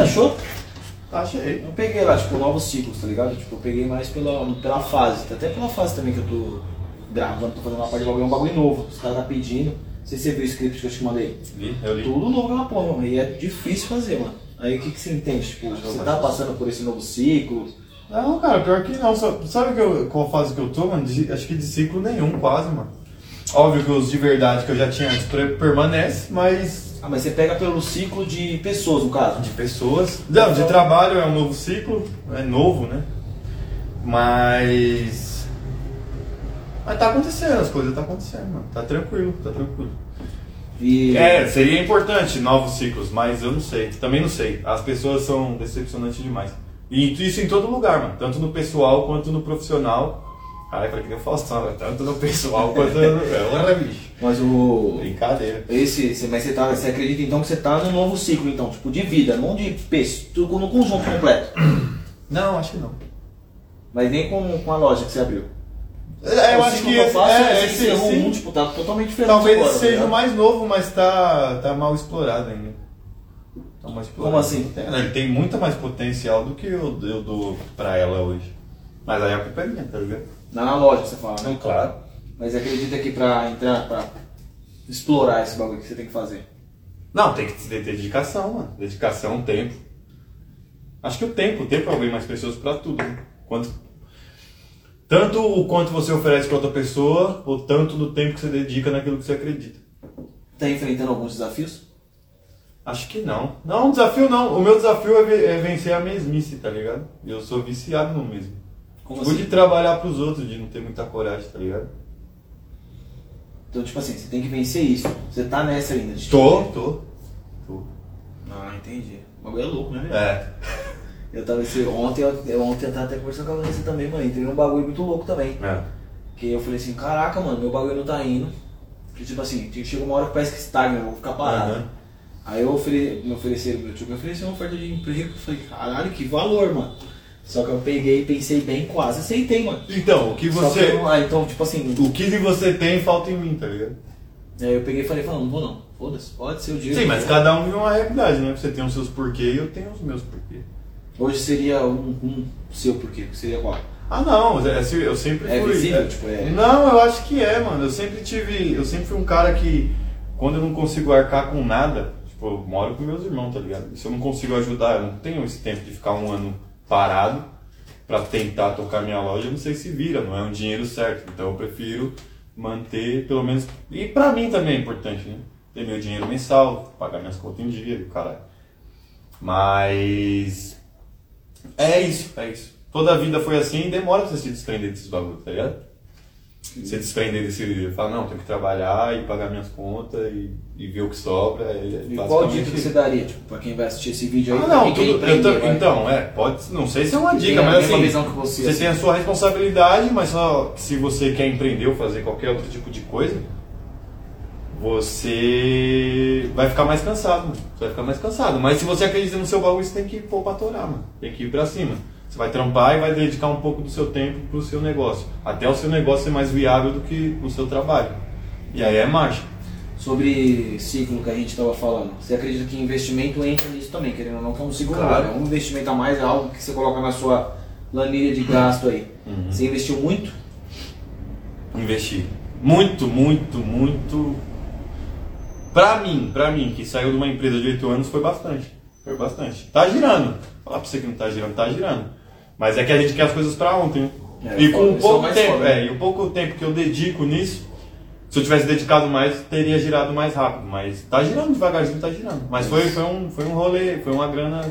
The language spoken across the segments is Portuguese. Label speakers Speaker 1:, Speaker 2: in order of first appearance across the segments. Speaker 1: achou?
Speaker 2: Achei.
Speaker 1: Não peguei lá, tipo, novos ciclos, tá ligado? Tipo, eu peguei mais pela, pela fase, até pela fase também que eu tô gravando, tô fazendo uma parte de bagulho, é um bagulho novo, os caras tá pedindo. Não sei se você viu o script que eu te mandei. É
Speaker 3: Vi, eu li.
Speaker 1: Tudo novo na porra, mano, e é difícil fazer, mano. Aí o que, que você entende? Tipo, você tá passando por esse novo ciclo?
Speaker 2: Não, cara, pior que não. Só- Sabe que eu- qual fase que eu tô, mano? De- acho que de ciclo nenhum, quase, mano. Óbvio que os de verdade que eu já tinha antes pre- permanece, mas
Speaker 1: Ah, mas você pega pelo ciclo de pessoas, no caso.
Speaker 2: de pessoas. Não, de trabalho é um novo ciclo, é novo, né? Mas. Mas tá acontecendo, as coisas tá acontecendo, mano. Tá tranquilo, tá tranquilo.
Speaker 1: E...
Speaker 3: É, seria importante novos ciclos, mas eu não sei. Também não sei. As pessoas são decepcionantes demais. E isso em todo lugar, mano. Tanto no pessoal quanto no profissional. Caralho, falei que nem o Faustão, velho. Tanto no pessoal quanto no.
Speaker 2: É
Speaker 3: Olha, bicho.
Speaker 1: Mas o.
Speaker 3: Brincadeira.
Speaker 1: Esse, você- mas você, tá, você acredita então que você tá num novo ciclo, então, tipo, de vida, não de peso, tudo no conjunto completo.
Speaker 2: Não, acho que não.
Speaker 1: Mas nem com, com a loja que você abriu.
Speaker 2: É, eu
Speaker 1: O
Speaker 2: acho
Speaker 1: ciclo
Speaker 2: que
Speaker 1: eu
Speaker 2: esse,
Speaker 1: faço,
Speaker 2: é,
Speaker 1: esse
Speaker 2: esse,
Speaker 1: encerrou
Speaker 2: esse-
Speaker 1: um, tipo, tá totalmente diferente.
Speaker 2: talvez
Speaker 1: agora,
Speaker 2: esse seja
Speaker 1: tá
Speaker 2: o mais novo, mas tá, tá mal explorado ainda. Tá mal explorado.
Speaker 1: Como assim?
Speaker 2: Tem- Ele tem muito mais potencial do que eu, eu dou pra ela hoje. Mas aí a culpa é minha, tá ligado?
Speaker 1: Na, na loja que você fala, né?
Speaker 2: claro.
Speaker 1: Mas acredita que pra entrar, pra explorar esse bagulho que você tem que fazer.
Speaker 3: Não, tem que ter dedicação, mano. Dedicação, é um tempo. Acho que o tempo, o tempo abrir mais pessoas pra tudo. né? Quanto- tanto o quanto você oferece pra outra pessoa, ou tanto do tempo que você dedica naquilo que você acredita.
Speaker 1: Tá enfrentando alguns desafios?
Speaker 3: Acho que não. Não, um desafio não. O meu desafio é, ve- é vencer a mesmice, tá ligado? Eu sou viciado no mesmo.
Speaker 1: Como
Speaker 3: Tipo,
Speaker 1: assim?
Speaker 3: de trabalhar pros outros, de não ter muita coragem, tá ligado?
Speaker 1: Então, tipo assim, você tem que vencer isso. Você tá nessa ainda. de-
Speaker 3: Tô, tô. Tô.
Speaker 1: Ah, entendi. O bagulho é louco, né? velho?
Speaker 3: É.
Speaker 1: Eu tava esse, ontem, eu, eu- ontem eu tava até conversando com a Vanessa também, mano. Entrei num bagulho muito louco também.
Speaker 3: É.
Speaker 1: Que eu falei assim, caraca, mano, meu bagulho não tá indo. Que, tipo assim, chega uma hora que parece que estagna, eu vou ficar parado.
Speaker 3: Aham.
Speaker 1: Aí eu ofere, me ofereceram, meu tio me ofereceu uma oferta de emprego, eu falei, caralho, que valor, mano. Só que eu peguei, pensei bem, quase aceitei, mano.
Speaker 3: Então, o que
Speaker 1: Só que eu
Speaker 3: você.
Speaker 1: não- ah, então, tipo assim,
Speaker 3: O que de você tem falta em mim, tá ligado?
Speaker 1: aí eu peguei e falei, falei, não vou não, foda-se, pode ser o dia.
Speaker 3: Sim, mas cada um vive uma realidade, né? Você tem os seus porquê e eu tenho os meus porquê.
Speaker 1: Hoje seria um, um seu porquê, que seria qual?
Speaker 3: Ah não, é, se- eu sempre
Speaker 1: É
Speaker 3: fui.
Speaker 1: visível, tipo, é-
Speaker 3: Não, eu acho que é, mano. Eu sempre tive. Eu sempre fui um cara que quando eu não consigo arcar com nada, tipo, eu moro com meus irmãos, tá ligado? E Se eu não consigo ajudar, eu não tenho esse tempo de ficar um ano parado pra tentar tocar minha loja, eu não sei se vira, não é um dinheiro certo. Então eu prefiro manter, pelo menos. E pra mim também é importante, né? Ter meu dinheiro mensal, pagar minhas contas em dia, e o caralho. Mas é isso, é isso. Toda a vida foi assim e demora pra você se desprender desses bagulhos, tá ligado? Você desprender desse. Falar, não, tenho que trabalhar e pagar minhas contas e, e ver o que sobra. É,
Speaker 1: E
Speaker 3: basicamente
Speaker 1: qual dica que
Speaker 3: isso.
Speaker 1: você daria, tipo, pra quem vai assistir esse vídeo aí?
Speaker 3: Ah,
Speaker 1: pra
Speaker 3: não,
Speaker 1: quem quer
Speaker 3: tudo, eu
Speaker 1: empreender,
Speaker 3: tam-
Speaker 1: vai?
Speaker 3: então, é, pode, não sei se é uma
Speaker 1: Que
Speaker 3: dica,
Speaker 1: tem a
Speaker 3: mas
Speaker 1: mesma
Speaker 3: assim,
Speaker 1: visão que você, assim.
Speaker 3: tem a sua responsabilidade, mas só que se você quer empreender ou fazer qualquer outro tipo de coisa, você vai ficar mais cansado, mano. Você vai ficar mais cansado. Mas se você acredita no seu bagulho, você tem que pôr pra torar, mano. Tem que ir pra cima. Você vai trampar e vai dedicar um pouco do seu tempo pro seu negócio. Até o seu negócio ser mais viável do que o seu trabalho. E aí é marcha.
Speaker 1: Sobre ciclo que a gente estava falando, você acredita que investimento entra nisso também, querendo ou não, que é um ciclo
Speaker 3: Claro.
Speaker 1: novo, é um investimento a mais, é algo que você coloca na sua planilha de gasto aí.
Speaker 3: Uhum.
Speaker 1: Você investiu muito?
Speaker 3: investir. Muito, muito, muito. Pra mim, pra mim, que saiu de uma empresa de 8 anos, foi bastante. Foi bastante. Tá girando. Falar pra você que não tá girando, tá girando. Mas é que a gente quer as coisas pra ontem. né?
Speaker 1: É,
Speaker 3: e
Speaker 1: foda, isso é
Speaker 3: com o
Speaker 1: o
Speaker 3: pouco
Speaker 1: mais
Speaker 3: tempo,
Speaker 1: foda, né?
Speaker 3: é, e o pouco tempo que eu dedico nisso, se eu tivesse dedicado mais, teria girado mais rápido. Mas tá girando devagarzinho, tá girando. Mas foi, foi, um, foi um rolê, foi uma grana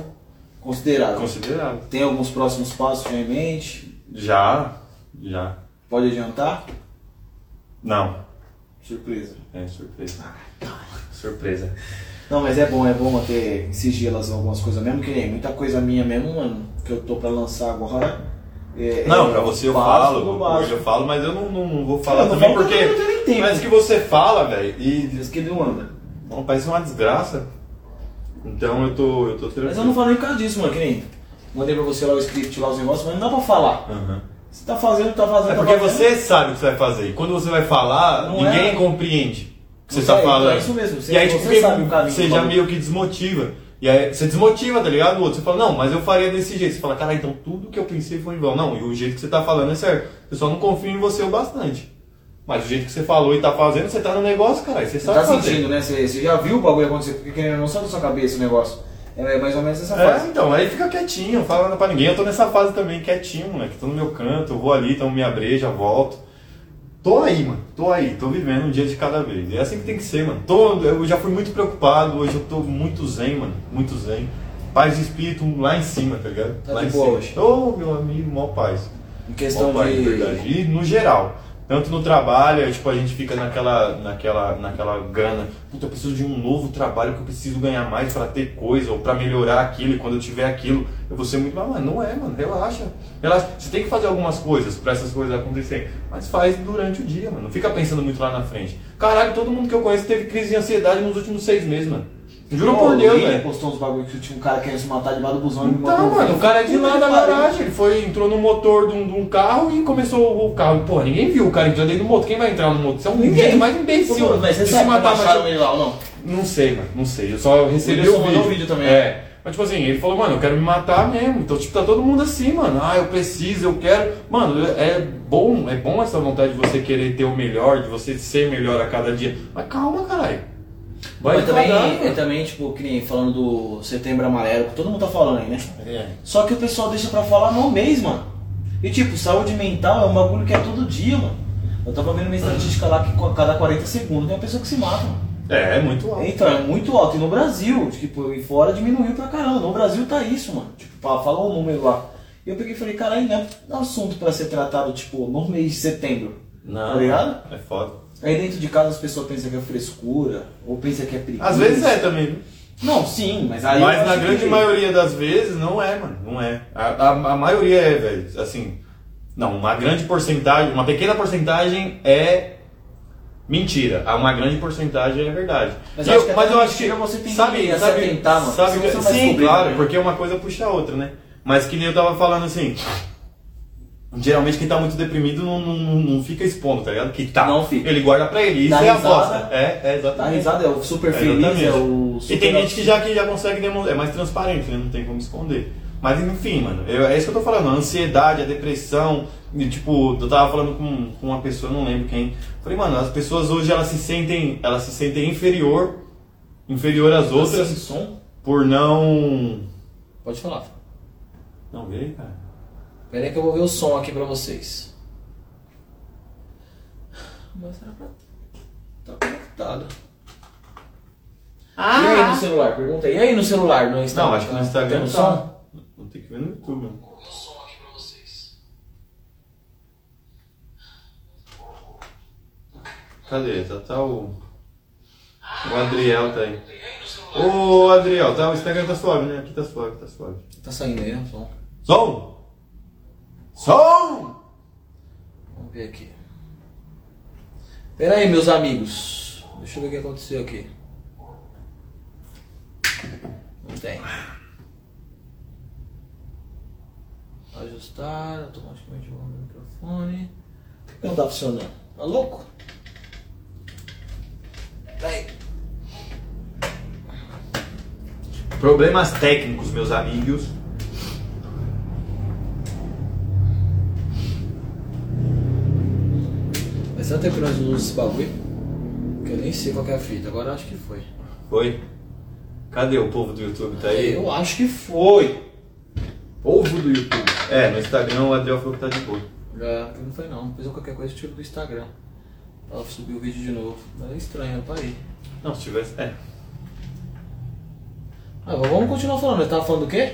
Speaker 1: Considerável.
Speaker 3: considerável.
Speaker 1: Tem alguns próximos passos já em mente?
Speaker 3: Já, já.
Speaker 1: Pode adiantar?
Speaker 3: Não.
Speaker 1: Surpresa.
Speaker 3: É surpresa. Surpresa.
Speaker 1: Não, mas é bom, é bom manter sigilas algumas coisas mesmo, que nem muita coisa minha mesmo, mano, que eu tô pra lançar agora. é-
Speaker 3: Não,
Speaker 1: é
Speaker 3: pra você eu
Speaker 1: básico
Speaker 3: falo,
Speaker 1: do básico.
Speaker 3: hoje eu falo, mas eu não, não- não vou falar
Speaker 1: Eu não
Speaker 3: também
Speaker 1: falo
Speaker 3: porque.
Speaker 1: porque eu não tenho
Speaker 3: Mas que você fala, velho, e.
Speaker 1: Diz que não anda.
Speaker 3: Bom, parece uma desgraça. Então eu tô. Eu tô tranquilo.
Speaker 1: Mas eu não falo nem por causa disso, mano, que nem. Mandei pra você lá o script, lá os negócios, mas não dá pra falar.
Speaker 3: Aham.
Speaker 1: Você tá fazendo, tá fazendo,
Speaker 3: É
Speaker 1: tá
Speaker 3: porque
Speaker 1: fazendo.
Speaker 3: você sabe o que você vai fazer. E quando você vai falar,
Speaker 1: Não
Speaker 3: ninguém
Speaker 1: é-
Speaker 3: compreende o que
Speaker 1: Não
Speaker 3: você tá
Speaker 1: sei, então
Speaker 3: falando.
Speaker 1: é isso mesmo, você-
Speaker 3: e aí,
Speaker 1: você
Speaker 3: tipo, meio-
Speaker 1: sabe o caminho, tá
Speaker 3: você já
Speaker 1: Paulo.
Speaker 3: meio que desmotiva. E E aí você desmotiva, tá ligado? O outro, você fala, não, mas eu faria desse jeito. Você fala, cara, então tudo que eu pensei foi em vão. Não, e o jeito que você tá falando é certo. Eu só não confio em você o bastante. Mas o jeito que você falou e tá fazendo, você tá no negócio, cara. Você
Speaker 1: Você
Speaker 3: sabe
Speaker 1: tá
Speaker 3: fazer.
Speaker 1: sentindo, né? Você, você já viu o bagulho acontecer, porque querendo ou não sai da sua cabeça o negócio. É mais ou menos essa
Speaker 3: É,
Speaker 1: fase.
Speaker 3: então, aí fica quietinho, não fala nada pra ninguém. Eu tô nessa fase também, quietinho, moleque. Tô no meu canto, eu vou ali, tomo minha breja, volto. Tô aí, mano. Tô aí, tô vivendo um dia de cada vez. É assim que tem que ser, mano. Tô, eu já fui muito preocupado, hoje eu tô muito zen, mano. Muito zen. Paz de espírito lá em cima, tá ligado?
Speaker 1: Tá
Speaker 3: lá
Speaker 1: de
Speaker 3: em
Speaker 1: boa
Speaker 3: cima.
Speaker 1: hoje.
Speaker 3: Ô, meu amigo, mó paz.
Speaker 1: Em questão
Speaker 3: Mó paz,
Speaker 1: de.
Speaker 3: é verdade. E no geral. Tanto no trabalho, aí, tipo, a gente fica naquela, naquela, naquela gana. Puta, eu preciso de um novo trabalho que eu preciso ganhar mais pra ter coisa, ou pra melhorar aquilo, e quando eu tiver aquilo, eu vou ser muito. Mas, mano, não é, mano, relaxa. relaxa. Você tem que fazer algumas coisas pra essas coisas acontecerem, mas faz durante o dia, mano. Não fica pensando muito lá na frente. Caralho, todo mundo que eu conheço teve crise de ansiedade nos últimos seis meses, mano. Juro
Speaker 1: Pô,
Speaker 3: por Deus,
Speaker 1: alguém
Speaker 3: velho.
Speaker 1: postou uns bagulho que tinha um cara querendo se matar debaixo do busão e me
Speaker 3: Então,
Speaker 1: mandou um
Speaker 3: mano, o
Speaker 1: vídeo.
Speaker 3: cara é de lá
Speaker 1: Puta
Speaker 3: da
Speaker 1: que pariu.
Speaker 3: garagem. Ele foi, entrou no motor de um, de um carro e começou o carro. Pô, ninguém viu o cara entrando dentro do motor. Quem vai entrar no motor? Você é um
Speaker 1: Ninguém.
Speaker 3: jeito mais
Speaker 1: Pô,
Speaker 3: imbecil
Speaker 1: mano, mas
Speaker 3: de
Speaker 1: você
Speaker 3: se
Speaker 1: sabe que
Speaker 3: matar.
Speaker 1: acharam
Speaker 3: Mas...
Speaker 1: ele lá ou não?
Speaker 3: Não sei, mano, não sei. Eu só recebi
Speaker 1: Wilson
Speaker 3: o vídeo.
Speaker 1: mandou um vídeo também,
Speaker 3: É. Mas, tipo assim, ele falou, mano, eu quero me matar mesmo. Então, tipo, tá todo mundo assim, mano. Ah, eu preciso, eu quero. Mano, é bom, é bom essa vontade de você querer ter o melhor, de você ser melhor a cada dia. Mas calma, caralho. Vai
Speaker 1: Mas também,
Speaker 3: devagar,
Speaker 1: é
Speaker 3: mano.
Speaker 1: também, tipo, que nem falando do setembro amarelo, que todo mundo tá falando aí, né?
Speaker 3: É.
Speaker 1: Só que o pessoal deixa pra falar no mês, mano. E tipo, saúde mental é um bagulho que é todo dia, mano. Eu tava vendo uma estatística lá que co- cada 40 segundos tem uma pessoa que se mata, mano.
Speaker 3: É, é muito alto.
Speaker 1: Então, é muito alto. E no Brasil, tipo, e fora diminuiu pra caramba. No Brasil tá isso, mano. Tipo, pa- falou um número lá. E eu peguei e falei, caralho, não é um assunto pra ser tratado, tipo, no mês de setembro. Tá ligado?
Speaker 3: É foda.
Speaker 1: Aí dentro de casa as pessoas pensam que é frescura, ou pensam que é preguiça.
Speaker 3: Às vezes é também. viu?
Speaker 1: Não, sim, mas aí. eu
Speaker 3: mas na
Speaker 1: acho
Speaker 3: grande
Speaker 1: que-
Speaker 3: maioria das vezes não é, mano. Não é. A, a, a maioria é, velho. Assim. Não, uma grande porcentagem, uma pequena porcentagem é mentira. Ah, Uma grande porcentagem é verdade.
Speaker 1: Mas
Speaker 3: E
Speaker 1: eu acho que
Speaker 3: mas
Speaker 1: até
Speaker 3: eu acho que.
Speaker 1: mentira você tem
Speaker 3: sabe,
Speaker 1: que se
Speaker 3: sabe,
Speaker 1: atentar, mano.
Speaker 3: Sabe,
Speaker 1: Senão você não vai
Speaker 3: sim,
Speaker 1: descobrir,
Speaker 3: claro,
Speaker 1: né?
Speaker 3: porque uma coisa puxa a outra, né? Mas que nem eu tava falando assim. Geralmente quem tá muito deprimido não, não, não- não fica expondo, tá ligado? Que tá.
Speaker 1: Não fica.
Speaker 3: Ele guarda pra ele. Isso
Speaker 1: Dá
Speaker 3: é a
Speaker 1: risada.
Speaker 3: bosta. É, é exatamente.
Speaker 1: Dá risada, é o super
Speaker 3: É,
Speaker 1: feliz, é o
Speaker 3: exatamente.
Speaker 1: super.
Speaker 3: E tem gente que já, que já consegue demonstrar, é mais transparente, né? não tem como esconder. Mas enfim, mano, eu- é isso que eu tô falando, a ansiedade, a depressão, e, tipo, eu tava falando com, com uma pessoa, não lembro quem, falei, mano, as pessoas hoje elas se sentem, elas se sentem inferior, inferior às outras,
Speaker 1: Esse som?
Speaker 3: por não...
Speaker 4: Pode falar.
Speaker 3: Não veio, cara?
Speaker 4: Pera aí que eu vou ver o som aqui pra vocês. Mostra pra... Tá conectado. E aí no celular? Pergunta aí. E aí no celular, no Instagram?
Speaker 3: Não, acho que no Instagram
Speaker 4: Tem um
Speaker 3: tá.
Speaker 4: som?
Speaker 3: Vou ter que ver no YouTube, né? mano. Cadê? Tá, tá o. O Adriel tá aí. Ô Adriel, tá, o Instagram tá suave, né? Aqui tá suave, tá suave.
Speaker 4: Tá saindo aí, né? o Som.
Speaker 3: Som! Som!
Speaker 4: Vamos ver aqui. Pera aí, meus amigos. Deixa eu ver o que aconteceu aqui. Não tem. Ajustar automaticamente o volume do microfone.
Speaker 1: Por que não tá funcionando? Tá louco?
Speaker 4: Peraí.
Speaker 3: Problemas técnicos, meus amigos.
Speaker 4: Mas será que nós usamos esse bagulho? Que eu nem sei qual que é a fita, agora eu acho que foi.
Speaker 3: Foi? Cadê o povo do YouTube? Tá aí?
Speaker 4: Eu acho que foi.
Speaker 1: Oi!
Speaker 4: Ovo do YouTube.
Speaker 3: É, no Instagram o Adriel falou que tá de boa.
Speaker 4: Já, não foi não. Depois eu qualquer coisa eu tiro do Instagram. Pra subir o vídeo de novo. Mas é estranho, tá aí.
Speaker 3: Não, se tivesse. É.
Speaker 4: Ah, mas vamos continuar falando. Eu tava falando do quê?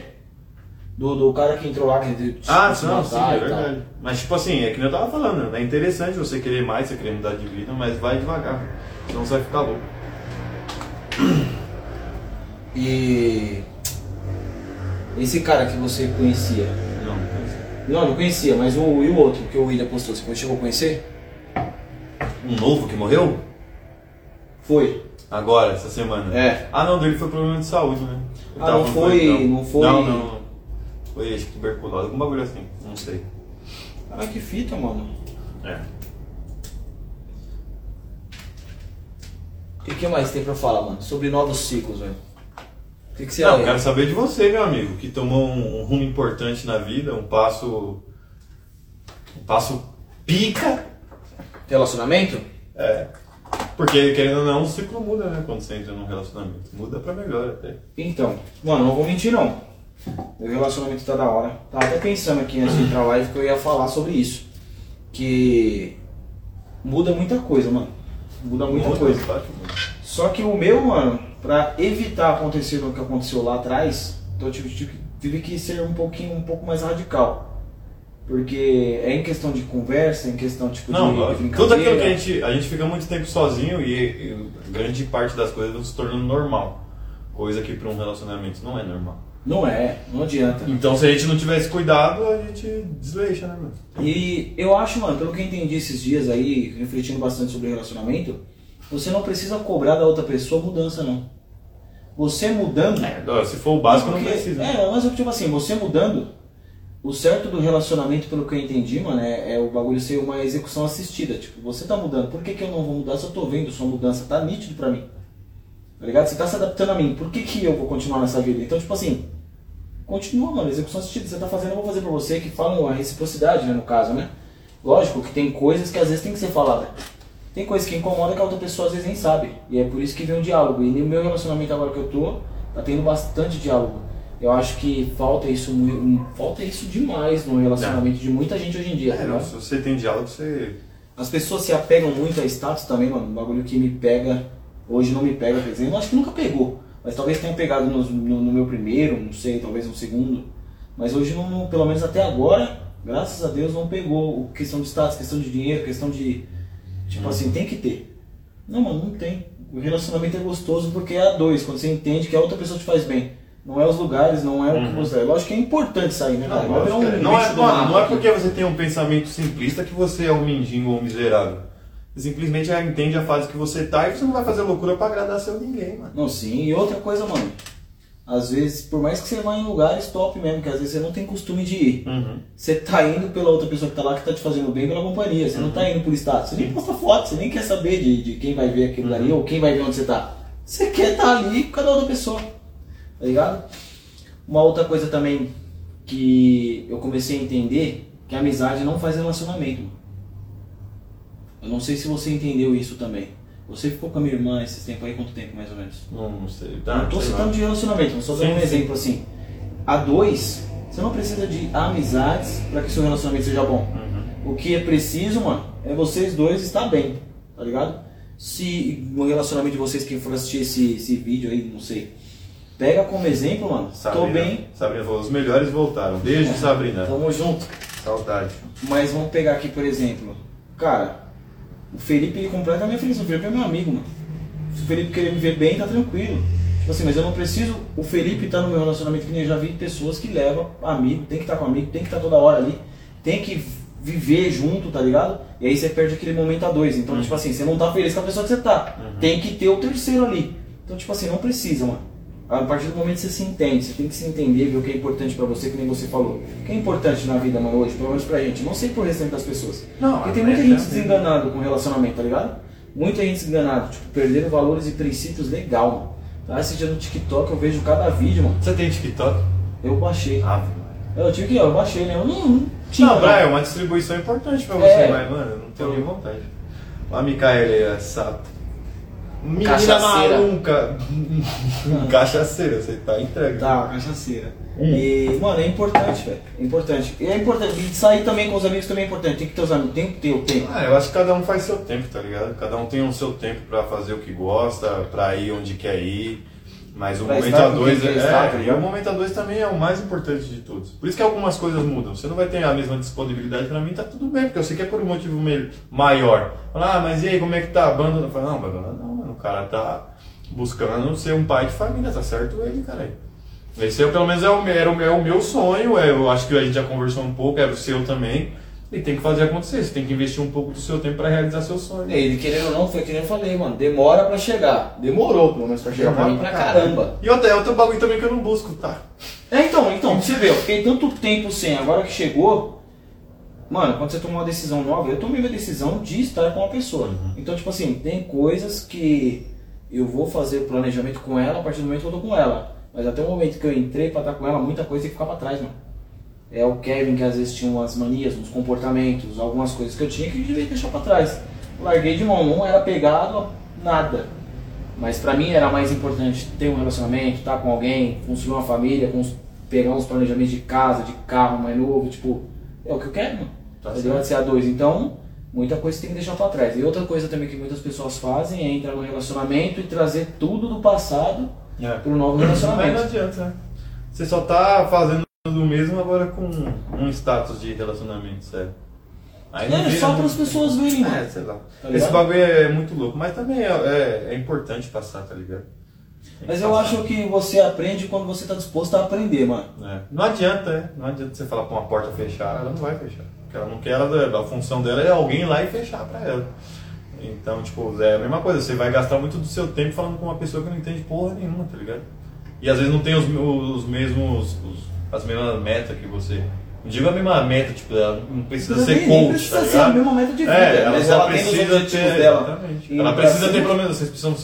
Speaker 1: Do, do cara que entrou lá
Speaker 4: né?
Speaker 1: que ele tipo,
Speaker 3: Ah,
Speaker 1: se
Speaker 3: não, sim,
Speaker 1: matar
Speaker 3: é
Speaker 1: e tal.
Speaker 3: verdade. Mas, tipo assim, é que nem eu tava falando, né? é interessante você querer mais, você querer mudar de vida, mas vai devagar, senão você vai ficar louco.
Speaker 1: E.
Speaker 4: Esse cara que você conhecia.
Speaker 3: Não, mas-
Speaker 1: Não, não conhecia, mas
Speaker 4: um
Speaker 1: o, e o outro que o William postou, você chegou a conhecer?
Speaker 3: Um novo que morreu?
Speaker 1: Foi.
Speaker 3: Agora, essa semana.
Speaker 1: É.
Speaker 3: Ah, não, dele foi problema de saúde, né? Ele
Speaker 1: Ah,
Speaker 3: tava
Speaker 1: não
Speaker 3: falando
Speaker 1: foi-
Speaker 3: com ele,
Speaker 1: não foi-
Speaker 3: Não, não, não. Foi, acho que tuberculose, algum bagulho assim, não sei.
Speaker 1: Ah, que fita, mano.
Speaker 3: É.
Speaker 1: E o que mais tem pra falar, mano? Sobre novos ciclos, velho.
Speaker 5: O que, que você
Speaker 3: Não,
Speaker 5: é?
Speaker 3: quero saber de você, meu amigo, que tomou um, um rumo importante na vida, um passo. Um passo pica.
Speaker 5: Relacionamento?
Speaker 3: É. Porque, querendo ou não, o ciclo muda, né? Quando você entra num relacionamento. Muda pra melhor até.
Speaker 1: Então, mano, não vou mentir não. Meu relacionamento tá da hora. Tava até pensando aqui antes de entrar live que eu ia falar sobre isso. Que muda muita coisa, mano. Muda muita
Speaker 3: Muda,
Speaker 1: coisa.
Speaker 3: claro que muda.
Speaker 1: Só que o meu, mano, pra evitar acontecer o que aconteceu lá atrás, então eu tive, tive- tive que ser um pouquinho, um pouco mais radical. Porque é em questão de conversa, é em questão tipo
Speaker 3: Não,
Speaker 1: de
Speaker 3: lógico.
Speaker 1: brincadeira.
Speaker 3: tudo aquilo que a gente, a gente fica muito tempo sozinho e, e grande parte das coisas vão se tornando normal. Coisa que para um relacionamento não é normal.
Speaker 1: Não é, não adianta.
Speaker 3: Então se a gente não tivesse cuidado, a gente desleixa, né, mano?
Speaker 1: E eu acho, mano, pelo que eu entendi esses dias aí, refletindo bastante sobre relacionamento, você não precisa cobrar da outra pessoa mudança, não. Você mudando.
Speaker 3: É, Agora, Se for o básico, não
Speaker 1: Porque-
Speaker 3: precisa. né?
Speaker 1: É, mas tipo assim, você mudando, o certo do relacionamento, pelo que eu entendi, mano, é, é o bagulho ser uma execução assistida. Tipo, você tá mudando, por que, que eu não vou mudar se eu tô vendo sua mudança? Tá nítido pra mim. Tá ligado? Você tá se adaptando a mim, por que, que eu vou continuar nessa vida? Então, tipo assim, continua, mano, execução assistida. Você tá fazendo, eu vou fazer pra você, que falam a reciprocidade, né, no caso, né? Lógico que tem coisas que às vezes tem que ser falada. Tem coisas que incomoda que a outra pessoa às vezes nem sabe. E é por isso que vem um diálogo. E no meu relacionamento agora que eu tô, tá tendo bastante diálogo. Eu acho que falta isso muito, falta isso demais no relacionamento de muita gente hoje em dia.
Speaker 3: É,
Speaker 1: tá
Speaker 3: não,
Speaker 1: ligado?
Speaker 3: se você tem diálogo, você.
Speaker 1: As pessoas se apegam muito a status também, mano. Um bagulho que me pega, hoje não me pega, quer dizer, eu acho que nunca pegou. Mas talvez tenha pegado nos- no, no meu primeiro, não sei, talvez no segundo. Mas hoje, não- não, pelo menos até agora, graças a Deus, não pegou. O- Questão de status, questão de dinheiro, questão de. Tipo assim, tem que ter. Não, mano, não tem. O relacionamento é gostoso porque é a dois, quando você entende que a outra pessoa te faz bem. Não é os lugares, não é o que você. Lógico que é importante sair, né? cara?
Speaker 3: Uhum. Não, lógico,
Speaker 1: virar
Speaker 3: cara. não,
Speaker 1: bicho
Speaker 3: é,
Speaker 1: do
Speaker 3: mano,
Speaker 1: mato né?
Speaker 3: não é
Speaker 1: aqui.
Speaker 3: porque você tem um pensamento simplista que você é um mendigo ou um miserável. Você simplesmente já entende a fase que você tá e você não vai fazer loucura pra agradar seu ninguém, mano.
Speaker 1: Não, sim. E outra coisa, mano. Às vezes, por mais que você vá em lugares top mesmo, que às vezes você não tem costume de ir.
Speaker 3: Uhum.
Speaker 1: Você tá indo pela outra pessoa que tá lá, que tá te fazendo bem pela companhia. Você não tá indo por status. Você nem posta foto, você nem quer saber de, de quem vai ver aquilo ali ou quem vai ver onde você tá. Você quer estar tá ali por causa da outra pessoa. Tá ligado? Uma outra coisa também que eu comecei a entender que a amizade não faz relacionamento. mano. Eu não sei se você entendeu isso também. Você ficou com a minha irmã esses tempos aí, quanto tempo mais ou menos?
Speaker 3: Não, não sei.
Speaker 1: Eu
Speaker 3: Tá,
Speaker 1: não tô
Speaker 3: sei lá.
Speaker 1: citando de relacionamento, mas só dando
Speaker 3: Sim,
Speaker 1: um
Speaker 3: sim.
Speaker 1: exemplo assim. A dois, você não precisa de amizades para que seu relacionamento seja bom. O que é preciso, mano, é vocês dois estar bem, tá ligado? Se no relacionamento de vocês, quem for assistir esse, esse vídeo aí, não sei, pega como exemplo, mano,
Speaker 3: Sabrina,
Speaker 1: tô bem,
Speaker 3: Uhum. Sabrina falou, os melhores voltaram.
Speaker 1: É.
Speaker 3: Beijo, Sabrina.
Speaker 1: tamo junto.
Speaker 3: Saudade.
Speaker 1: Mas vamos pegar aqui, por exemplo, cara, o Felipe ele completa a minha feliz, o Felipe é meu amigo, mano. Se o Felipe querer me ver bem, tá tranquilo. Tipo assim, mas eu não preciso. O Felipe tá no meu relacionamento que nem eu já vi pessoas que levam amigo, tem que estar com amigo, tem que estar toda hora ali, tem que viver junto, tá ligado? E aí você perde aquele momento a dois. Então, tipo assim, você não tá feliz com a pessoa que você tá. Tem que ter o terceiro ali. Então, tipo assim, não precisa, mano. A partir do momento que você se entende, você tem que se entender, ver o que é importante pra você, que nem você falou. O que é importante na vida, mano, hoje, pelo menos pra gente? Não sei pro restante das pessoas.
Speaker 3: Não,
Speaker 1: Porque
Speaker 3: a
Speaker 1: tem muita
Speaker 3: meta é
Speaker 1: gente
Speaker 3: a
Speaker 1: desenganada enganado com relacionamento, tá ligado? Muita gente enganada, tipo, perderam valores e princípios legal, mano. Tá assistindo no TikTok, eu vejo cada vídeo, mano.
Speaker 3: Você tem TikTok?
Speaker 1: Eu baixei.
Speaker 3: Ah,
Speaker 1: Eu tive que, eu baixei, né? Eu não, não tinha.
Speaker 3: não, Brian, é uma distribuição importante pra você,
Speaker 1: É.
Speaker 3: mas, mano, eu não tenho nem vontade. A Micaela aí, essa menina
Speaker 5: Cachaceira.
Speaker 3: maluca. Cachaceira, você tá entregue.
Speaker 1: Tá, cachaceira. E, mano, é importante, velho. É importante. E é importante. E sair também com os amigos também é importante. Tem que ter os amigos. Tem que ter, eu tenho.
Speaker 3: Ah, eu acho que cada um faz seu tempo, tá ligado? Cada um tem o seu tempo pra fazer o que gosta, pra ir onde quer ir. Mas o
Speaker 1: Pra
Speaker 3: momento
Speaker 1: estar
Speaker 3: a
Speaker 1: com
Speaker 3: dois
Speaker 1: quem
Speaker 3: é,
Speaker 1: quer estar, tá
Speaker 3: é,
Speaker 1: ligado?
Speaker 3: o momento a dois também é o mais importante de todos. Por isso que algumas coisas mudam. Você não vai ter a mesma disponibilidade pra mim, tá tudo bem, porque eu sei que é por um motivo meio maior. Falar, ah, mas e aí, como é que tá a banda? Eu falo, não, mas não, mano, o cara tá buscando ser um pai de família, tá certo ele, caralho. Esse é, pelo menos é o, meu- era o, meu- é o meu sonho, é, eu acho que a gente já conversou um pouco, era o seu também. E tem que fazer acontecer, você tem que investir um pouco do seu tempo pra realizar seu sonho.
Speaker 5: É, Ele querendo ou não, foi que nem eu falei, mano. Demora pra chegar. Demorou, pelo menos, pra chegar pra mim pra caramba.
Speaker 3: E outra, é outro bagulho também que eu não busco, tá?
Speaker 1: É, então, então, você vê, eu fiquei tanto tempo sem, agora que chegou. Mano, quando você toma uma decisão nova, eu tomei minha decisão de estar com uma pessoa. Então, tipo assim, tem coisas que eu vou fazer o planejamento com ela a partir do momento que eu tô com ela. Mas até o momento que eu entrei pra estar com ela, muita coisa tem que ficar pra trás, mano. É o Kevin que às vezes tinha umas manias, uns comportamentos, algumas coisas que eu tinha que eu devia deixar pra trás. Larguei de mão, não era pegado a nada. Mas pra mim era mais importante ter um relacionamento, estar com alguém, construir uma família, cons- pegar uns planejamentos de casa, de carro mais novo, tipo, é o que eu quero, mano.
Speaker 3: Tá
Speaker 1: Tá
Speaker 3: certo.
Speaker 1: ligado? Ser a dois. Então, muita coisa tem que deixar pra trás. E outra coisa também que muitas pessoas fazem é entrar no relacionamento e trazer tudo do passado
Speaker 6: É.
Speaker 1: pro novo
Speaker 6: Mas não
Speaker 1: relacionamento.
Speaker 6: adianta, né?
Speaker 3: Você só tá fazendo o mesmo agora com um status de relacionamento, sério. Aí não
Speaker 1: É,
Speaker 3: vira,
Speaker 1: só
Speaker 3: né?
Speaker 1: para as pessoas verem, mano.
Speaker 3: É, sei lá.
Speaker 1: Tá
Speaker 3: Esse
Speaker 1: ligado?
Speaker 3: bagulho é muito louco, mas também é, é- é importante passar, tá ligado? Tem que
Speaker 1: Mas eu
Speaker 3: passar.
Speaker 1: acho que você aprende quando você tá disposto a aprender, mano.
Speaker 3: É. Não adianta, né? Não adianta você falar pra uma porta fechar, ela não vai fechar. Porque ela não quer, ela, a função dela é alguém ir lá e fechar pra ela. Então, tipo, é a mesma coisa, você vai gastar muito do seu tempo falando com uma pessoa que não entende porra nenhuma, tá ligado? E às vezes não tem os, os mesmos. os- as mesmas metas que você. Não digo a mesma meta, tipo, ela não precisa
Speaker 1: Não,
Speaker 3: ser
Speaker 1: nem- nem
Speaker 3: coach,
Speaker 1: precisa
Speaker 3: tá
Speaker 1: ser a
Speaker 3: ligado?
Speaker 1: mesma meta de vida,
Speaker 3: é, ela
Speaker 1: mas
Speaker 3: só
Speaker 1: ela tem os
Speaker 3: precisa
Speaker 1: objetivos dela.
Speaker 3: ter.
Speaker 1: Então, assim,
Speaker 3: exatamente.
Speaker 1: E
Speaker 3: Ela
Speaker 1: pra
Speaker 3: precisa
Speaker 1: cima-
Speaker 3: ter pelo menos, vocês precisam,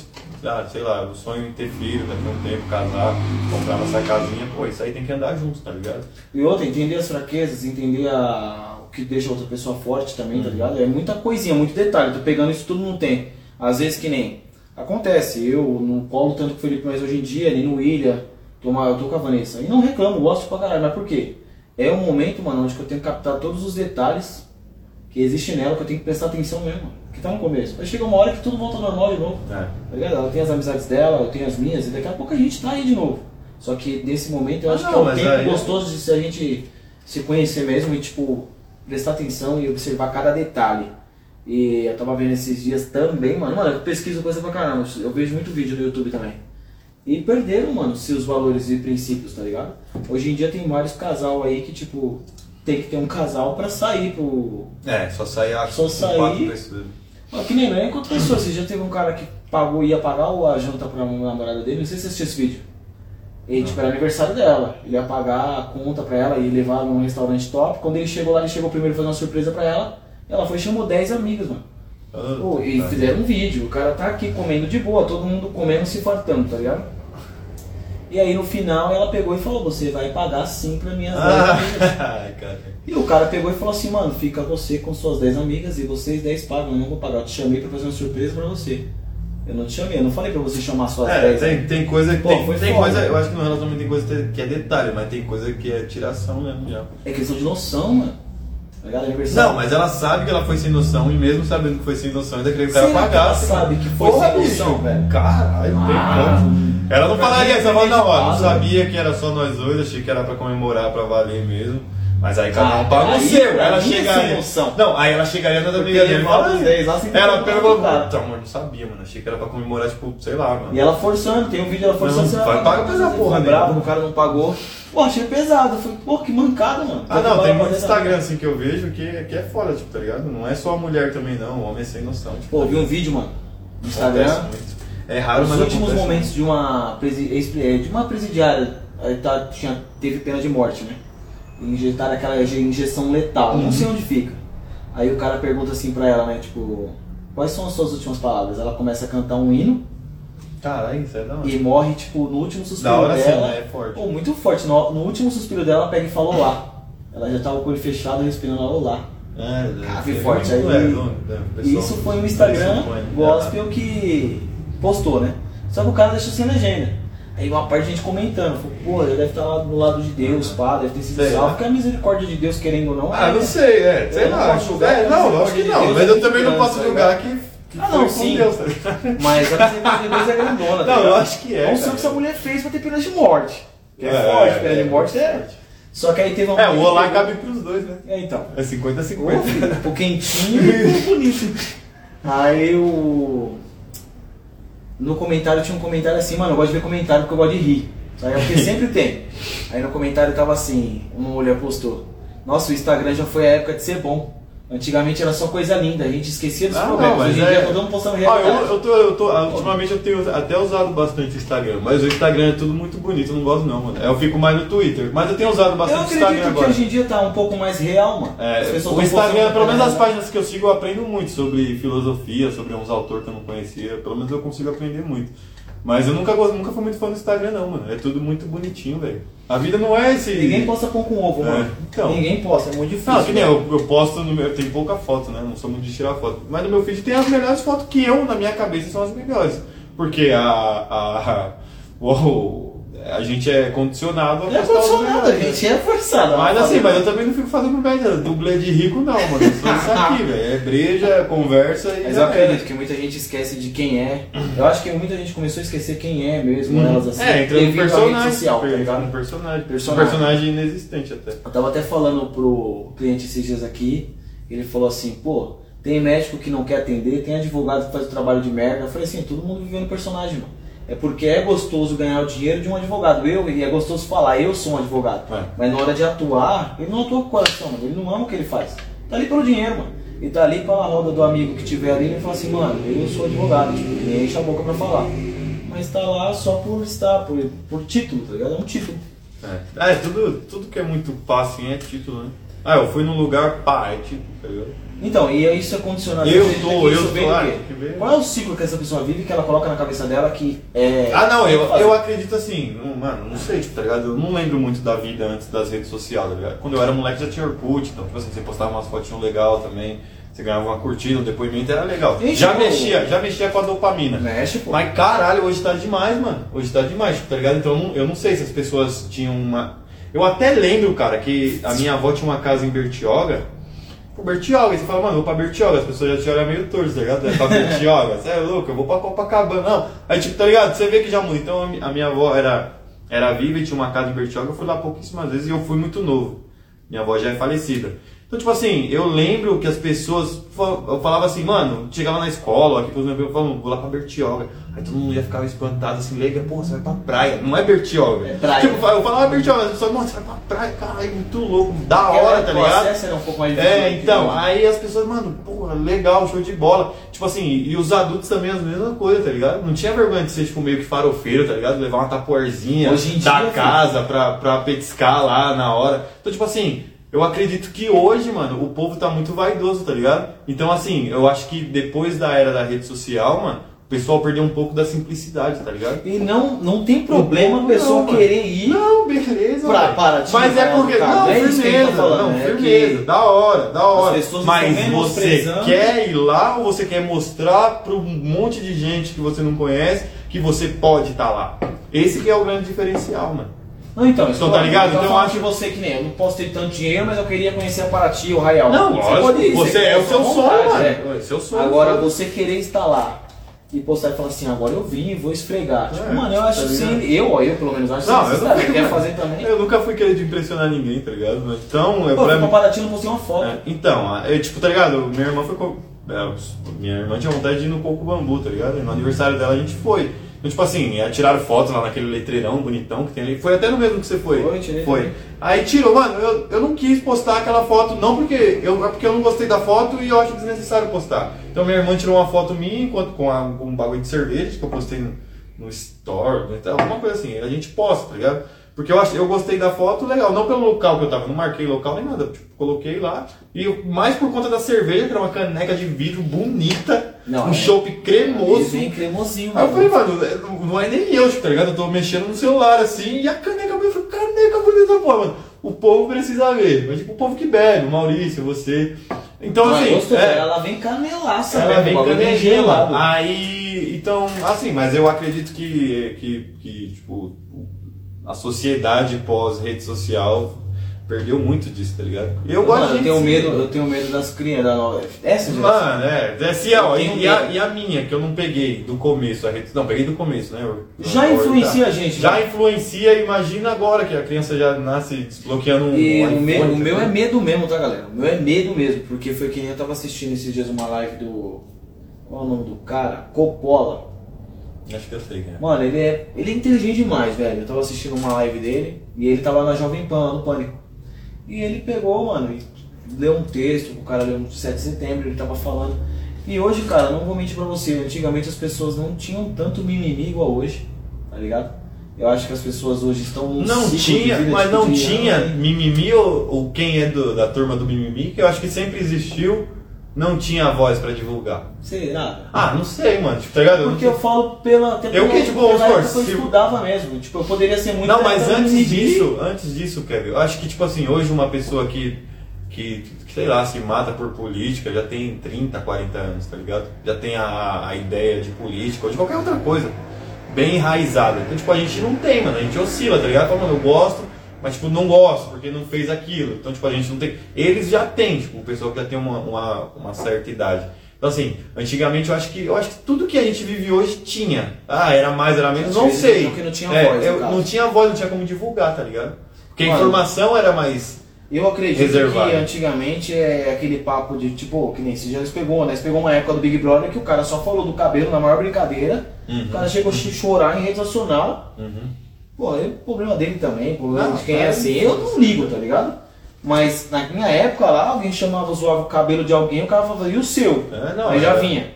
Speaker 3: ah, sei lá, o sonho em ter filho, daqui a um tempo, casar, comprar nossa casinha, pô, isso aí tem que andar junto, tá ligado?
Speaker 1: E outra, entender as fraquezas, entender a- o que deixa outra pessoa forte também, tá ligado? É muita coisinha, muito detalhe. Tô pegando isso tudo não tem. Às vezes que nem. Acontece, eu não colo tanto com o Felipe mais hoje em dia, nem no William, tô, ma- tô com a Vanessa. E não reclamo, gosto pra caralho, mas por quê? É um momento, mano, onde que eu tenho que captar todos os detalhes que existe nela, que eu tenho que prestar atenção mesmo, mano, que tá no começo. Mas chega uma hora que tudo volta ao normal de novo.
Speaker 3: É.
Speaker 1: Tá ligado? Ela tem as amizades dela, eu tenho as minhas, e daqui a pouco a gente tá aí de novo. Só que nesse momento eu
Speaker 3: Ah,
Speaker 1: acho
Speaker 3: não, mas
Speaker 1: que é o
Speaker 3: aí-
Speaker 1: tempo gostoso de se a gente se conhecer mesmo e, tipo, prestar atenção e observar cada detalhe. E eu tava vendo esses dias também, mano. Mano, eu pesquiso coisa pra caramba. Eu vejo muito vídeo no YouTube também. E perderam, mano, seus valores e princípios, tá ligado? Hoje em dia tem vários casal aí que, tipo, tem que ter um casal pra sair pro,
Speaker 3: É, só sair a
Speaker 1: Só
Speaker 3: com
Speaker 1: sair-
Speaker 3: quatro pessoas.
Speaker 1: Ó, Que nem eu enquanto pessoa, você já teve um cara que pagou, ia pagar ou a janta pra namorada dele, não sei se você assistiu esse vídeo. E tipo, era aniversário dela. Ele ia pagar a conta pra ela e levar num restaurante top. Quando ele chegou lá, ele chegou primeiro fazer uma surpresa pra ela. Ela foi e chamou 10 amigas, mano. Pô, e
Speaker 3: Ah.
Speaker 1: fizeram um vídeo, o cara tá aqui comendo de boa, todo mundo comendo se fartando, tá ligado? E aí no final ela pegou e falou, você vai pagar sim pra minhas 10
Speaker 3: Ah,
Speaker 1: amigas.
Speaker 3: ai, cara.
Speaker 1: E o cara pegou e falou assim, mano, fica você com suas 10 amigas e vocês 10 pagam, eu não vou pagar, eu te chamei pra fazer uma surpresa pra você. Eu não te chamei, eu não falei pra você chamar suas
Speaker 3: É,
Speaker 1: 10.
Speaker 3: tem, tem coisa que.
Speaker 1: Pô, foi
Speaker 3: tem, tem
Speaker 1: foda.
Speaker 3: coisa, eu acho que no relacionamento tem coisa que é detalhe, mas tem coisa que é tiração mesmo já.
Speaker 1: É questão de noção, mano. Tá ligado? Aniversário.
Speaker 3: Não, mas ela sabe que ela foi sem noção, e mesmo sabendo que foi sem noção, ainda queria que o cara
Speaker 1: Será que ela
Speaker 3: pagasse.
Speaker 1: sabe que foi
Speaker 3: Porra,
Speaker 1: sem noção,
Speaker 3: bicho,
Speaker 1: velho?
Speaker 3: Caralho, tem
Speaker 1: Ah.
Speaker 3: como. Ela não
Speaker 1: Pra
Speaker 3: falaria
Speaker 1: mim,
Speaker 3: essa voz, não, ó.
Speaker 1: fala.
Speaker 3: Não sabia que era só nós dois, achei que era pra comemorar, pra valer mesmo. Mas aí cada
Speaker 1: Ah,
Speaker 3: um paga o
Speaker 1: aí,
Speaker 3: seu.
Speaker 1: pra mim
Speaker 3: Ela
Speaker 1: é sem
Speaker 3: chegaria.
Speaker 1: noção.
Speaker 3: Não, aí ela chegaria nas
Speaker 1: Porque
Speaker 3: amigas dele.
Speaker 1: ele
Speaker 3: e
Speaker 1: fala
Speaker 3: falaria.
Speaker 1: dos dez, lá, sem
Speaker 3: Ela
Speaker 1: contar
Speaker 3: pegou
Speaker 1: com o cara.
Speaker 3: Puta, amor, não sabia, mano. Achei que era pra comemorar, tipo, sei lá, mano.
Speaker 1: E ela forçando, tem um vídeo ela forçando,
Speaker 3: Não,
Speaker 1: você vai
Speaker 3: vai
Speaker 1: pagar.
Speaker 3: pagar pra essa
Speaker 1: Você
Speaker 3: porra,
Speaker 1: ficou
Speaker 3: né?
Speaker 1: bravo, o cara não pagou. Pô, achei pesado, eu falei, pô, que mancada, mano.
Speaker 3: Ah,
Speaker 1: Vai
Speaker 3: não, tem
Speaker 1: pagar
Speaker 3: muito
Speaker 1: pra-
Speaker 3: Instagram assim que eu vejo que, que é foda, tipo, tá ligado? Não é só a mulher também, não. O homem é sem noção. Tipo,
Speaker 1: Pô, vi um vídeo, mano, no Instagram.
Speaker 3: acontece muito. É raro,
Speaker 1: Nos
Speaker 3: mas
Speaker 1: últimos
Speaker 3: acontece.
Speaker 1: momentos de uma, presi- ex- eh, de uma presidiária eh, tá- tinha- teve pena de morte, né? Injetaram aquela inje- injeção letal, não
Speaker 3: Uhum.
Speaker 1: sei onde fica. Aí o cara pergunta assim pra ela, né? Tipo, quais são as suas últimas palavras? Ela começa a cantar um hino
Speaker 3: Caralho, isso é da hora.
Speaker 1: e morre, tipo, no último suspiro
Speaker 3: Da hora sim,
Speaker 1: dela.
Speaker 3: né? É forte.
Speaker 1: Pô, muito forte. No, no último suspiro dela, ela pega e fala olá. Ela já tava com o olho fechado, respirando lá, olá.
Speaker 3: É,
Speaker 1: Ah, foi
Speaker 3: é
Speaker 1: forte,
Speaker 3: muito
Speaker 1: aí-
Speaker 3: leve, né? O
Speaker 1: E
Speaker 3: pessoal
Speaker 1: isso foi no Instagram
Speaker 3: pressupõe.
Speaker 1: gospel que postou, né? Só que o cara deixou sem legenda. Aí uma parte de gente comentando, falou, pô, ele deve estar lá do lado de Deus, pá, deve ter sido
Speaker 3: Uhum. Sei,
Speaker 1: salvo,
Speaker 3: né?
Speaker 1: porque a misericórdia de Deus, querendo ou não,
Speaker 3: Ah,
Speaker 1: é-
Speaker 3: não sei, é, sei
Speaker 1: Eu não
Speaker 3: lá.
Speaker 1: posso julgar,
Speaker 3: é,
Speaker 1: porque
Speaker 3: não,
Speaker 1: você
Speaker 3: lógico que
Speaker 1: pode
Speaker 3: não,
Speaker 1: dizer
Speaker 3: mas
Speaker 1: que
Speaker 3: eu também não
Speaker 1: criança,
Speaker 3: posso
Speaker 1: né?
Speaker 3: julgar que, que
Speaker 1: Ah,
Speaker 3: foi
Speaker 1: não,
Speaker 3: com
Speaker 1: sim.
Speaker 3: Deus, tá ligado?
Speaker 1: mas a misericórdia de Deus é grandona. tá
Speaker 3: Não, eu
Speaker 1: ligado?
Speaker 3: acho que é,
Speaker 1: Não sei o
Speaker 3: cara.
Speaker 1: que essa mulher fez pra ter pena de morte. Que é,
Speaker 3: É,
Speaker 1: forte, pena
Speaker 3: é.
Speaker 1: de morte é. Só que aí teve uma.
Speaker 3: É, o olá cabe pros dois, né?
Speaker 1: É, então.
Speaker 3: É 50 a
Speaker 1: Ô,
Speaker 3: 50.
Speaker 1: filho, Ficou quentinho e ficou bonito. Aí o. No comentário tinha um comentário assim, mano, eu gosto de ver comentário porque eu gosto de rir. Aí porque sempre tem. Aí no comentário tava assim, uma mulher postou. Nossa, o Instagram já foi a época de ser bom. Antigamente era só coisa linda, a gente esquecia dos
Speaker 3: Ah,
Speaker 1: problemas. Hoje em
Speaker 3: é-
Speaker 1: dia todo mundo postando
Speaker 3: Ó,
Speaker 1: realidade.
Speaker 3: eu, eu tô, eu tô, ah, ultimamente eu tenho até usado bastante o Instagram, mas o Instagram é tudo muito bonito, eu não gosto não, mano. Eu fico mais no Twitter, mas eu tenho usado
Speaker 1: Eu
Speaker 3: bastante o
Speaker 1: acredito
Speaker 3: Instagram
Speaker 1: que
Speaker 3: agora.
Speaker 1: hoje em dia tá um pouco mais real, mano.
Speaker 3: É,
Speaker 1: As pessoas
Speaker 3: o
Speaker 1: tão né?
Speaker 3: Instagram,
Speaker 1: postando-
Speaker 3: pelo menos as páginas que eu sigo, eu aprendo muito sobre filosofia, sobre uns autores que eu não conhecia, pelo menos eu consigo aprender muito. Mas eu nunca, gosto- nunca fui muito fã do Instagram, não, mano. É tudo muito bonitinho, velho. A vida não é esse.
Speaker 1: Ninguém posta pão com ovo,
Speaker 3: É,
Speaker 1: mano.
Speaker 3: então.
Speaker 1: Ninguém posta, é muito difícil.
Speaker 3: Não, que nem
Speaker 1: mano.
Speaker 3: eu, eu posto no meu. Tem pouca foto, né? Não sou muito de tirar foto. Mas no meu feed tem as melhores fotos que eu, na minha cabeça, são as melhores. Porque a. a, a, o- a gente é condicionado a
Speaker 1: Não é
Speaker 3: postar as
Speaker 1: condicionado,
Speaker 3: melhores, né?
Speaker 1: gente, é forçado.
Speaker 3: Mas assim, mas eu também não fico fazendo média dublê de rico, não, mano. Eu sou isso aqui, velho. É breja, é conversa e.
Speaker 1: Mas
Speaker 3: já
Speaker 1: eu
Speaker 3: era.
Speaker 1: acredito que muita gente esquece de quem é. Eu acho que muita gente começou a esquecer quem é mesmo,
Speaker 3: Hum.
Speaker 1: elas assim.
Speaker 3: É, entra no
Speaker 1: devido à rede
Speaker 3: personagem.
Speaker 1: social, tá
Speaker 3: entra
Speaker 1: ligado?
Speaker 3: no personagem.
Speaker 1: Personagem.
Speaker 3: Um personagem inexistente até.
Speaker 1: Eu tava até falando pro cliente esses dias aqui, ele falou assim, pô, tem médico que não quer atender, tem advogado que faz o trabalho de merda. Eu falei assim, todo mundo vivendo personagem, mano. É porque é gostoso ganhar o dinheiro de um advogado. Eu, e é gostoso falar, eu sou um advogado.
Speaker 3: É.
Speaker 1: Mas na hora de atuar, ele não atua com o coração, mano. Ele não ama o que ele faz. Tá ali pelo dinheiro, mano. E tá ali pela roda do amigo que tiver ali, ele fala assim, mano, eu sou advogado, tipo, ele enche a boca pra falar. Mas tá lá só por estar, por, por título, tá ligado? É um título.
Speaker 3: É, Ah, é tudo, tudo que é muito pá, assim, é título, né? Ah, eu fui num lugar pá, é título, tá ligado?
Speaker 1: Então, e isso é condicionado.
Speaker 3: Eu
Speaker 1: Isso
Speaker 3: tô,
Speaker 1: vem- isso
Speaker 3: eu tô,
Speaker 1: vem do
Speaker 3: ah,
Speaker 1: quê?
Speaker 3: que beleza.
Speaker 1: Qual é o ciclo que essa pessoa vive que ela coloca na cabeça dela que é.
Speaker 3: Ah, não, eu, eu acredito assim, não, mano, não sei, tá ligado? Eu não lembro muito da vida antes das redes sociais, tá ligado? Quando eu era moleque já tinha Orkut, então, tipo assim, você postava umas fotinhas legal também, você ganhava uma curtida, um depoimento, era legal.
Speaker 1: Ixi,
Speaker 3: já
Speaker 1: pô.
Speaker 3: mexia, já mexia com a dopamina.
Speaker 1: Mexe, pô.
Speaker 3: tipo, Mas caralho, hoje tá demais, mano. Hoje tá demais, tá ligado? Então eu não, eu não sei se as pessoas tinham uma. Eu até lembro, cara, que a minha avó tinha uma casa em Bertioga. Pô, Bertioga, e você fala, mano, eu vou pra Bertioga, as pessoas já te olham meio torto, tá ligado? É pra Bertioga, você é louco, eu vou pra Copacabana, não. Aí, tipo, tá ligado? Você vê que já muda. Então a mi- a minha avó era, era viva e tinha uma casa em Bertioga, eu fui lá pouquíssimas vezes e eu fui muito novo. Minha avó já é falecida. Então, tipo assim, eu lembro que as pessoas. fa- Eu falava assim, mano, chegava na escola, aqui com os meus amigos, eu falava, vou lá pra Bertioga. Aí todo mundo ia ficar espantado, assim, leiga, pô, você vai pra praia. Não é Bertioga.
Speaker 1: É praia.
Speaker 3: Tipo, eu falava Bertioga, as pessoas, mano, você vai pra praia, caralho, muito louco, da
Speaker 1: Porque
Speaker 3: hora,
Speaker 1: era-
Speaker 3: tá
Speaker 1: o
Speaker 3: ligado?
Speaker 1: acesso era um pouco mais difícil do
Speaker 3: É,
Speaker 1: que
Speaker 3: então,
Speaker 1: hoje.
Speaker 3: aí as pessoas, mano, porra, legal, show de bola. Tipo assim, e os adultos também as mesmas coisas, tá ligado? Não tinha vergonha de ser, tipo, meio que farofeiro, tá ligado? Levar uma tapuerzinha
Speaker 1: Hoje em
Speaker 3: da
Speaker 1: dia,
Speaker 3: casa pra, pra petiscar lá na hora. Então, tipo assim, eu acredito que hoje, mano, o povo tá muito vaidoso, tá ligado? Então, assim, eu acho que depois da era da rede social, mano, o pessoal perdeu um pouco da simplicidade, tá ligado?
Speaker 1: E não, não tem problema a
Speaker 3: Não,
Speaker 1: pessoa
Speaker 3: mano.
Speaker 1: querer ir.
Speaker 3: Não, beleza.
Speaker 1: Pra-
Speaker 3: velho.
Speaker 1: para, tipo,
Speaker 3: Mas é
Speaker 1: para
Speaker 3: porque.
Speaker 1: educar.
Speaker 3: Não,
Speaker 1: É isso que ele
Speaker 3: firmeza.
Speaker 1: tá falando,
Speaker 3: não,
Speaker 1: né?
Speaker 3: firmeza.
Speaker 1: Que
Speaker 3: Da hora, da hora.
Speaker 1: pessoas
Speaker 3: Mas
Speaker 1: estão
Speaker 3: você
Speaker 1: menosprezando.
Speaker 3: quer ir lá ou você quer mostrar para um monte de gente que você não conhece que você pode estar lá? Esse que é o grande diferencial, mano.
Speaker 1: Não, então,
Speaker 3: Então, tá ligado? Então,
Speaker 1: eu
Speaker 3: acho-
Speaker 1: acho que você que nem eu não posso ter tanto dinheiro, mas eu queria conhecer a Paraty ou o Raial.
Speaker 3: Não, lógico,
Speaker 1: pode ir,
Speaker 3: você
Speaker 1: quer,
Speaker 3: é o
Speaker 1: sua
Speaker 3: seu sonho,
Speaker 1: vontade,
Speaker 3: mano.
Speaker 1: é.
Speaker 3: É o seu sonho.
Speaker 1: Agora, você querer estar lá e postar e falar assim, agora eu vim, vou esfregar. Tipo,
Speaker 3: É,
Speaker 1: mano, eu
Speaker 3: tá
Speaker 1: acho
Speaker 3: ligado?
Speaker 1: assim, eu, ó, eu pelo menos acho
Speaker 3: Não,
Speaker 1: que
Speaker 3: eu
Speaker 1: você
Speaker 3: não-
Speaker 1: quer fazer também.
Speaker 3: Eu nunca fui querer de impressionar ninguém, tá ligado? Mas, Então,
Speaker 1: Pô,
Speaker 3: é
Speaker 1: tá eu
Speaker 3: pra
Speaker 1: fui pra
Speaker 3: mim.
Speaker 1: Paraty não postei uma foto.
Speaker 3: É, então, a- eu, tipo, tá ligado? Minha irmã foi. co- é, Minha irmã tinha vontade de ir no Coco Bambu, tá ligado? E no aniversário dela a gente foi. Então, tipo assim, é, tiraram foto lá naquele letreirão bonitão que tem ali. Foi até no mesmo que você foi.
Speaker 1: Foi, tirei
Speaker 3: Foi.
Speaker 1: também.
Speaker 3: Aí tirou, mano, eu, eu não quis postar aquela foto, não porque eu, é porque eu não gostei da foto e eu acho desnecessário postar. Então minha irmã tirou uma foto minha enquanto, com, a- com um bagulho de cerveja que eu postei no, no store, né, tal, alguma coisa assim. A gente posta, tá ligado? Porque eu, achei, eu gostei da foto, legal, não pelo local que eu tava, não marquei local nem nada, tipo, coloquei lá. E eu- mais por conta da cerveja, que era uma caneca de vidro bonita,
Speaker 1: Não,
Speaker 3: um
Speaker 1: é.
Speaker 3: chopp cremoso.
Speaker 1: Ele vem cremosinho,
Speaker 3: Aí eu
Speaker 1: mano.
Speaker 3: falei, mano, é, não- não é nem eu, tipo, tá ligado? Eu tô mexendo no celular assim e a caneca bonita, eu falei, caneca bonita, pô, mano. O povo precisa ver, mas tipo, o povo que bebe, o Maurício, você. Então,
Speaker 1: Ah,
Speaker 3: assim,
Speaker 1: gostoso,
Speaker 3: é,
Speaker 1: ela vem canelaça,
Speaker 3: ela
Speaker 1: né?
Speaker 3: vem
Speaker 1: O bagulho
Speaker 3: canegela.
Speaker 1: gelado.
Speaker 3: Aí, então, assim, mas eu acredito que, que, que tipo, a sociedade pós-rede social perdeu muito disso, tá ligado? Eu
Speaker 1: Mano,
Speaker 3: gosto de
Speaker 1: eu
Speaker 3: gente
Speaker 1: tenho
Speaker 3: assim,
Speaker 1: medo, eu tenho medo das crianças. da nova- Essa geração.
Speaker 3: Mano, é. Assim,
Speaker 1: Eu
Speaker 3: ó,
Speaker 1: tenho
Speaker 3: e, e a,
Speaker 1: medo.
Speaker 3: e a minha, que eu não peguei do começo. A rede, não, peguei do começo, né? eu-
Speaker 1: Já
Speaker 3: eu-
Speaker 1: influencia
Speaker 3: tá.
Speaker 1: a gente,
Speaker 3: Já
Speaker 1: né?
Speaker 3: influencia, imagina agora que a criança já nasce desbloqueando um.
Speaker 1: E
Speaker 3: iPhone,
Speaker 1: o meu,
Speaker 3: tá
Speaker 1: o meu é
Speaker 3: ligado?
Speaker 1: medo mesmo, tá, galera? O meu é medo mesmo, porque foi que nem eu tava assistindo esses dias uma live do. Qual é o nome do cara? Coppola.
Speaker 3: Acho que eu sei, né?
Speaker 1: Mano, ele é, ele é inteligente demais, velho. Eu tava assistindo uma live dele e ele tava na Jovem Pan, lá no Pânico. E ele pegou, mano, e leu um texto, o cara leu um 7 de setembro, ele tava falando. E hoje, cara, não vou mentir pra você, antigamente as pessoas não tinham tanto mimimi igual hoje, tá ligado? Eu acho que as pessoas hoje estão num
Speaker 3: Não
Speaker 1: ciclo de
Speaker 3: tinha,
Speaker 1: vida,
Speaker 3: mas
Speaker 1: tipo,
Speaker 3: não
Speaker 1: de,
Speaker 3: tinha
Speaker 1: "Ai,
Speaker 3: mimimi ou, ou quem é do- da turma do mimimi, que eu acho que sempre existiu. não tinha voz pra divulgar.
Speaker 1: Será?
Speaker 3: Ah, não sei, mano. Tipo, tá ligado? Eu não
Speaker 1: Porque eu falo pela. até
Speaker 3: Eu
Speaker 1: pela-
Speaker 3: que, tipo,
Speaker 1: pela
Speaker 3: vamos
Speaker 1: época
Speaker 3: supor,
Speaker 1: que eu
Speaker 3: se-
Speaker 1: estudava mesmo. Tipo, eu poderia ser muito.
Speaker 3: Não, mas
Speaker 1: eu me
Speaker 3: antes
Speaker 1: vi-
Speaker 3: disso, antes disso, Kevin, eu acho que, tipo assim, hoje uma pessoa que, que, que, sei lá, se mata por política já tem 30, 40 anos, tá ligado? Já tem a, a ideia de política ou de qualquer outra coisa bem enraizada. Então, tipo, a gente não tem, mano, a gente oscila, tá ligado? Fala, mano, eu gosto, mas, tipo, não gosto porque não fez aquilo. Então, tipo, a gente não tem. Eles já têm, tipo, o pessoal que já tem uma, uma, uma certa idade. Então, assim, antigamente eu acho que eu acho que tudo que a gente vive hoje tinha. Ah, era mais, era menos,
Speaker 7: Às
Speaker 3: não
Speaker 7: vezes,
Speaker 3: sei.
Speaker 7: porque não tinha
Speaker 3: É,
Speaker 7: voz, no
Speaker 3: eu-
Speaker 7: caso.
Speaker 3: não tinha voz, não tinha como divulgar, tá ligado? Porque a
Speaker 1: Olha.
Speaker 3: informação era mais.
Speaker 1: Eu acredito
Speaker 3: Reservado.
Speaker 1: que antigamente é aquele papo de tipo, que nem se já eles pegou, né? Eles pegou uma época do Big Brother que o cara só falou do cabelo na maior brincadeira. O cara chegou a chorar em rede nacional. Pô, é problema dele também, problema
Speaker 3: Ah,
Speaker 1: de quem é
Speaker 3: cara,
Speaker 1: assim. Eu não ligo, tá ligado? Mas na minha época lá, alguém chamava, zoava o cabelo de alguém, o cara falava, e o seu?
Speaker 3: É, não,
Speaker 1: Aí já
Speaker 3: era-
Speaker 1: vinha.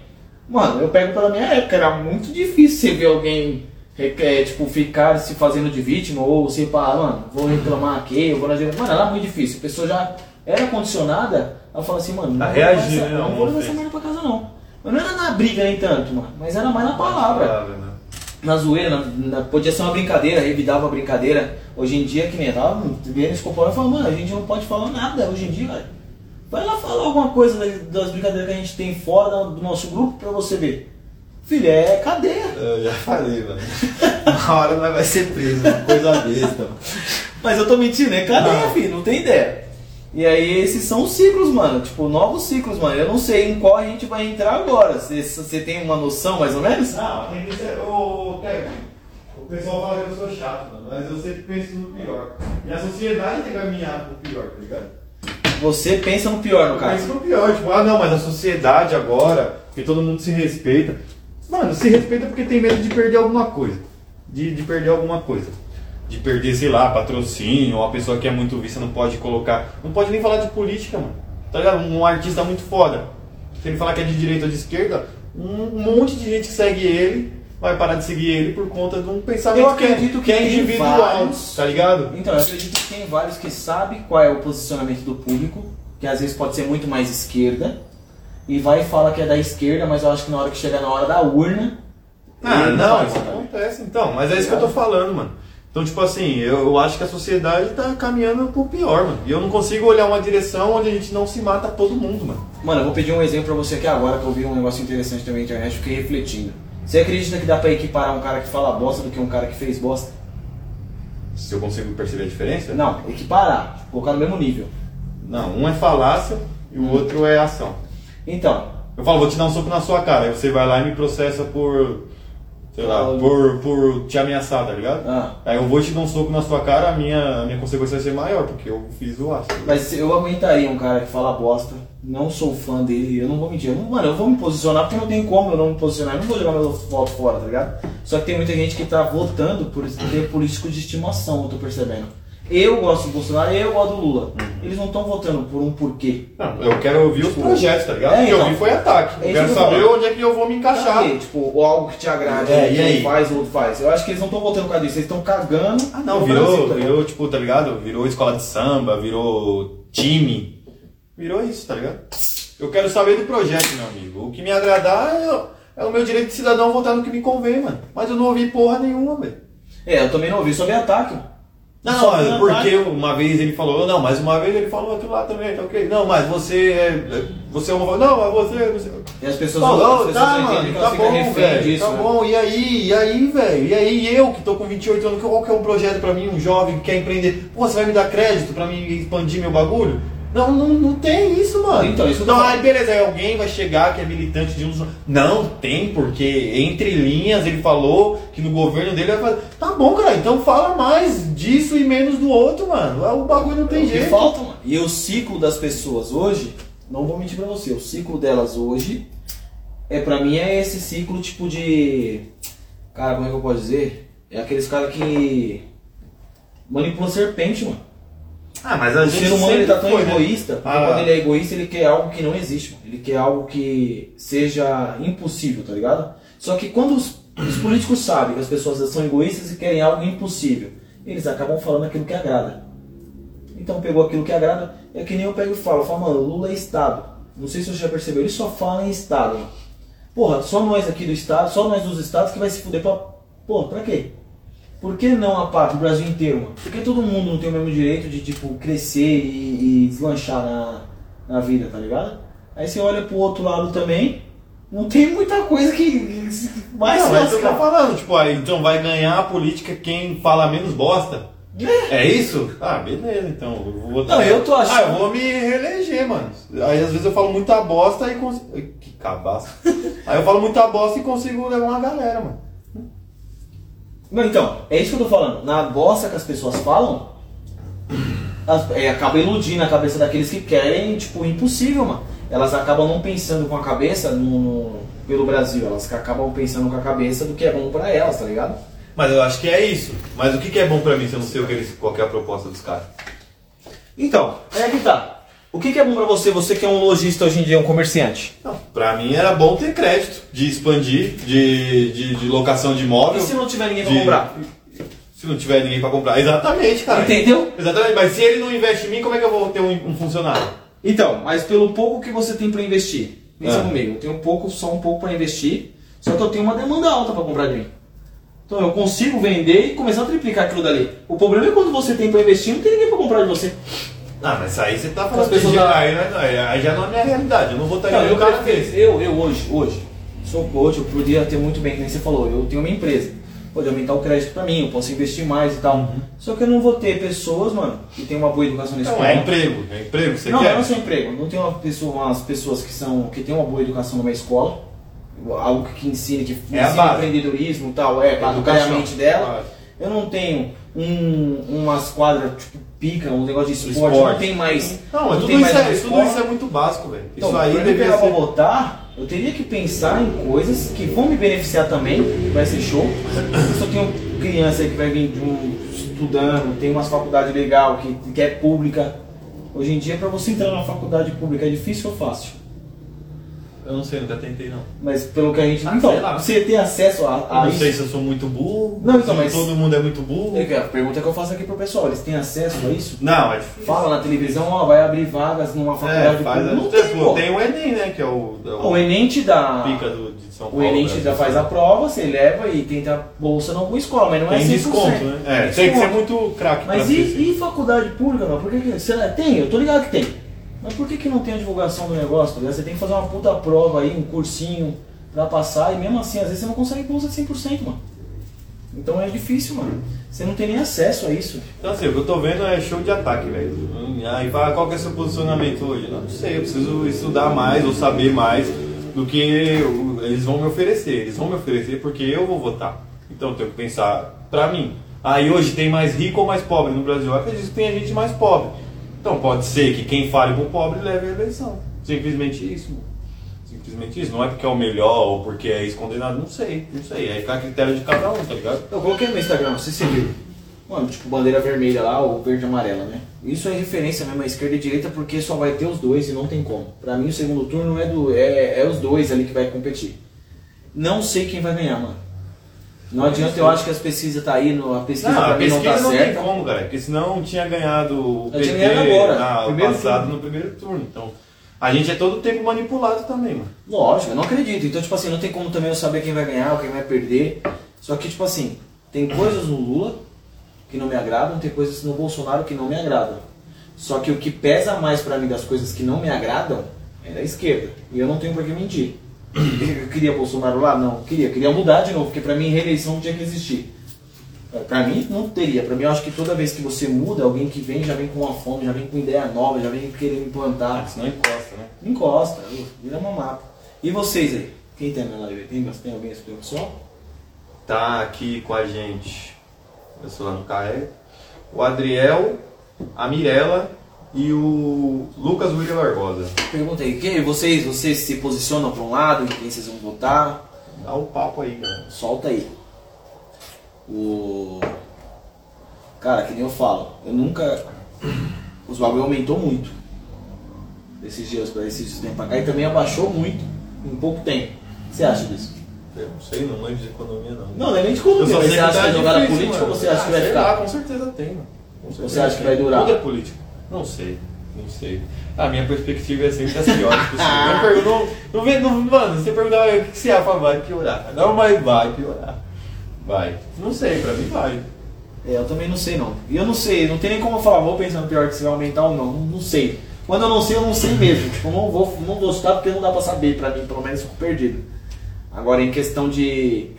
Speaker 1: Mano, eu pego pela minha época, era muito difícil você ver alguém re- é, tipo, ficar se fazendo de vítima ou se pá, mano, vou reclamar aqui, eu vou na direita. Mano, era muito difícil. A pessoa já era condicionada a falar assim, mano,
Speaker 3: A
Speaker 1: não vou levar
Speaker 3: reagir,
Speaker 1: essa-
Speaker 3: né,
Speaker 1: não
Speaker 3: uma
Speaker 1: vou levar essa
Speaker 3: ofensa.
Speaker 1: merda pra casa não. Mas não era na briga nem tanto, mano, mas era mais na palavra
Speaker 3: né?
Speaker 1: na zoeira, na, na- podia ser uma brincadeira, revidava a brincadeira. Hoje em dia, que nem eu tava vendo esse comportamento, eu falava, mano, a gente não pode falar nada hoje em dia, cara. Vai lá falar alguma coisa das, das brincadeiras que a gente tem fora da- do nosso grupo pra você ver. Filho, é cadeia.
Speaker 3: Eu já falei, mano. Uma hora nós vai ser preso, coisa besta. mano.
Speaker 1: Mas eu tô mentindo, é cadeia, filho, não tem ideia. E aí esses são os ciclos, mano, tipo, novos ciclos, mano. Eu não sei em qual a gente vai entrar agora. Você tem uma noção mais ou menos?
Speaker 3: Ah, tem que ser. Ô, Kevin, o pessoal fala que eu sou chato, mano, mas eu sempre penso no pior. E a sociedade tem caminhado pro pior, tá ligado?
Speaker 1: Você pensa no pior, no caso.
Speaker 3: Mas no pior, tipo, ah não, mas a sociedade agora, que todo mundo se respeita. Mano, se respeita porque tem medo de perder alguma coisa. De, de perder alguma coisa. De perder, sei lá, patrocínio, uma pessoa que é muito vista não pode colocar. Não pode nem falar de política, mano. Tá ligado? Um artista muito foda. Se ele falar que é de direita ou de esquerda, um monte de gente que segue ele vai parar de seguir ele por conta de um pensamento
Speaker 1: Eu acredito que
Speaker 3: que, é, que é
Speaker 1: tem
Speaker 3: individual,
Speaker 1: vários.
Speaker 3: tá ligado?
Speaker 1: Então, eu acredito que tem vários que sabem qual é o posicionamento do público, que às vezes pode ser muito mais esquerda, e vai e fala que é da esquerda, mas eu acho que na hora que chega na hora da urna.
Speaker 3: Ah,
Speaker 1: ele
Speaker 3: não,
Speaker 1: fala,
Speaker 3: isso
Speaker 1: "Cara,
Speaker 3: acontece então, mas é isso que eu tô falando, mano. Então, tipo assim, eu, eu acho que a sociedade tá caminhando pro pior, mano. E eu não consigo olhar uma direção onde a gente não se mata todo mundo, mano.
Speaker 1: Mano, eu vou pedir um exemplo pra você aqui agora, que eu vi um negócio interessante também na internet, fiquei refletindo. Você acredita que dá pra equiparar um cara que fala bosta do que um cara que fez bosta?
Speaker 3: Se eu consigo perceber a diferença?
Speaker 1: Não, equiparar, colocar no mesmo nível.
Speaker 3: Não, um é falácia e o outro é ação.
Speaker 1: Então,
Speaker 3: Eu falo, vou te dar um soco na sua cara, aí você vai lá e me processa por. Sei lá,
Speaker 1: Ah,
Speaker 3: por, por te ameaçar, tá ligado?
Speaker 1: Ah.
Speaker 3: Aí eu vou te dar um soco na sua cara, a minha, a minha consequência vai ser maior, porque eu fiz o aço.
Speaker 1: mas eu aguentaria um cara que fala bosta, não sou fã dele, eu não vou mentir. Eu não- mano, eu vou me posicionar porque não tem como eu não me posicionar, eu não vou jogar meu voto fora, tá ligado? Só que tem muita gente que tá votando por ter político de estimação, eu tô percebendo. Eu gosto do Bolsonaro e eu gosto do Lula. Eles não estão votando por um porquê.
Speaker 3: Não, eu quero ouvir os projetos, tá ligado?
Speaker 1: É,
Speaker 3: O que eu
Speaker 1: então.
Speaker 3: vi foi ataque.
Speaker 1: É
Speaker 3: Eu
Speaker 1: isso
Speaker 3: quero
Speaker 1: que eu
Speaker 3: saber
Speaker 1: falo.
Speaker 3: onde é que eu vou me
Speaker 1: Pra
Speaker 3: encaixar.
Speaker 1: quê? Tipo, ou algo que te agrade,
Speaker 3: É,
Speaker 1: um
Speaker 3: e aí?
Speaker 1: faz, o outro faz. Eu acho que eles não estão votando por causa disso, eles estão cagando.
Speaker 3: Ah, não,
Speaker 1: pro
Speaker 3: virou,
Speaker 1: Brasil, tá ligado?
Speaker 3: virou, tipo, tá ligado? Virou escola de samba, virou time. Virou isso, tá ligado? Eu quero saber do projeto, meu amigo. O que me agradar é, é o meu direito de cidadão votar no que me convém, mano. Mas eu não ouvi porra nenhuma, velho.
Speaker 1: É, eu também não ouvi sobre ataque.
Speaker 3: Não,
Speaker 1: Só vi
Speaker 3: mas
Speaker 1: ataque.
Speaker 3: porque uma vez ele falou, não, mas uma vez ele falou aquilo lá também, tá ok. Não, mas você é. é- Você é uma. Não, mas você. você...
Speaker 1: E as pessoas, as
Speaker 3: Falou,
Speaker 1: pessoas
Speaker 3: tá,
Speaker 1: não entendem que
Speaker 3: mano, tá
Speaker 1: elas ficam
Speaker 3: bom,
Speaker 1: refém
Speaker 3: velho,
Speaker 1: disso,
Speaker 3: tá
Speaker 1: né?
Speaker 3: bom, e aí, e aí, velho, e aí eu que tô com 28 anos, qual que é um projeto pra mim, um jovem que quer empreender, pô, você vai me dar crédito pra mim expandir meu bagulho? Não, não, não tem isso, mano.
Speaker 1: Então, isso que eu tô
Speaker 3: não,
Speaker 1: falando.
Speaker 3: aí beleza, aí alguém vai chegar que é militante de um... jo- Não, tem, porque entre linhas ele falou que no governo dele vai fazer... Tá bom, cara, então fala mais disso e menos do outro, mano. O bagulho não tem
Speaker 1: É O que
Speaker 3: jeito.
Speaker 1: falta, mano. E o ciclo das pessoas hoje, não vou mentir pra você, o ciclo delas hoje, é pra mim é esse ciclo tipo de. Cara, como é que eu posso dizer? É aqueles caras que manipulam serpente, mano.
Speaker 3: Ah, mas a
Speaker 1: O ser humano ele tá tão egoísta, porque
Speaker 3: Ah.
Speaker 1: quando ele é egoísta, ele quer algo que não existe, mano. Ele quer algo que seja impossível, tá ligado? Só que quando os, os políticos sabem que as pessoas são egoístas e querem algo impossível, eles acabam falando aquilo que agrada. Então pegou aquilo que agrada, é que nem eu pego e falo, eu falo, mano, Lula é Estado. Não sei se você já percebeu, eles só falam em estado. mano. Porra, só nós aqui do estado, só nós dos estados que vai se fuder pra. Porra, pra quê? Por que não a parte do Brasil inteiro, mano? Por que todo mundo não tem o mesmo direito de, tipo, crescer e, e deslanchar na, na vida, tá ligado? Aí você olha pro outro lado também, não tem muita coisa que. que mais
Speaker 3: não,
Speaker 1: se
Speaker 3: mas você tá
Speaker 1: lascar.
Speaker 3: falando, tipo, ah, então vai ganhar a política quem fala menos bosta. É isso? Ah, beleza, então. Eu vou votar.
Speaker 1: Não, eu tô achando-
Speaker 3: Ah, eu vou me reeleger, mano. Aí às vezes eu falo muita bosta e consigo. Que cabaço. Aí eu falo muita bosta e consigo levar uma galera, mano.
Speaker 1: Não, então, é isso que eu tô falando. Na bosta que as pessoas falam, as- é, acaba iludindo a cabeça daqueles que querem, tipo, impossível, mano. Elas acabam não pensando com a cabeça no, no- pelo Brasil, elas que acabam pensando com a cabeça do que é bom pra elas, tá ligado?
Speaker 3: Mas eu acho que é isso. Mas o que, que é bom pra mim se eu não sei o que eles, qual que é a proposta dos caras?
Speaker 1: Então, é que tá. O que, que é bom pra você, você que é um lojista hoje em dia, um comerciante?
Speaker 3: Não, pra mim era bom ter crédito de expandir, de, de, de locação de
Speaker 1: E
Speaker 3: imóvel.
Speaker 1: se não tiver ninguém pra
Speaker 3: de-
Speaker 1: comprar?
Speaker 3: Se não tiver ninguém pra comprar. Exatamente, cara.
Speaker 1: Entendeu?
Speaker 3: Exatamente, mas se ele não investe em mim, como é que eu vou ter um, um funcionário?
Speaker 1: Então, mas pelo pouco que você tem pra investir, pensa
Speaker 3: Ah.
Speaker 1: comigo, eu tenho um pouco, só um pouco pra investir, só que eu tenho uma demanda alta pra comprar de mim. Então eu consigo vender e começar a triplicar aquilo dali. O problema é quando você tem pra investir, não tem ninguém pra comprar de você.
Speaker 3: Ah, mas aí você tá
Speaker 1: As
Speaker 3: falando
Speaker 1: pessoas
Speaker 3: de...
Speaker 1: da-
Speaker 3: aí, não é- aí já não é minha realidade, eu não vou estar
Speaker 1: Não,
Speaker 3: indo
Speaker 1: eu,
Speaker 3: no cara
Speaker 1: prefiro-
Speaker 3: desse.
Speaker 1: eu, eu hoje, hoje, sou coach, eu podia ter muito bem, como você falou, eu tenho uma empresa. Pode aumentar o crédito pra mim, eu posso investir mais e tal.
Speaker 3: Uhum.
Speaker 1: Só que eu não vou ter pessoas, mano, que tem uma boa educação nesse
Speaker 3: Então é emprego, é emprego que você
Speaker 1: não,
Speaker 3: quer?
Speaker 1: eu não sou emprego. Não tem uma pessoa, umas pessoas que são que tem uma boa educação numa escola, algo que ensine que
Speaker 3: É a
Speaker 1: ensine
Speaker 3: base.
Speaker 1: empreendedorismo e tal, é pra educar a
Speaker 3: Educação.
Speaker 1: mente dela.
Speaker 3: Claro.
Speaker 1: Eu não tenho um, umas quadras tipo pica, um negócio de esporte,
Speaker 3: Esporte.
Speaker 1: não tem mais.
Speaker 3: Não, mas tudo,
Speaker 1: tem
Speaker 3: isso
Speaker 1: mais
Speaker 3: é,
Speaker 1: uma
Speaker 3: tudo
Speaker 1: escola.
Speaker 3: isso é muito básico, velho.
Speaker 1: Então,
Speaker 3: isso aí
Speaker 1: pra eu
Speaker 3: deveria
Speaker 1: pegar pra
Speaker 3: ser...
Speaker 1: votar, eu teria que pensar em coisas que vão me beneficiar também, vai ser show. Se eu tenho criança aí que vai vir de um- estudando, tem umas faculdades legal que, que é pública. Hoje em dia, pra você entrar numa faculdade pública é difícil ou fácil?
Speaker 3: Eu não sei, nunca tentei não.
Speaker 1: Mas pelo que a gente.
Speaker 3: Ah,
Speaker 1: então,
Speaker 3: sei lá.
Speaker 1: você ter acesso a,
Speaker 3: Eu
Speaker 1: a
Speaker 3: não
Speaker 1: Ah, isso.
Speaker 3: sei se eu sou muito burro,
Speaker 1: Não, então,
Speaker 3: se
Speaker 1: mas-
Speaker 3: todo mundo é muito burro.
Speaker 1: É que A pergunta que eu faço aqui pro pessoal, eles têm acesso a isso?
Speaker 3: Não, é difícil.
Speaker 1: Fala na televisão, ó, vai abrir vagas numa faculdade
Speaker 3: É, faz...
Speaker 1: pública. Não
Speaker 3: tem,
Speaker 1: tem,
Speaker 3: pô,
Speaker 1: pô.
Speaker 3: tem o Enem, né, que é o... é o
Speaker 1: O Enem te dá.
Speaker 3: Pica do, de São
Speaker 1: O
Speaker 3: Paulo.
Speaker 1: Enem te
Speaker 3: né?
Speaker 1: dá- faz a prova, você leva e tenta bolsa em alguma escola, mas não é
Speaker 3: Tem
Speaker 1: 100%.
Speaker 3: desconto, né? É, tem que ser muito craque pra
Speaker 1: Mas
Speaker 3: ser assim.
Speaker 1: e, e faculdade pública, mano? Por que que... Será, tem, eu tô ligado que tem. Mas por que que não tem a divulgação do negócio, tá ligado? Você tem que fazer uma puta prova aí, um cursinho pra passar e mesmo assim, às vezes você não consegue bolsa de 100%, mano. Então é difícil, mano. Você não tem nem acesso a isso.
Speaker 3: Então assim, o que eu tô vendo é show de ataque, velho. Hum, Aí fala, qual que é seu posicionamento hoje? Não sei, eu preciso estudar mais ou saber mais do que eu- eles vão me oferecer. Eles vão me oferecer porque eu vou votar. Então eu tenho que pensar pra mim. Aí hoje tem mais rico ou mais pobre no Brasil? Eu acredito que tem gente mais pobre. Então pode ser que quem fale com o pobre leve a eleição. Simplesmente isso, mano. Simplesmente isso. Não é porque é o melhor ou porque é ex-condenado. Não sei, não sei. Aí fica a critério de cada um, tá ligado?
Speaker 1: Eu coloquei no meu Instagram, você se viu. Mano, tipo, bandeira vermelha lá ou verde e amarela, né? Isso é referência mesmo à esquerda e direita porque só vai ter os dois e não tem como. Pra mim, o segundo turno é, do, é, é os dois ali que vai competir. Não sei quem vai ganhar, mano. Não adianta, eu acho que as pesquisas tá aí, no- a pesquisa
Speaker 3: É Não,
Speaker 1: pra
Speaker 3: a
Speaker 1: mim não
Speaker 3: pesquisa
Speaker 1: tá
Speaker 3: não, tem
Speaker 1: certa.
Speaker 3: como, cara, porque senão tinha ganhado o
Speaker 1: Eu tinha
Speaker 3: PT
Speaker 1: ganhado agora,
Speaker 3: na-
Speaker 1: primeiro
Speaker 3: passado
Speaker 1: turno.
Speaker 3: no primeiro turno. Então, a gente é todo tempo manipulado também, mano.
Speaker 1: Lógico, eu não acredito. Então, tipo assim, não tem como também eu saber quem vai ganhar ou quem vai perder. Só que, tipo assim, tem coisas no Lula que não me agradam, tem coisas no Bolsonaro que não me agradam. Só que o que pesa mais pra mim das coisas que não me agradam é da esquerda. E eu não tenho pra que mentir. Eu queria Bolsonaro lá? Não, eu queria. Eu queria mudar de novo, porque pra mim reeleição não tinha que existir. É, Pra mim, não teria. Pra mim, eu acho que toda vez que você muda, alguém que vem já vem com uma fome, já vem com ideia nova, já vem querendo implantar.
Speaker 3: Senão encosta, né?
Speaker 1: Ah, Encosta, uh, vira uma mapa. E vocês aí? Quem tem na live? aí? Tem, tem alguém esse pessoal?
Speaker 3: Tá aqui com a gente, eu sou lá no CAE, o Adriel, a Mirella e o Lucas William Barbosa.
Speaker 1: Pergunta aí, quem, vocês, vocês se posicionam pra um lado, em quem vocês vão votar?
Speaker 3: Dá o papo aí, galera.
Speaker 1: Solta aí. O. Cara, que nem eu falo, eu nunca. Os bagulho aumentou muito. Esses dias, pra esses tempos pra cá, e também abaixou muito em pouco tempo. O que Você acha disso?
Speaker 3: Eu não sei, não manjo de economia, não.
Speaker 1: Não, não é nem de economia, mas você
Speaker 3: tá
Speaker 1: acha que é jogada política ou você acha que vai
Speaker 3: Ah, sei
Speaker 1: ficar?
Speaker 3: lá, com certeza tem, mano. Com
Speaker 1: Você acha que vai durar?
Speaker 3: Tudo é político. Não sei. Não sei. A minha perspectiva é sempre as piores possíveis. Eu pergunto, não, não, vem- não, mano, você perguntar o que que você acha, fala, vai piorar. Não, mas vai piorar. Vai. Não sei, pra mim vai.
Speaker 1: É, eu também não sei não. E eu não sei, não tem nem como eu falar, vou pensando pior que se vai aumentar ou não. Não sei. Quando eu não sei, eu não sei mesmo. Tipo, eu não vou, não vou citar porque não dá pra saber pra mim, pelo menos fico perdido. Agora, em questão de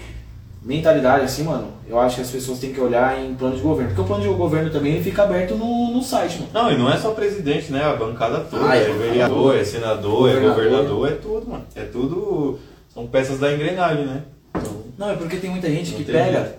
Speaker 1: mentalidade, assim, mano, eu acho que as pessoas têm que olhar em plano de governo. Porque o plano de governo também ele fica aberto no, no site, mano.
Speaker 3: Não, e não é só presidente, né? A bancada toda.
Speaker 1: Ah, é.
Speaker 3: é vereador, é senador, é
Speaker 1: Governador.
Speaker 3: governador, é tudo, mano. É tudo. São peças da engrenagem, né?
Speaker 1: Não, é porque tem muita gente
Speaker 3: Não
Speaker 1: que
Speaker 3: tem
Speaker 1: pega.
Speaker 3: jeito.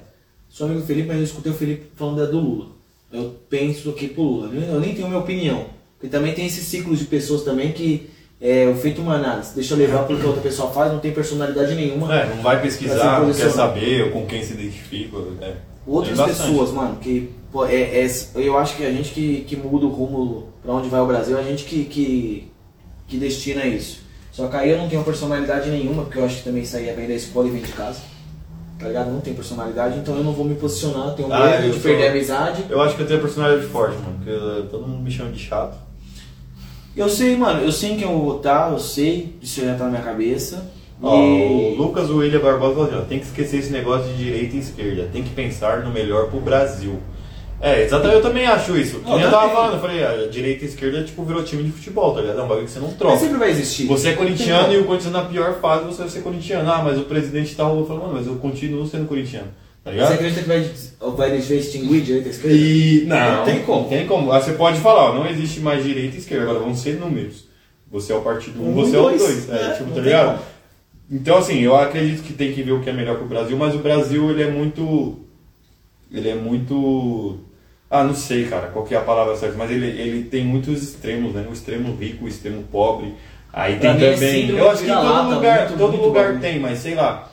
Speaker 1: Sou amigo do Felipe, mas eu escutei o Felipe falando da do Lula. Eu penso aqui pro Lula. Eu nem tenho minha opinião. Porque também tem esse ciclo de pessoas também que é, eu feito uma análise. Deixa eu levar pro que a outra pessoa faz, não tem personalidade nenhuma.
Speaker 3: É, não vai
Speaker 1: Essa
Speaker 3: pesquisar, não quer
Speaker 1: posição.
Speaker 3: saber com quem se identifica. Né?
Speaker 1: Outras
Speaker 3: Tem bastante.
Speaker 1: pessoas, mano, que. pô, é- é- eu acho que a gente que, que muda o rumo pra onde vai o Brasil, é a gente que, que, que destina isso. Só que aí eu não tenho personalidade nenhuma, porque eu acho que também isso aí é bem da escola e vem de casa. Tá ligado? Não tem personalidade, então eu não vou me posicionar, eu tenho medo
Speaker 3: Ah, eu
Speaker 1: de
Speaker 3: sou-
Speaker 1: perder a amizade.
Speaker 3: Eu acho que eu tenho personalidade forte, mano. Porque eh, todo mundo me chama de chato.
Speaker 1: Eu sei, mano, eu sei em quem eu vou votar, eu sei, isso já tá na minha cabeça.
Speaker 3: Ó,
Speaker 1: e...
Speaker 3: o Lucas William Barbosa falou assim, ó, tem que esquecer esse negócio de direita e esquerda, tem que pensar no melhor pro Brasil. É, exatamente, eu também acho isso. Que
Speaker 1: Não,
Speaker 3: nem eu tava
Speaker 1: também.
Speaker 3: falando, eu falei, ah, direita e esquerda tipo virou time de futebol, tá ligado? É um bagulho que você não
Speaker 1: Mas
Speaker 3: troca.
Speaker 1: sempre vai existir.
Speaker 3: Você é corintiano e o corintiano na pior fase você vai ser corintiano. Ah, mas o presidente tá rolando, mano, mas eu continuo sendo corintiano,
Speaker 1: Você
Speaker 3: tá ligado?
Speaker 1: acredita que vai, vai extinguir direita e esquerda?
Speaker 3: E não,
Speaker 1: Não tem como.
Speaker 3: Tem como. Ah, você pode falar, ó, não existe mais direita e esquerda, agora vão ser números. Você é o partido 1,
Speaker 1: Um
Speaker 3: você
Speaker 1: e dois,
Speaker 3: é o 2. É,
Speaker 1: né?
Speaker 3: tipo,
Speaker 1: Não
Speaker 3: tá
Speaker 1: tem
Speaker 3: ligado?
Speaker 1: como.
Speaker 3: Então, assim, eu acredito que tem que ver o que é melhor pro Brasil, mas o Brasil, ele é muito. Ele é muito. Ah, não sei, cara, qual que é a palavra certa, mas ele, ele tem muitos extremos, né? O extremo rico, o extremo pobre. Aí
Speaker 1: Pra
Speaker 3: tem
Speaker 1: mim é
Speaker 3: também.
Speaker 1: síndrome
Speaker 3: eu acho que
Speaker 1: de
Speaker 3: em todo
Speaker 1: vira-lata,
Speaker 3: lugar,
Speaker 1: muito,
Speaker 3: todo
Speaker 1: muito
Speaker 3: lugar
Speaker 1: bagulho.
Speaker 3: tem, mas sei lá.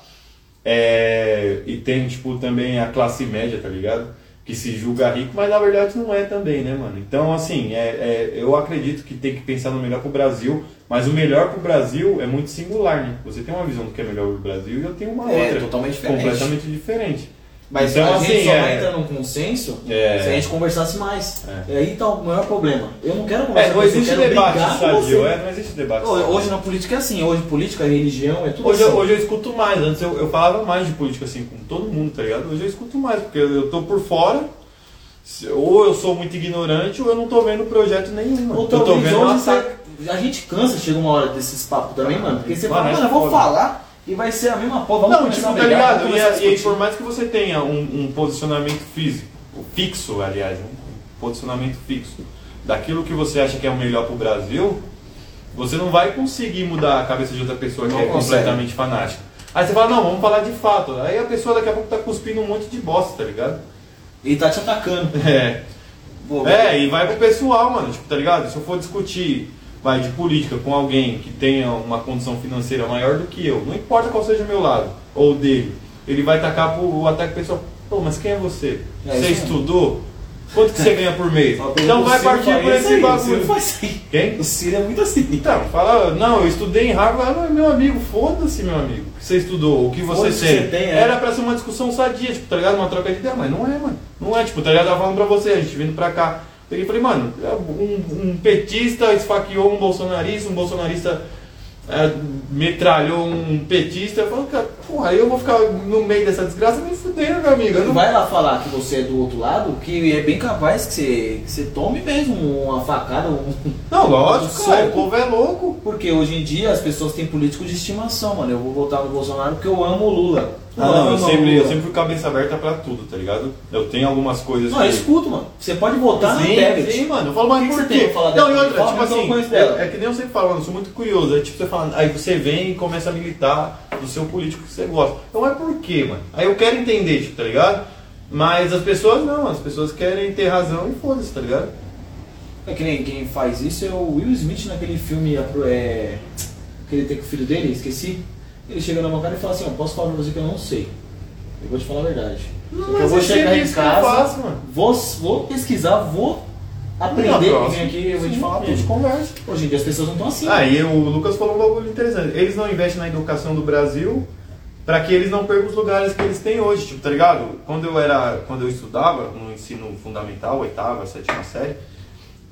Speaker 3: É, e tem, tipo, também a classe média, tá ligado? Que se julga rico, mas na verdade não é também, né, mano? Então, assim, é, é- eu acredito que tem que pensar no melhor pro Brasil, mas o melhor pro Brasil é muito singular, né? Você tem uma visão do que é melhor pro Brasil e eu tenho uma
Speaker 1: É,
Speaker 3: outra.
Speaker 1: totalmente diferente.
Speaker 3: Completamente diferente.
Speaker 1: Mas
Speaker 3: Então,
Speaker 1: a
Speaker 3: assim,
Speaker 1: gente só
Speaker 3: é-
Speaker 1: vai entrar num consenso
Speaker 3: É.
Speaker 1: se a gente conversasse mais.
Speaker 3: É.
Speaker 1: E aí tá o maior problema. Eu não quero
Speaker 3: É,
Speaker 1: conversar
Speaker 3: não
Speaker 1: com você, um, eu
Speaker 3: existe
Speaker 1: quero
Speaker 3: debate
Speaker 1: brigar com
Speaker 3: sadio,
Speaker 1: você.
Speaker 3: é, não existe debate
Speaker 1: Hoje,
Speaker 3: sadio.
Speaker 1: hoje na política é assim, hoje política, religião, é tudo
Speaker 3: Hoje, eu-
Speaker 1: assim.
Speaker 3: hoje eu escuto mais, antes eu, eu falava mais de política assim com todo mundo, tá ligado? Hoje eu escuto mais, porque eu eu tô por fora, se- ou eu sou muito ignorante, ou eu não tô vendo projeto nenhum. mano.
Speaker 1: Ou
Speaker 3: Eu tô
Speaker 1: talvez
Speaker 3: vendo um
Speaker 1: hoje
Speaker 3: ataque.
Speaker 1: você- a gente cansa, chega uma hora desses papos também, mano. Porque você
Speaker 3: Mano,
Speaker 1: fala,
Speaker 3: é
Speaker 1: mano, eu vou
Speaker 3: foda.
Speaker 1: falar e vai ser a mesma porra. Vamos
Speaker 3: Não,
Speaker 1: começar
Speaker 3: tipo,
Speaker 1: a
Speaker 3: tá
Speaker 1: brigar,
Speaker 3: ligado?
Speaker 1: vamos
Speaker 3: E,
Speaker 1: começar a
Speaker 3: a- e aí,
Speaker 1: discutir.
Speaker 3: por mais que você tenha um, um posicionamento físico, fixo, aliás, né? um posicionamento fixo, daquilo que você acha que é o melhor pro Brasil, você não vai conseguir mudar a cabeça de outra pessoa que
Speaker 1: Não
Speaker 3: é
Speaker 1: consegue.
Speaker 3: completamente fanática. Aí você fala, não, vamos falar de fato. Aí a pessoa daqui a pouco tá cuspindo um monte de bosta, tá ligado?
Speaker 1: E tá te atacando.
Speaker 3: É.
Speaker 1: Pô,
Speaker 3: É, e vai pro pessoal, mano, tipo, tá ligado? Se eu for discutir, vai, de política com alguém que tenha uma condição financeira maior do que eu, não importa qual seja o meu lado, ou o dele, ele vai tacar pro o ataque pessoal. Pô, mas quem é você?
Speaker 1: É
Speaker 3: você
Speaker 1: isso mesmo.
Speaker 3: estudou? Quanto que você ganha por mês?
Speaker 1: fala pra ele,
Speaker 3: Então
Speaker 1: o
Speaker 3: vai
Speaker 1: Ciro
Speaker 3: partir
Speaker 1: faz
Speaker 3: por
Speaker 1: isso aí,
Speaker 3: esse
Speaker 1: O Ciro
Speaker 3: bagulho.
Speaker 1: faz assim.
Speaker 3: Quem?
Speaker 1: O Ciro é muito assim.
Speaker 3: Então, fala, não, eu estudei em Harvard, ah, meu amigo, foda-se, meu amigo. O que você estudou, o que você
Speaker 1: Foda-se o que
Speaker 3: tem.
Speaker 1: você tem, é.
Speaker 3: Era pra ser uma discussão sadia, tipo, tá ligado? Uma troca de ideia, mas não é, mano. Não é, tipo, tá ligado? Eu tava falando pra você, a gente vindo pra cá. Peguei e falei, mano, um, um petista esfaqueou um bolsonarista, um bolsonarista é, metralhou um petista. Eu falo, cara, porra, aí eu vou ficar no meio dessa desgraça me fudendo, meu amigo. Eu
Speaker 1: Não
Speaker 3: não
Speaker 1: vai lá falar que você é do outro lado, que é bem capaz que você, que você tome mesmo uma facada. Um...
Speaker 3: Não, lógico, cara, o
Speaker 1: Soco.
Speaker 3: povo é louco.
Speaker 1: Porque hoje em dia as pessoas têm políticos de estimação, mano. Eu vou votar no Bolsonaro porque eu amo o Lula.
Speaker 3: Ah, não, eu
Speaker 1: amo o
Speaker 3: sempre, eu
Speaker 1: Lula.
Speaker 3: sempre fui cabeça aberta pra tudo, tá ligado? Eu tenho algumas coisas
Speaker 1: Não, eu escuto, mano. Você pode votar
Speaker 3: sim,
Speaker 1: Tá no Tebet.
Speaker 3: sim, mano. Eu falo, mas
Speaker 1: O que
Speaker 3: por
Speaker 1: você
Speaker 3: quê?
Speaker 1: tem pra falar
Speaker 3: não,
Speaker 1: dela?
Speaker 3: e outra,
Speaker 1: Fala
Speaker 3: tipo
Speaker 1: que eu não
Speaker 3: assim,
Speaker 1: conheço dela.
Speaker 3: é, é que nem eu sempre falo, mano, eu sou muito curioso. É tipo, você fala, aí você vem e começa a militar do seu político que você gosta. Então é por quê, mano? Aí eu quero entender, tipo, tá ligado? Mas as pessoas não, as pessoas querem ter razão e foda-se, tá ligado?
Speaker 1: É que nem quem faz isso é o Will Smith naquele filme é, que ele tem com o filho dele, esqueci. Ele chega na mão cara e fala assim, ó, posso falar pra você que eu não sei. Eu vou te falar a verdade. Só
Speaker 3: Não,
Speaker 1: que eu
Speaker 3: mas
Speaker 1: vou
Speaker 3: é
Speaker 1: chegar
Speaker 3: sempre
Speaker 1: em
Speaker 3: isso que eu
Speaker 1: casa,
Speaker 3: faço, mano.
Speaker 1: vou, vou pesquisar, vou aprender
Speaker 3: Não, é
Speaker 1: que vem
Speaker 3: próximo.
Speaker 1: aqui e eu vou te
Speaker 3: Sim,
Speaker 1: falar
Speaker 3: a gente
Speaker 1: tudo.
Speaker 3: conversa.
Speaker 1: Hoje em dia as pessoas não estão assim.
Speaker 3: Ah, e o Lucas falou um bagulho interessante. Eles não investem na educação do Brasil pra que eles não percam os lugares que eles têm hoje, tipo, tá ligado? Quando eu era, quando eu estudava no ensino fundamental, oitava, sétima série,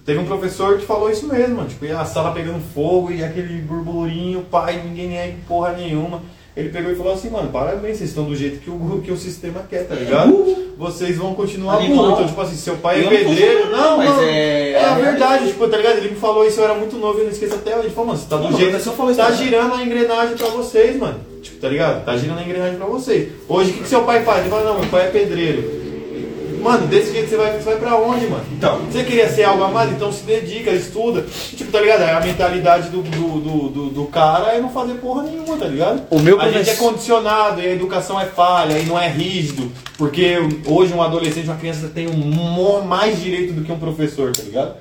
Speaker 3: Teve um professor que falou isso mesmo, tipo, e a sala pegando fogo e aquele burburinho, pai, ninguém nem aí com porra nenhuma. Ele pegou e falou assim, mano, parabéns, vocês estão do jeito que o, que o sistema quer, tá ligado? Vocês vão continuar
Speaker 8: Animal.
Speaker 3: burro. Então, tipo assim, seu pai
Speaker 8: Eu não
Speaker 3: é
Speaker 8: tô
Speaker 3: pedreiro.
Speaker 8: zoando,
Speaker 3: Não,
Speaker 8: mas
Speaker 3: mano,
Speaker 8: é-
Speaker 3: é, a verdade, tipo, tá ligado? Ele me falou isso, eu era muito novo, eu não esqueço até hoje. Ele falou, mano, você tá do
Speaker 8: Não,
Speaker 3: jeito.
Speaker 8: mas eu falei isso
Speaker 3: Tá
Speaker 8: também.
Speaker 3: girando a engrenagem pra vocês, mano. Tipo, tá ligado? Tá girando a engrenagem pra vocês. Hoje, o que, que seu pai faz? Ele fala, não, meu pai é pedreiro. Mano, desse jeito você vai, você vai pra onde, mano?
Speaker 8: Então.
Speaker 3: Você queria ser algo a mais? Então se dedica, estuda. Tipo, tá ligado? É a mentalidade do, do, do, do- do cara é não fazer porra nenhuma, tá ligado?
Speaker 8: O meu
Speaker 3: a gente é
Speaker 8: professor-
Speaker 3: condicionado e a educação é falha e não é rígido. Porque hoje um adolescente, uma criança tem um mo- mais direito do que um professor, tá ligado?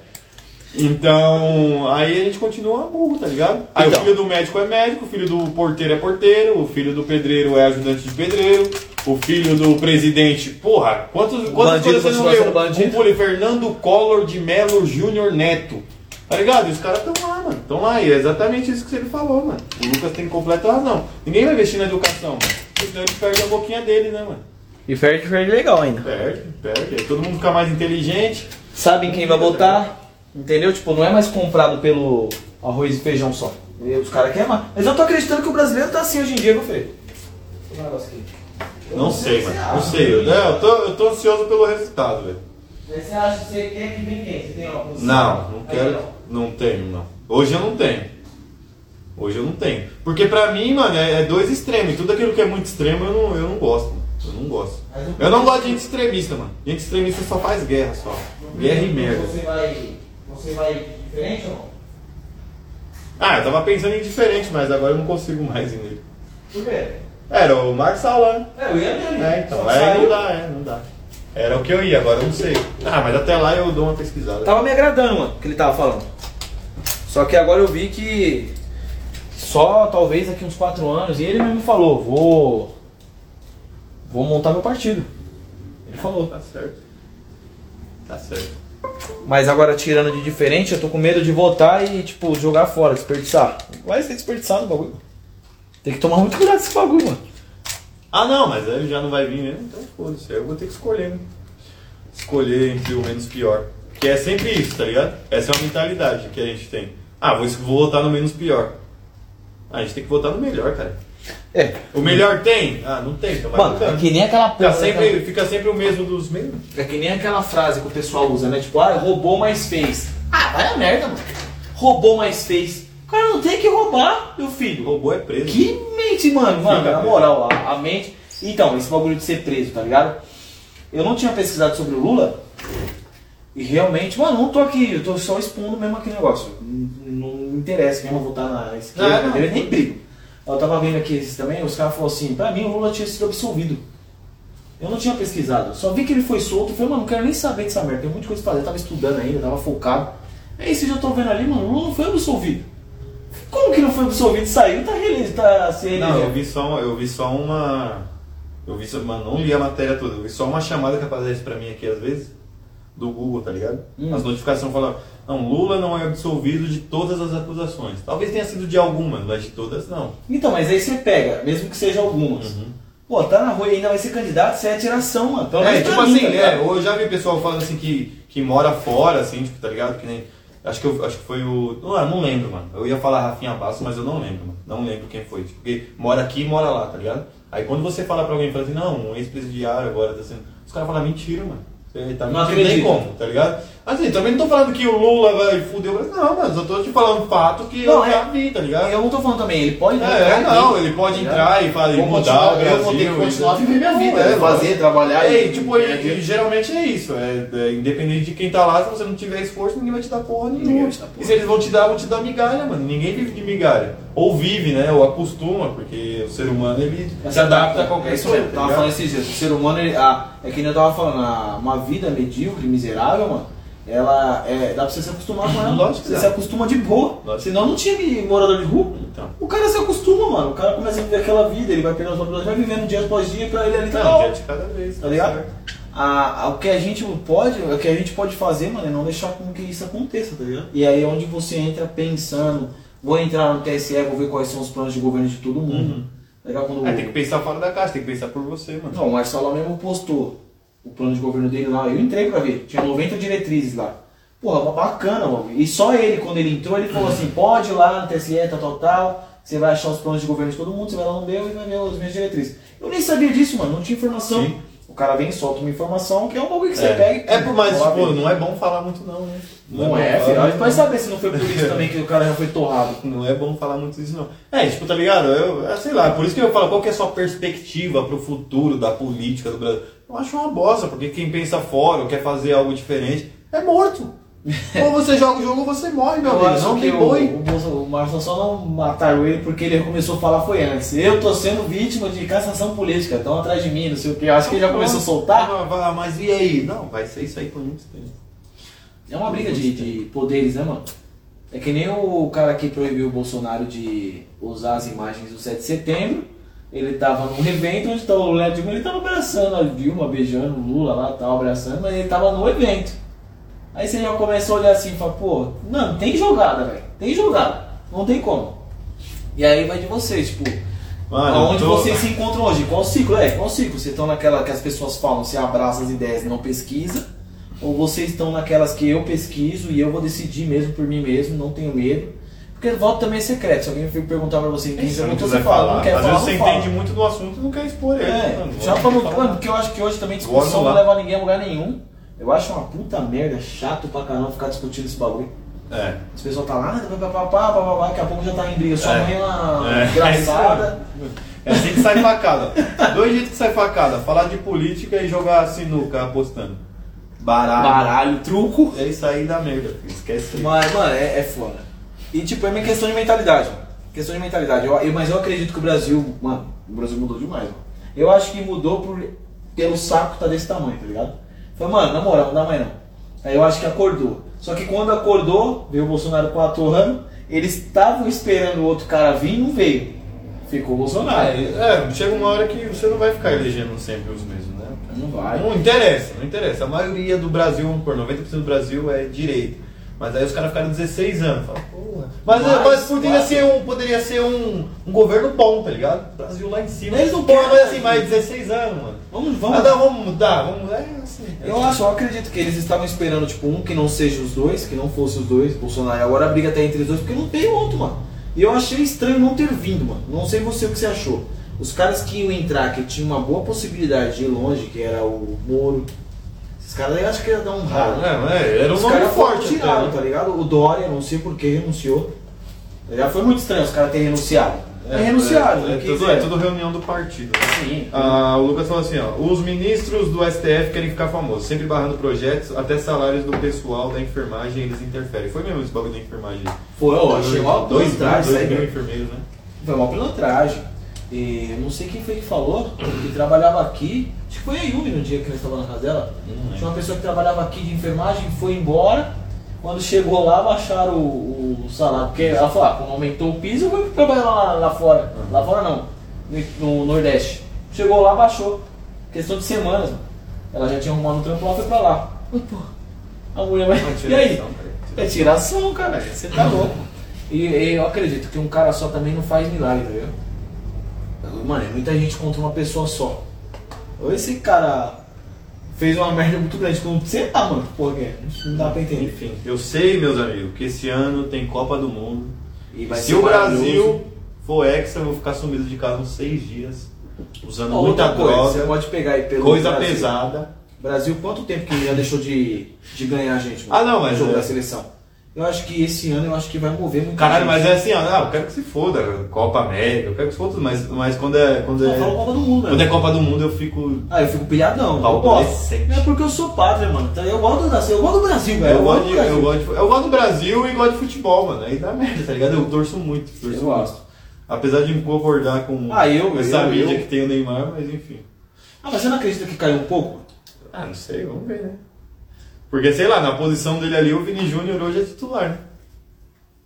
Speaker 3: Então, aí a gente continua burro, tá ligado? Aí
Speaker 8: Então.
Speaker 3: o filho do médico é médico, o filho do porteiro é porteiro, o filho do pedreiro é ajudante de pedreiro, o filho do presidente, porra, quantos, quantas
Speaker 1: Bandido
Speaker 3: coisas você não
Speaker 1: continua
Speaker 3: leu?
Speaker 1: sendo bandido.
Speaker 3: O poli Fernando Collor de Melo Júnior Neto. Tá ligado? E os caras estão lá, mano. Estão lá. E é exatamente isso que ele falou, mano. O Lucas tem completa razão. Ninguém vai investir na educação, mano. Porque Senão ele perde a boquinha dele, né, mano?
Speaker 1: E perde, perde legal ainda.
Speaker 3: Perde, perde. Aí Todo mundo fica mais inteligente.
Speaker 1: Sabem quem vai botar, entendeu? Tipo, não é mais comprado pelo arroz e feijão só.
Speaker 8: E os caras querem mais. Mas eu tô acreditando que o brasileiro tá assim hoje em dia, meu filho. Esse negócio aqui.
Speaker 3: Não sei, mano. Não sei. Eu, é, eu, tô, eu tô ansioso pelo resultado, velho.
Speaker 8: Aí você acha que você quer que vem quem? Você tem uma posição?
Speaker 3: Não, não
Speaker 8: Aí
Speaker 3: quero.
Speaker 8: não.
Speaker 3: Não tenho, não. Hoje eu não tenho. Hoje eu não tenho. Porque pra mim, mano, é, é dois extremos. E Tudo aquilo que é muito extremo eu não, eu não gosto, mano. Eu não gosto.
Speaker 8: Mas não-
Speaker 3: Eu não gosto de gente extremista, mano. Gente extremista só faz guerra, só. Guerra e merda.
Speaker 8: Você vai. Você vai diferente ou não?
Speaker 3: Ah, eu tava pensando em diferente, mas agora eu não consigo mais ir nele.
Speaker 8: Por quê?
Speaker 3: Era o Marcos Alan.
Speaker 8: É, eu ia mesmo.
Speaker 3: É, então.
Speaker 8: Só
Speaker 3: É, não
Speaker 8: saiu.
Speaker 3: dá, é, não dá. Era o que eu ia, agora eu não sei. Ah, mas até lá eu dou uma pesquisada.
Speaker 1: Tava me agradando, mano, o que ele tava falando. Só que agora eu vi que só talvez daqui uns 4 anos, e ele mesmo falou, vou. Vou montar meu partido. Ele falou.
Speaker 3: Tá certo. Tá certo.
Speaker 1: Mas agora tirando de diferente, eu tô com medo de votar e, tipo, jogar fora, desperdiçar.
Speaker 3: Vai ser desperdiçado o bagulho.
Speaker 1: Tem que tomar muito cuidado com esse bagulho, mano.
Speaker 3: Ah, não, mas ele já não vai vir mesmo, então foda-se. Eu vou ter que escolher, né? Escolher entre o menos pior. Que é sempre isso, tá ligado? Essa é uma mentalidade que a gente tem. Ah, vou, vou votar no menos pior. Ah, a gente tem que votar no melhor, cara.
Speaker 1: É.
Speaker 3: O melhor tem? Ah, não tem, então vai
Speaker 1: Mano, é
Speaker 3: votando.
Speaker 1: que nem aquela
Speaker 3: Fica
Speaker 1: porra. né?
Speaker 3: sempre, fica sempre o mesmo dos mesmos.
Speaker 1: É que nem aquela frase que o pessoal usa, né? Tipo, ah, roubou, mas fez. Ah, vai a merda, mano. Roubou, mas fez. O cara não tem que roubar, meu
Speaker 3: O
Speaker 1: filho.
Speaker 3: robô é preso.
Speaker 1: Que mente, mano. Mano,
Speaker 3: Fica
Speaker 1: na
Speaker 3: preso.
Speaker 1: moral, a, a mente. Então, esse bagulho de ser preso, tá ligado? Eu não tinha pesquisado sobre o Lula. E realmente, mano, não tô aqui, eu tô só expondo mesmo aquele negócio. Não, não me interessa quem vai votar na esquerda,
Speaker 3: Ah, não.
Speaker 1: eu nem brigo. Eu tava vendo aqui esses também, os caras falaram assim, pra mim o Lula tinha sido absolvido. Eu não tinha pesquisado, só vi que ele foi solto e falei, mano, não quero nem saber dessa merda, tem muita coisa pra fazer, eu tava estudando ainda, tava focado. Aí vocês já estão vendo ali, mano, o Lula não foi absolvido. Como que não foi absolvido? Saiu, tá, rele- tá se
Speaker 3: Não, eu
Speaker 1: elegendo.
Speaker 3: vi só, eu vi só uma. Eu vi só, mano, não li a matéria toda, eu vi só uma chamada que aparece pra mim aqui às vezes, do Google, tá ligado?
Speaker 1: Hum.
Speaker 3: As notificações falavam, não, Lula não é absolvido de todas as acusações. Talvez tenha sido de algumas, mas de todas não.
Speaker 1: Então, mas aí você pega, mesmo que seja algumas. Pô, tá na rua e ainda vai ser candidato, isso é atiração, mano. Pelo
Speaker 3: Uhum. é,
Speaker 1: menos pra
Speaker 3: tipo
Speaker 1: mim,
Speaker 3: assim,
Speaker 1: tá
Speaker 3: é,
Speaker 1: ligado?
Speaker 3: eu já vi pessoal falando assim que, que mora fora, assim, tipo, tá ligado? Que nem. Acho que, eu, acho que foi o. Não, eu não lembro, mano. Eu ia falar Rafinha Bastos, mas eu não lembro, mano. Não lembro quem foi. Tipo, porque mora aqui e mora lá, tá ligado? Aí quando você fala pra alguém, fala assim, não, um ex-presidiário agora tá sendo. Os caras falam mentira, mano. Você tá
Speaker 1: Não
Speaker 3: mentindo,
Speaker 1: acredito.
Speaker 3: tem como, tá ligado? Assim, também não tô falando que o Lula vai fuder, mas não, mano, só tô te falando um fato que
Speaker 1: Não,
Speaker 3: eu
Speaker 1: é-
Speaker 3: já vi, tá ligado?
Speaker 1: Eu não tô falando também, ele pode
Speaker 3: É,
Speaker 1: entrar
Speaker 3: é, não,
Speaker 1: dentro,
Speaker 3: ele pode
Speaker 1: tá ligado?
Speaker 3: entrar e fazer,
Speaker 1: Vou
Speaker 3: mudar o
Speaker 1: continuar,
Speaker 3: Brasil.
Speaker 1: eu vou ter que continuar vivendo minha vida,
Speaker 3: É,
Speaker 1: né? Fazer, trabalhar
Speaker 3: É,
Speaker 1: e-
Speaker 3: e, tipo, e-
Speaker 1: ganhar dinheiro.
Speaker 3: e geralmente é isso. É, é, independente de quem tá lá, se você não tiver esforço, ninguém vai te dar porra nenhuma.
Speaker 1: Ninguém vai te dar porra.
Speaker 3: E se eles vão te dar, vão te dar migalha, mano. Ninguém vive de migalha. Ou vive, né? Ou acostuma, porque o ser humano ele se adapta a
Speaker 1: É
Speaker 3: qualquer
Speaker 1: isso mesmo,
Speaker 3: coisa.
Speaker 1: eu
Speaker 3: tá
Speaker 1: tava falando
Speaker 3: ligado?
Speaker 1: esses dias. O ser humano, ele, a- é que nem eu tava falando, a- uma vida medíocre, miserável, mano, ela é, dá pra você se acostumar com ela.
Speaker 3: Lógico que
Speaker 1: você
Speaker 3: dá.
Speaker 1: se acostuma de boa.
Speaker 3: Lógico.
Speaker 1: Senão não tinha mi- morador de rua.
Speaker 3: Então.
Speaker 1: O cara se acostuma, mano. O cara começa a viver aquela vida, ele vai perdendo as oportunidades, vai vivendo dia após dia pra ele ali tá
Speaker 3: Não,
Speaker 1: bom,
Speaker 3: dia de cada vez.
Speaker 1: Tá ligado?
Speaker 3: certo?
Speaker 1: A- a- o que a gente não pode, o que a gente pode fazer, mano, é não deixar com que isso aconteça, tá ligado? E aí é onde você entra pensando, vou entrar no TSE, vou ver quais são os planos de governo de todo mundo. Tá ligado? Quando
Speaker 3: Uhum. Aí tem que pensar fora da caixa, tem que pensar por você, mano.
Speaker 1: não, o Marcelo mesmo postou o plano de governo dele lá. Eu entrei pra ver. Tinha 90 diretrizes lá. Porra, tá bacana, mano. E só ele, quando ele entrou, ele falou assim: pode ir lá no TSE, tal, tal, tal. Você vai achar os planos de governo de todo mundo, você vai lá no meu e vai ver as minhas diretrizes. Eu nem sabia disso, mano. Não tinha informação.
Speaker 3: Sim.
Speaker 1: O cara vem e solta uma informação que é um bagulho que você
Speaker 3: é.
Speaker 1: pega e.
Speaker 3: É por mais,
Speaker 1: Fala,
Speaker 3: tipo,
Speaker 1: "Vem".
Speaker 3: não é bom falar muito não, né?
Speaker 1: Não é,
Speaker 3: bom
Speaker 1: afinal,
Speaker 3: falar
Speaker 1: a gente vai saber se não foi por isso também que o cara já foi torrado.
Speaker 3: Não é bom falar muito disso, não. É, tipo, tá ligado? Eu, é, sei lá, por isso que eu falo, qual que é a sua perspectiva pro futuro da política do Brasil? Eu acho uma bosta, porque quem pensa fora ou quer fazer algo diferente é morto. ou você joga o jogo ou você morre, meu
Speaker 1: Eu
Speaker 3: amigo.
Speaker 1: acho
Speaker 3: Não
Speaker 1: que
Speaker 3: tem
Speaker 1: o,
Speaker 3: boi.
Speaker 1: o, Bolso- o Marcelo só não mataram ele porque ele começou a falar foi antes. Eu tô sendo vítima de cassação política, estão atrás de mim, não sei o que. Acho que ele já começou a soltar.
Speaker 3: Ah, vá, mas e aí? Não, vai ser isso aí por muito tempo.
Speaker 1: É uma briga de, de poderes, né, mano? É que nem o cara que proibiu o Bolsonaro de usar as imagens do 7 de setembro. Ele tava num evento onde tava o Léo Dilma, ele tava abraçando a Dilma, beijando o Lula lá, tava abraçando, mas ele tava no evento. Aí você já começa a olhar assim e fala, pô, não, tem jogada, velho. Tem jogada. Não tem como. E aí vai de vocês, tipo,
Speaker 3: Mano,
Speaker 1: aonde
Speaker 3: eu tô-
Speaker 1: vocês se encontram hoje? Qual ciclo? É, qual ciclo? Vocês estão naquela que as pessoas falam, você abraça as ideias e não pesquisa? Ou vocês estão naquelas que eu pesquiso e eu vou decidir mesmo por mim mesmo, não tenho medo? Porque voto também é secreto. Se alguém for perguntar pra você quem
Speaker 3: Se
Speaker 1: você
Speaker 3: É não
Speaker 1: votou,
Speaker 3: quiser
Speaker 1: você fala. é Não
Speaker 3: falar,
Speaker 1: quer
Speaker 3: às
Speaker 1: falar,
Speaker 3: vezes você
Speaker 1: não fala.
Speaker 3: entende muito do assunto e não quer expor ele. Mano,
Speaker 1: É, já
Speaker 3: vou
Speaker 1: falou,
Speaker 3: falar.
Speaker 1: mano, porque eu acho que hoje também
Speaker 3: Vou
Speaker 1: discussão não
Speaker 3: anular.
Speaker 1: leva ninguém a lugar nenhum. Eu acho uma puta merda, chato pra caramba ficar discutindo esse bagulho.
Speaker 3: É.
Speaker 1: As pessoas tá lá, ah, pá, pá, pá, pá, pá, pá, daqui a pouco já tá em briga. Sua
Speaker 3: É.
Speaker 1: mãe é uma
Speaker 3: É.
Speaker 1: engraçada.
Speaker 3: É assim que sai facada. Dois jeitos que sai facada: falar de política e jogar sinuca apostando. Baralho.
Speaker 1: Baralho, truco.
Speaker 3: É isso aí da merda, filho. esquece. isso.
Speaker 1: Mas, mano, é, é foda. E, tipo, é uma questão de mentalidade, mano. Questão de mentalidade. Eu, eu- mas eu acredito que o Brasil, mano, o Brasil mudou demais, mano. Eu acho que mudou por, pelo saco que tá desse tamanho, tá ligado? Falei, mano, na moral, não dá mais não. Aí eu acho que acordou. Só que quando acordou, veio o Bolsonaro com a torrando, eles estavam esperando o outro cara vir e não veio. Ficou o Bolsonaro.
Speaker 3: É, é, chega uma hora que você não vai ficar elegendo sempre os mesmos, né?
Speaker 1: Não vai.
Speaker 3: Não interessa, não interessa. A maioria do Brasil, vamos por 90% do Brasil é direito. Mas aí os caras ficaram 16 anos. Fala, porra. Mas,
Speaker 1: Mas,
Speaker 3: mas poderia
Speaker 1: mas-
Speaker 3: ser, um, poderia ser um, um governo bom, tá ligado? O Brasil lá em cima.
Speaker 1: Eles não
Speaker 3: Porra,
Speaker 1: querem,
Speaker 3: mas assim,
Speaker 1: cara.
Speaker 3: mais 16 anos, mano.
Speaker 1: Vamos, vamos.
Speaker 3: Vamos, ah, não, vamos mudar, vamos mudar. É assim.
Speaker 1: Eu acho, eu acredito que eles estavam esperando, tipo, um que não seja os dois, que não fosse os dois, Bolsonaro. Agora a briga tá entre os dois, porque não tem outro, mano. E eu achei estranho não ter vindo, mano. Não sei você o que você achou. Os caras que iam entrar, que tinham uma boa possibilidade de ir longe, que era o Moro. Esses caras aí acho que ia dar um
Speaker 3: Ah,
Speaker 1: ralo.
Speaker 3: não, é, era um
Speaker 1: os
Speaker 3: nome
Speaker 1: caras foram
Speaker 3: forte. até,
Speaker 1: tirados,
Speaker 3: né?
Speaker 1: tá ligado? O Dória, não sei por que, renunciou. Já foi muito estranho os caras terem renunciado. É, renunciado,
Speaker 3: é,
Speaker 1: né? é?
Speaker 3: é,
Speaker 1: Quem
Speaker 3: tudo, é
Speaker 1: quiser.
Speaker 3: tudo reunião do partido. né?
Speaker 1: Sim.
Speaker 3: Ah, o Lucas falou assim, ó, os ministros do STF querem ficar famosos, sempre barrando projetos, até salários do pessoal da enfermagem eles interferem. Foi mesmo esse bagulho da enfermagem?
Speaker 1: Foi, ó, chegou a
Speaker 3: dois,
Speaker 1: dois atrás,
Speaker 3: dois
Speaker 1: aí,
Speaker 3: mil
Speaker 1: né?
Speaker 3: enfermeiros, né?
Speaker 1: Foi uma pilantragem. E eu não sei quem foi que falou, que trabalhava aqui. Acho que foi a Yumi no dia que nós estávamos na casa dela. Tinha uma pessoa que trabalhava aqui de enfermagem, foi embora. Quando chegou lá, baixaram o, o salário. Porque ela falou, ah, como aumentou o piso, eu vou trabalhar lá, lá fora. Lá fora não, no, no Nordeste. Chegou lá, baixou. Questão de semanas, mano. Ela já tinha arrumado um trampo lá, foi pra lá. Mas, pô, a mulher vai. E aí?
Speaker 3: tá
Speaker 1: É tiração, cara. Você tá
Speaker 3: Uhum.
Speaker 1: louco. E, e eu acredito que um cara só também não faz milagre, tá ligado? Mano, é muita gente contra uma pessoa só. Ou esse cara fez uma merda muito grande. Como você tá, mano? Porra, que é? não dá pra entender.
Speaker 3: Enfim, eu sei, meus amigos, que esse ano tem Copa do Mundo.
Speaker 1: E vai
Speaker 3: Se
Speaker 1: ser
Speaker 3: o
Speaker 1: maravilhoso.
Speaker 3: Brasil for hexa, eu vou ficar sumido de casa uns seis dias, usando
Speaker 1: Ó,
Speaker 3: muita
Speaker 1: outra coisa, você
Speaker 3: droga,
Speaker 1: pode pegar aí pelo.
Speaker 3: coisa
Speaker 1: Brasil.
Speaker 3: pesada.
Speaker 1: Brasil, quanto tempo que já deixou de, de ganhar gente?
Speaker 3: Ah, não, mas
Speaker 1: Jogo
Speaker 3: é.
Speaker 1: da seleção. Eu acho que esse ano eu acho que vai mover muito.
Speaker 3: Caralho, mas é assim, ó, ah, eu quero que se foda, Copa América, eu quero que se foda, tudo, mas, mas quando é. Quando
Speaker 1: Só fala
Speaker 3: é,
Speaker 1: Copa do Mundo,
Speaker 3: quando
Speaker 1: né?
Speaker 3: é Copa do Mundo eu fico.
Speaker 1: Ah, eu fico pilhadão. Eu
Speaker 3: Pau
Speaker 1: gosto.
Speaker 3: decente.
Speaker 1: Não é porque eu sou pátria, mano. Então, Eu gosto do Brasil, É, eu gosto do Brasil, velho.
Speaker 3: Eu gosto, de,
Speaker 1: do Brasil.
Speaker 3: eu, gosto de- eu gosto do Brasil e gosto de futebol, mano. Aí dá merda, tá ligado? Eu torço muito, torço
Speaker 1: Eu
Speaker 3: muito.
Speaker 1: gosto.
Speaker 3: Apesar de me concordar com
Speaker 1: Ah, eu-
Speaker 3: essa
Speaker 1: eu-
Speaker 3: mídia
Speaker 1: eu-
Speaker 3: que tem o Neymar, mas enfim.
Speaker 1: Ah, mas você não acredita que caiu um pouco?
Speaker 3: Ah, não sei, vamos ver, né? Porque, sei lá, na posição dele ali, o Vini Júnior hoje é titular, né?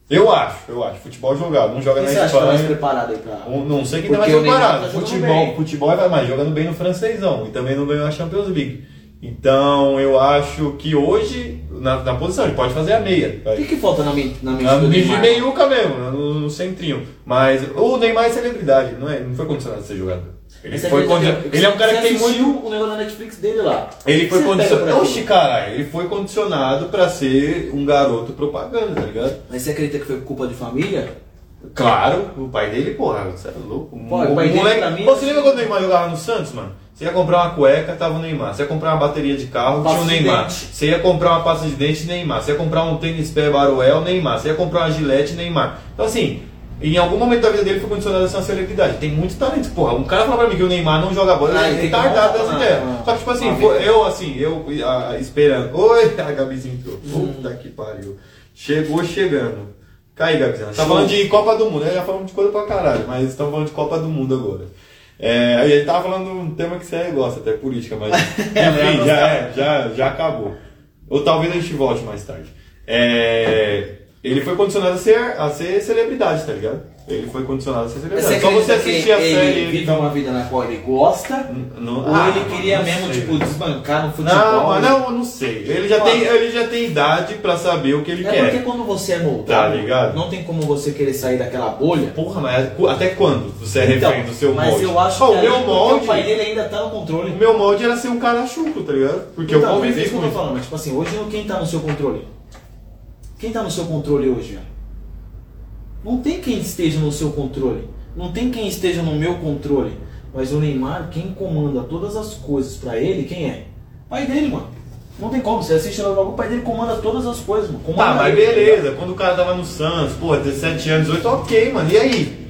Speaker 3: Eu acho, eu acho. Futebol jogado, não joga
Speaker 1: Quem
Speaker 3: na
Speaker 1: você acha que tá mais
Speaker 3: Espanha.
Speaker 1: preparado aí pra.
Speaker 3: Não- Não sei quem tá mais
Speaker 1: Porque o Neymar
Speaker 3: preparado.
Speaker 1: tá jogando
Speaker 3: futebol,
Speaker 1: bem.
Speaker 3: futebol vai mais jogando bem no francesão e também não ganhou a Champions League. Então eu acho que hoje, na, na posição, ele pode fazer a meia.
Speaker 1: O que, que falta na mente na mente
Speaker 3: Na
Speaker 1: do
Speaker 3: de
Speaker 1: Neymar?
Speaker 3: meiuca mesmo, no, no centrinho. Mas o Neymar é celebridade, não, é, não foi condicionado a ser jogador. Ele, foi condicionado. Ele é um cara que tem muito.
Speaker 1: o negócio da Netflix dele lá.
Speaker 3: Ele foi
Speaker 1: Você pega
Speaker 3: condicionado.
Speaker 1: pra
Speaker 3: Oxi,
Speaker 1: quê?
Speaker 3: caralho, ele foi condicionado pra ser um garoto propaganda, tá ligado?
Speaker 1: Mas você acredita que foi culpa de família?
Speaker 3: Claro, o pai dele, porra, você é louco.
Speaker 1: Pô, o pai dele pra mim- é assim.
Speaker 3: Pô, você lembra quando o Neymar jogava no Santos, mano? Você ia comprar uma cueca, tava o Neymar. Você ia comprar uma bateria de carro,
Speaker 1: Pasta
Speaker 3: tinha o
Speaker 1: de
Speaker 3: Neymar.
Speaker 1: dente.
Speaker 3: Você ia comprar uma pasta de dente, Neymar. Você ia comprar um tênis pé Baruel, Neymar. Você ia comprar uma gilete, Neymar. Então, assim, em algum momento da vida dele foi condicionado a ser uma celebridade. Tem muitos talentos, porra. Um cara fala pra mim que o Neymar não joga bola,
Speaker 1: Ah,
Speaker 3: ele é
Speaker 1: tem
Speaker 3: retardado
Speaker 1: que
Speaker 3: dessa
Speaker 1: montar,
Speaker 3: ideia.
Speaker 1: ah,
Speaker 3: Só que, tipo assim,
Speaker 1: ah,
Speaker 3: pô, eu, assim, eu a- a- esperando. Oi, a Gabizinha entrou. Puta que pariu. Chegou chegando. Cai, Gabizinha. Tá falando de Copa do Mundo, né? já falamos de coisa pra caralho, mas estamos falando de Copa do Mundo agora. É, aí ele tava falando de um tema que você gosta, até política, mas. Enfim, já, é, já, já acabou. Ou talvez a gente volte mais tarde. É, ele foi condicionado a ser, a ser celebridade, tá ligado? Ele foi condicionado a ser
Speaker 1: Mas
Speaker 3: celebridade. É Só você
Speaker 1: acredita que
Speaker 3: assistir a
Speaker 1: ele
Speaker 3: série.
Speaker 1: vive
Speaker 3: então-
Speaker 1: uma vida na qual ele gosta?
Speaker 3: Não-
Speaker 1: Ou
Speaker 3: ah,
Speaker 1: ele queria
Speaker 3: não
Speaker 1: mesmo,
Speaker 3: sei.
Speaker 1: tipo, desbancar no futebol? né?
Speaker 3: Não, mas não, eu não sei. Ele já,
Speaker 1: Ah.
Speaker 3: tem, ele já tem idade pra saber o que ele
Speaker 1: É
Speaker 3: quer.
Speaker 1: porque quando você é novo,
Speaker 3: Tá ligado?
Speaker 1: não tem como você querer sair daquela bolha.
Speaker 3: Porra, mas cu- até quando você é refém do seu
Speaker 1: Então, mas
Speaker 3: molde?
Speaker 1: eu acho
Speaker 3: Ó,
Speaker 1: que
Speaker 3: o
Speaker 1: ali,
Speaker 3: meu
Speaker 1: porque
Speaker 3: molde,
Speaker 1: o pai dele ainda tá no controle.
Speaker 3: o meu molde era ser um cara chuco, tá ligado? Porque eu
Speaker 1: Então, mas é
Speaker 3: convivi
Speaker 1: isso que
Speaker 3: com
Speaker 1: eu tô
Speaker 3: isso.
Speaker 1: falando, mas, tipo assim, hoje quem tá no seu controle? Quem tá no seu controle hoje? ó? Não tem quem esteja no seu controle. Não tem quem esteja no meu controle. Mas o Neymar, quem comanda todas as coisas pra ele, quem é? Pai dele, mano. Não tem como, você assiste lá logo, o pai dele comanda todas as coisas, mano. Comanda
Speaker 3: Tá, mas
Speaker 1: ele, tá ligado?
Speaker 3: beleza, quando o cara tava no Santos, porra, 17 anos, 18, ok, mano, e aí?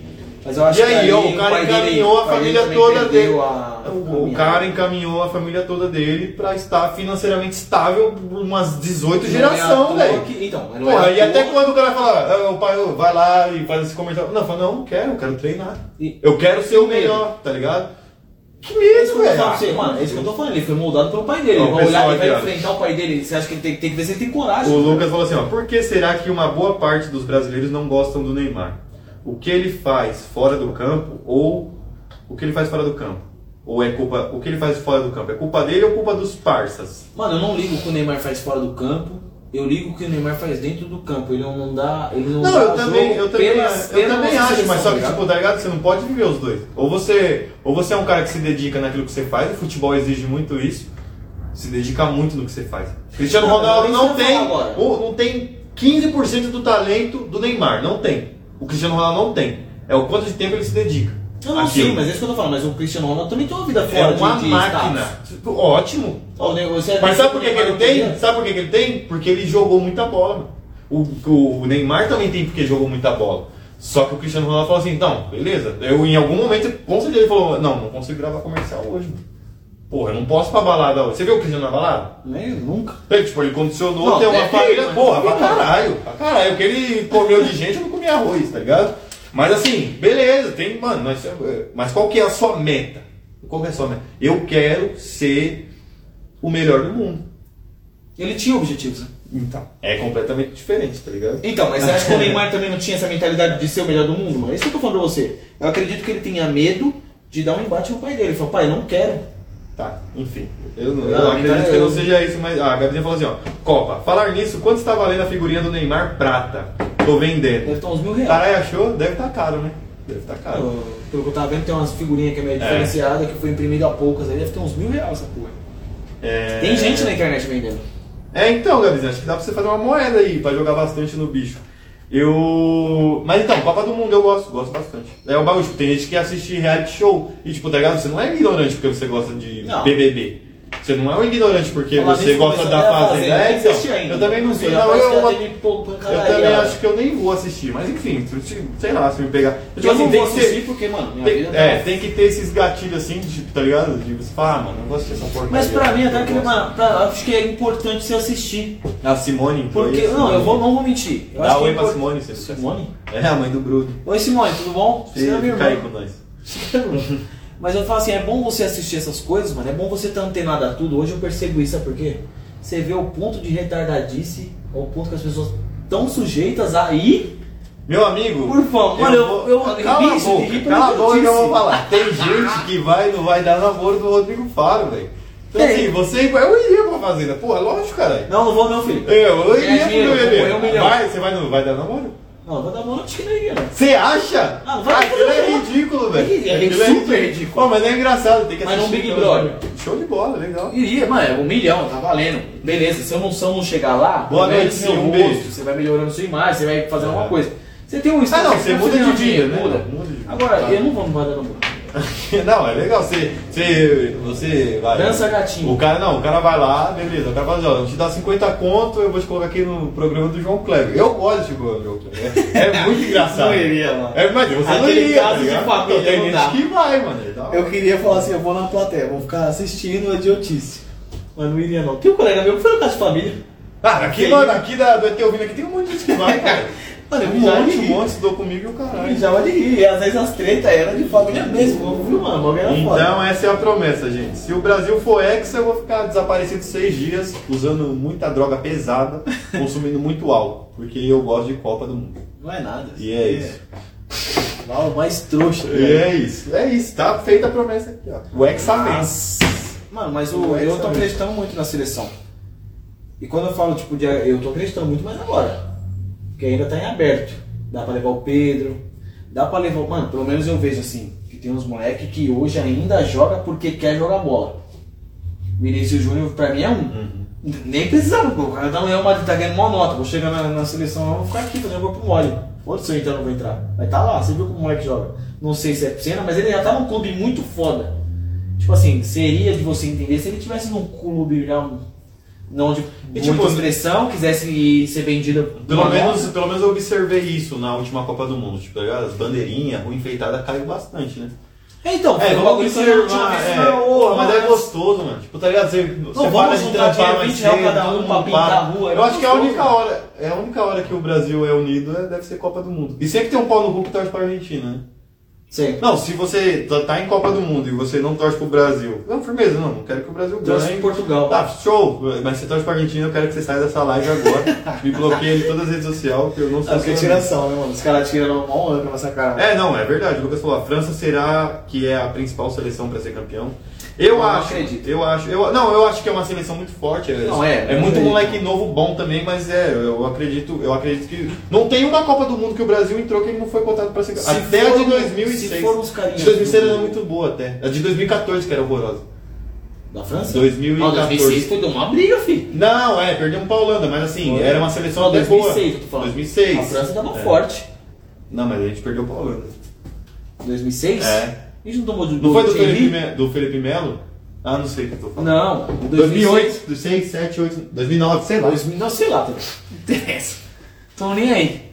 Speaker 1: Mas eu acho
Speaker 3: e aí,
Speaker 1: que
Speaker 3: ó,
Speaker 1: ali
Speaker 3: o cara
Speaker 1: pai dele-
Speaker 3: encaminhou a
Speaker 1: o pai dele
Speaker 3: família
Speaker 1: também
Speaker 3: toda
Speaker 1: perdeu
Speaker 3: dele.
Speaker 1: a-
Speaker 3: O, o
Speaker 1: a-
Speaker 3: cara encaminhou a família toda dele pra estar financeiramente estável por umas
Speaker 1: Não
Speaker 3: 18
Speaker 1: é à
Speaker 3: geração,
Speaker 1: toa
Speaker 3: velho.
Speaker 1: que- Então, mas não é
Speaker 3: Porra,
Speaker 1: à
Speaker 3: e até
Speaker 1: toa-
Speaker 3: quando o cara fala, ah, o pai ô, vai lá e faz esse comentário. Não, fala, não, não quero, eu quero treinar.
Speaker 1: E-
Speaker 3: Eu quero ser o
Speaker 1: medo.
Speaker 3: melhor, tá ligado? Que
Speaker 1: É isso que
Speaker 3: medo,
Speaker 1: eu tô
Speaker 3: velho.
Speaker 1: falando pra você, mano. É isso que eu tô falando. Ele foi moldado pelo pai dele.
Speaker 3: Ó,
Speaker 1: Ele
Speaker 3: o
Speaker 1: vai
Speaker 3: pessoal
Speaker 1: olhar e vai
Speaker 3: aqui, ó.
Speaker 1: enfrentar o pai dele. Você acha que ele tem, tem que ver se ele tem coragem? né?
Speaker 3: O Lucas falou assim, ó, por que será que uma boa parte dos brasileiros não gostam do Neymar? O que ele faz fora do campo ou o que ele faz fora do campo? Ou é culpa, o que ele faz fora do campo? É culpa dele ou culpa dos parças?
Speaker 1: Mano, eu não ligo o que o Neymar faz fora do campo. Eu ligo o que o Neymar faz dentro do campo. Ele não dá. Ele não,
Speaker 3: Não,
Speaker 1: dá
Speaker 3: eu também,
Speaker 1: jogo
Speaker 3: eu também,
Speaker 1: pela-
Speaker 3: eu
Speaker 1: pela
Speaker 3: também
Speaker 1: nossa
Speaker 3: acho,
Speaker 1: seleção,
Speaker 3: mas só que,
Speaker 1: tá ligado?
Speaker 3: tipo, tá ligado? Você não pode viver os dois. Ou você, ou você é um cara que se dedica naquilo que você faz, o futebol exige muito isso, se dedica muito no que você faz. Cristiano
Speaker 1: Não,
Speaker 3: Ronaldo
Speaker 1: isso
Speaker 3: não
Speaker 1: eu ia
Speaker 3: tem,
Speaker 1: falar agora.
Speaker 3: ou não tem 15% do talento do Neymar, não tem. O Cristiano Ronaldo não tem. É o quanto de tempo ele se dedica.
Speaker 1: Eu não
Speaker 3: Aquilo.
Speaker 1: sei, mas é isso que eu tô falando. Mas o Cristiano Ronaldo também tem uma vida fora
Speaker 3: é uma
Speaker 1: de, de status.
Speaker 3: máquina. Tipo, Ótimo.
Speaker 1: Ó, o negócio é-
Speaker 3: Mas sabe por que, que ele
Speaker 1: Neymar não
Speaker 3: tem?
Speaker 1: podia-
Speaker 3: Sabe por que, que ele tem? Porque ele jogou muita bola. mano. O, o Neymar também tem porque jogou muita bola. Só que o Cristiano Ronaldo falou assim, então, beleza. Eu em algum momento, com certeza, ele falou, não, não consigo gravar comercial hoje, mano. Porra, eu não posso ir pra balada hoje. Você viu o Cristiano na balada?
Speaker 1: Nem nunca.
Speaker 3: Ele, tipo, ele condicionou
Speaker 1: Não,
Speaker 3: ter uma
Speaker 1: deve ter,
Speaker 3: família.
Speaker 1: mas-
Speaker 3: porra, pra caralho. Pra caralho. O que ele comeu de gente, eu não comi arroz, tá ligado? Mas assim, beleza, tem. Mano, nós- mas qual que é a sua meta? Qual que é a sua meta? Eu quero ser o melhor do mundo.
Speaker 1: Ele tinha objetivos. né?
Speaker 3: Então. É completamente diferente, tá ligado?
Speaker 1: Então, mas você acha que o Neymar também não tinha essa mentalidade de ser o melhor do mundo, mano? É isso que eu tô falando pra você. Eu acredito que ele tenha medo de dar um embate no pai dele. Ele falou, pai, não quero.
Speaker 3: Tá, enfim. Eu não,
Speaker 1: Não,
Speaker 3: eu acredito
Speaker 1: então
Speaker 3: que
Speaker 1: eu-
Speaker 3: não seja isso, mas. Ah, a Gabizinha falou assim, ó. Copa, falar nisso, quanto está valendo a figurinha do Neymar prata? Tô vendendo.
Speaker 1: Deve estar uns mil reais.
Speaker 3: Caralho, achou? Deve tá caro, né? Deve tá caro.
Speaker 1: Eu- Pelo que eu tava vendo, tem umas figurinhas que é meio diferenciada, que foi imprimida a poucas aí, deve ter uns mil reais essa porra.
Speaker 3: É...
Speaker 1: Tem gente né, na internet vendendo.
Speaker 3: É, então, Gabizinho, acho que dá pra você fazer uma moeda aí, pra jogar bastante no bicho. Eu. Mas então, Copa do Mundo eu gosto, gosto bastante. É um bagulho, tipo, tem gente que assiste reality show e, tipo, tá ligado? Você não é ignorante porque você gosta de
Speaker 1: Não.
Speaker 3: BBB. Você não é um ignorante porque
Speaker 1: Falar
Speaker 3: você
Speaker 1: nisso,
Speaker 3: gosta
Speaker 1: começou
Speaker 3: da
Speaker 1: até a né?
Speaker 3: fazenda.
Speaker 1: Fazenda,
Speaker 3: É,
Speaker 1: nem
Speaker 3: então,
Speaker 1: assisti ainda.
Speaker 3: eu também não sei.
Speaker 1: Eu já
Speaker 3: Não,
Speaker 1: acho
Speaker 3: eu,
Speaker 1: que já
Speaker 3: eu,
Speaker 1: teve pô- pancadaria
Speaker 3: eu também
Speaker 1: lá.
Speaker 3: acho que eu nem vou assistir, mas enfim, se- sei lá, se me pegar.
Speaker 1: Eu
Speaker 3: Tipo assim,
Speaker 1: não
Speaker 3: tem
Speaker 1: vou
Speaker 3: que ser-
Speaker 1: assistir porque, mano, minha
Speaker 3: tem-
Speaker 1: vida tá-
Speaker 3: é, tem que ter esses gatilhos assim, tipo, tá ligado? De você falar, ah, mano, não gosto dessa porcaria.
Speaker 1: Mas pra mim, até
Speaker 3: Eu
Speaker 1: que,
Speaker 3: gosto.
Speaker 1: mano, pra- acho que é importante você assistir.
Speaker 3: A Simone foi
Speaker 1: Porque,
Speaker 3: isso,
Speaker 1: não,
Speaker 3: né?
Speaker 1: eu vou, não vou mentir. Eu acho
Speaker 3: Dá
Speaker 1: que é
Speaker 3: oi pra
Speaker 1: import-
Speaker 3: Simone, você escuta
Speaker 1: Simone?
Speaker 3: essa? É, a mãe do Bruno.
Speaker 1: Oi, Simone, tudo bom? Você é
Speaker 3: Você
Speaker 1: minha
Speaker 3: fica aí com
Speaker 1: irmã.
Speaker 3: nós.
Speaker 1: Mas eu falo assim, é bom você assistir essas coisas, mano. É bom você estar antenado a tudo. Hoje eu percebo isso, sabe por quê? Você vê o ponto de retardadice, ao ponto que as pessoas estão sujeitas a ir.
Speaker 3: Meu amigo.
Speaker 1: Por favor, olha, eu- eu-
Speaker 3: cala a
Speaker 1: isso,
Speaker 3: boca,
Speaker 1: ri pra
Speaker 3: cala a
Speaker 1: mim,
Speaker 3: boca que eu vou
Speaker 1: disse.
Speaker 3: falar. Tem gente que vai não vai dar namoro do Rodrigo Faro, velho. Então
Speaker 1: Tem.
Speaker 3: assim, você. Eu iria pra fazenda. Pô, é lógico, caralho.
Speaker 1: Não, não vou não, filho.
Speaker 3: Eu, eu iria
Speaker 1: Ganhar dinheiro,
Speaker 3: pro BBB.
Speaker 1: ganhar um milhão.
Speaker 3: Vai, você vai, no, vai dar namoro?
Speaker 1: Não, vai dar moral de que não ia.
Speaker 3: Você acha?
Speaker 1: Ah, vai-
Speaker 3: Aquilo é ridículo, velho.
Speaker 1: É
Speaker 3: Aquilo
Speaker 1: super ridículo.
Speaker 3: Pô, mas é engraçado, tem que
Speaker 1: Mas
Speaker 3: assistir.
Speaker 1: não Big
Speaker 3: pelo
Speaker 1: Brother.
Speaker 3: menos. Show de bola, legal.
Speaker 1: Iria, mano, é um milhão, tá valendo. Beleza, se a emoção não chegar lá,
Speaker 3: Boa
Speaker 1: pelo menos
Speaker 3: noite,
Speaker 1: seu
Speaker 3: sim, um
Speaker 1: rosto,
Speaker 3: beijo.
Speaker 1: você vai melhorando sua imagem, você vai fazendo alguma
Speaker 3: É.
Speaker 1: coisa. Você tem um
Speaker 3: Ah, não,
Speaker 1: Instagram,
Speaker 3: você muda
Speaker 1: tem
Speaker 3: de
Speaker 1: um
Speaker 3: dia, né?
Speaker 1: muda.
Speaker 3: Muda de dia.
Speaker 1: Agora,
Speaker 3: Tá.
Speaker 1: eu não vou me guardar no mundo.
Speaker 3: Não, é legal, você. Você. você vai,
Speaker 1: Dança gatinho.
Speaker 3: O cara não, o cara vai lá, beleza. O cara fala assim, ó, eu te dá 50 conto, eu vou te colocar aqui no programa do João Kleber. Eu gosto de programa do João Kleber. É, é muito engraçado.
Speaker 1: Não iria, mano.
Speaker 3: É, mas você não
Speaker 1: Aquele
Speaker 3: iria,
Speaker 1: caso de
Speaker 3: ligado?
Speaker 1: família,
Speaker 3: Não, Tem
Speaker 1: não
Speaker 3: gente
Speaker 1: dá.
Speaker 3: que vai, mano. tá Dá-
Speaker 9: Eu queria falar assim, eu vou na plateia, vou ficar assistindo a idiotice. Mas não iria não.
Speaker 1: Tem um colega meu que foi no caso de família.
Speaker 3: Ah, aqui, mano, aqui da, do ET ouvindo aqui tem um monte de gente que vai, cara.
Speaker 1: Mano, eu
Speaker 3: um
Speaker 1: já
Speaker 3: monte, um
Speaker 1: ri.
Speaker 3: monte, estudou comigo e o caralho.
Speaker 1: Mijava de rir. E às vezes as tretas eram de família mesmo, viu, mano? O bagulho era foda.
Speaker 3: Então essa é a promessa, gente. Se o Brasil for ex, eu vou ficar desaparecido seis dias, usando muita droga pesada, consumindo muito álcool, porque eu gosto de Copa do Mundo.
Speaker 1: Não é nada.
Speaker 3: E é isso.
Speaker 1: Lá o mais trouxa.
Speaker 3: E é isso. É isso. Tá feita a promessa aqui, ó. O ex tá bem.
Speaker 1: Mano, mas o- eu tô acreditando muito na seleção. E quando eu falo, tipo, de, eu tô acreditando muito mais agora. Porque ainda tá em aberto. Dá pra levar o Pedro. Dá pra levar. Mano, pelo menos eu vejo assim, que tem uns moleque que hoje ainda joga porque quer jogar bola. Vinícius Júnior, pra mim, é um.
Speaker 3: Uhum.
Speaker 1: Nem precisava, pô. O cara tá, é uma, tá ganhando uma nota. Vou chegar na, na seleção, eu vou ficar aqui fazendo corpo mole. Foda-se se eu entrar, não vou entrar. Mas tá lá, você viu como o moleque joga. Não sei se é cena, mas ele já tá num clube muito foda. Tipo assim, seria de você entender se ele tivesse num clube já. um- Não de
Speaker 3: E,
Speaker 1: muita
Speaker 3: tipo,
Speaker 1: expressão, quisesse ser vendido.
Speaker 3: Pelo
Speaker 1: uma
Speaker 3: menos,
Speaker 1: nota.
Speaker 3: pelo menos eu observei isso na última Copa do Mundo. Tipo, tá ligado? as bandeirinhas, rua enfeitada caiu bastante, né?
Speaker 1: É, então,
Speaker 3: É,
Speaker 1: foi um
Speaker 3: vamos
Speaker 1: bagulho que eu não tinha
Speaker 3: observar.
Speaker 1: visto,
Speaker 3: É,
Speaker 1: mas,
Speaker 3: Porra, mas é
Speaker 1: mas-
Speaker 3: gostoso, mano. Tipo, tá ligado? Você, você
Speaker 1: vamos
Speaker 3: para de
Speaker 1: juntar
Speaker 3: trampar
Speaker 1: dinheiro,
Speaker 3: mais
Speaker 1: 20 real
Speaker 3: cedo,
Speaker 1: cada um
Speaker 3: todo
Speaker 1: pra
Speaker 3: mundo
Speaker 1: pintar
Speaker 3: para.
Speaker 1: a rua, é
Speaker 3: Eu acho que é a
Speaker 1: gostoso,
Speaker 3: única
Speaker 1: mano.
Speaker 3: hora. É a única hora que o Brasil é unido é, deve ser Copa do Mundo. E sempre tem um pau no cu que torce pra Argentina, né?
Speaker 1: Sim.
Speaker 3: Não, se você tá- tá em Copa do Mundo e você não torce pro Brasil. Não, firmeza, não. Não quero que o Brasil
Speaker 1: Torce
Speaker 3: ganhe.
Speaker 1: pro Portugal.
Speaker 3: Tá, show. Mas se você torce pra Argentina, eu quero que você saia dessa live agora. Me bloqueie em todas as redes sociais, que eu
Speaker 1: tá,
Speaker 3: não sei
Speaker 9: Ah,
Speaker 3: se
Speaker 9: que tiração, né, mano? Os caras tiram uma onda com essa cara.
Speaker 3: é, não, é verdade. O Lucas falou, a França será que é a principal seleção para ser campeão? Eu
Speaker 1: não
Speaker 3: acho,
Speaker 1: acredito.
Speaker 3: eu acho, eu não, eu acho que é uma seleção muito forte. É,
Speaker 1: Não, é,
Speaker 3: é muito
Speaker 1: acredito.
Speaker 3: moleque novo bom também, mas é, eu acredito, eu acredito que não tem uma Copa do Mundo que o Brasil entrou que ele não foi cotado para ser
Speaker 1: Se
Speaker 3: até a
Speaker 1: for
Speaker 3: de
Speaker 1: um- né?
Speaker 3: 2006.
Speaker 1: se for uns carinhas
Speaker 3: de 2006 era
Speaker 1: do-
Speaker 3: muito boa até. A de 2014 que era horrorosa.
Speaker 1: Da França?
Speaker 3: 2014.
Speaker 1: Não, 2006 foi de uma briga, filho.
Speaker 3: Não, é, perdemos pra Holanda, mas assim,
Speaker 1: Foi.
Speaker 3: era uma seleção
Speaker 1: Não,
Speaker 3: até
Speaker 1: 2006 que eu tô
Speaker 3: boa.
Speaker 1: falando.
Speaker 3: 2006.
Speaker 1: A França tava
Speaker 3: É.
Speaker 1: forte.
Speaker 3: Não, mas a gente perdeu pra Holanda.
Speaker 1: 2006?
Speaker 3: É.
Speaker 1: A gente não tomou de
Speaker 3: Não foi do
Speaker 1: Thierry?
Speaker 3: Felipe, Me- do Felipe Melo? Ah, não sei o que eu tô falando.
Speaker 1: Não.
Speaker 3: 2008, 2006, 7, 8, 2009, sei lá.
Speaker 1: 2000, não sei lá. tá? Não Interessa. Tô nem aí.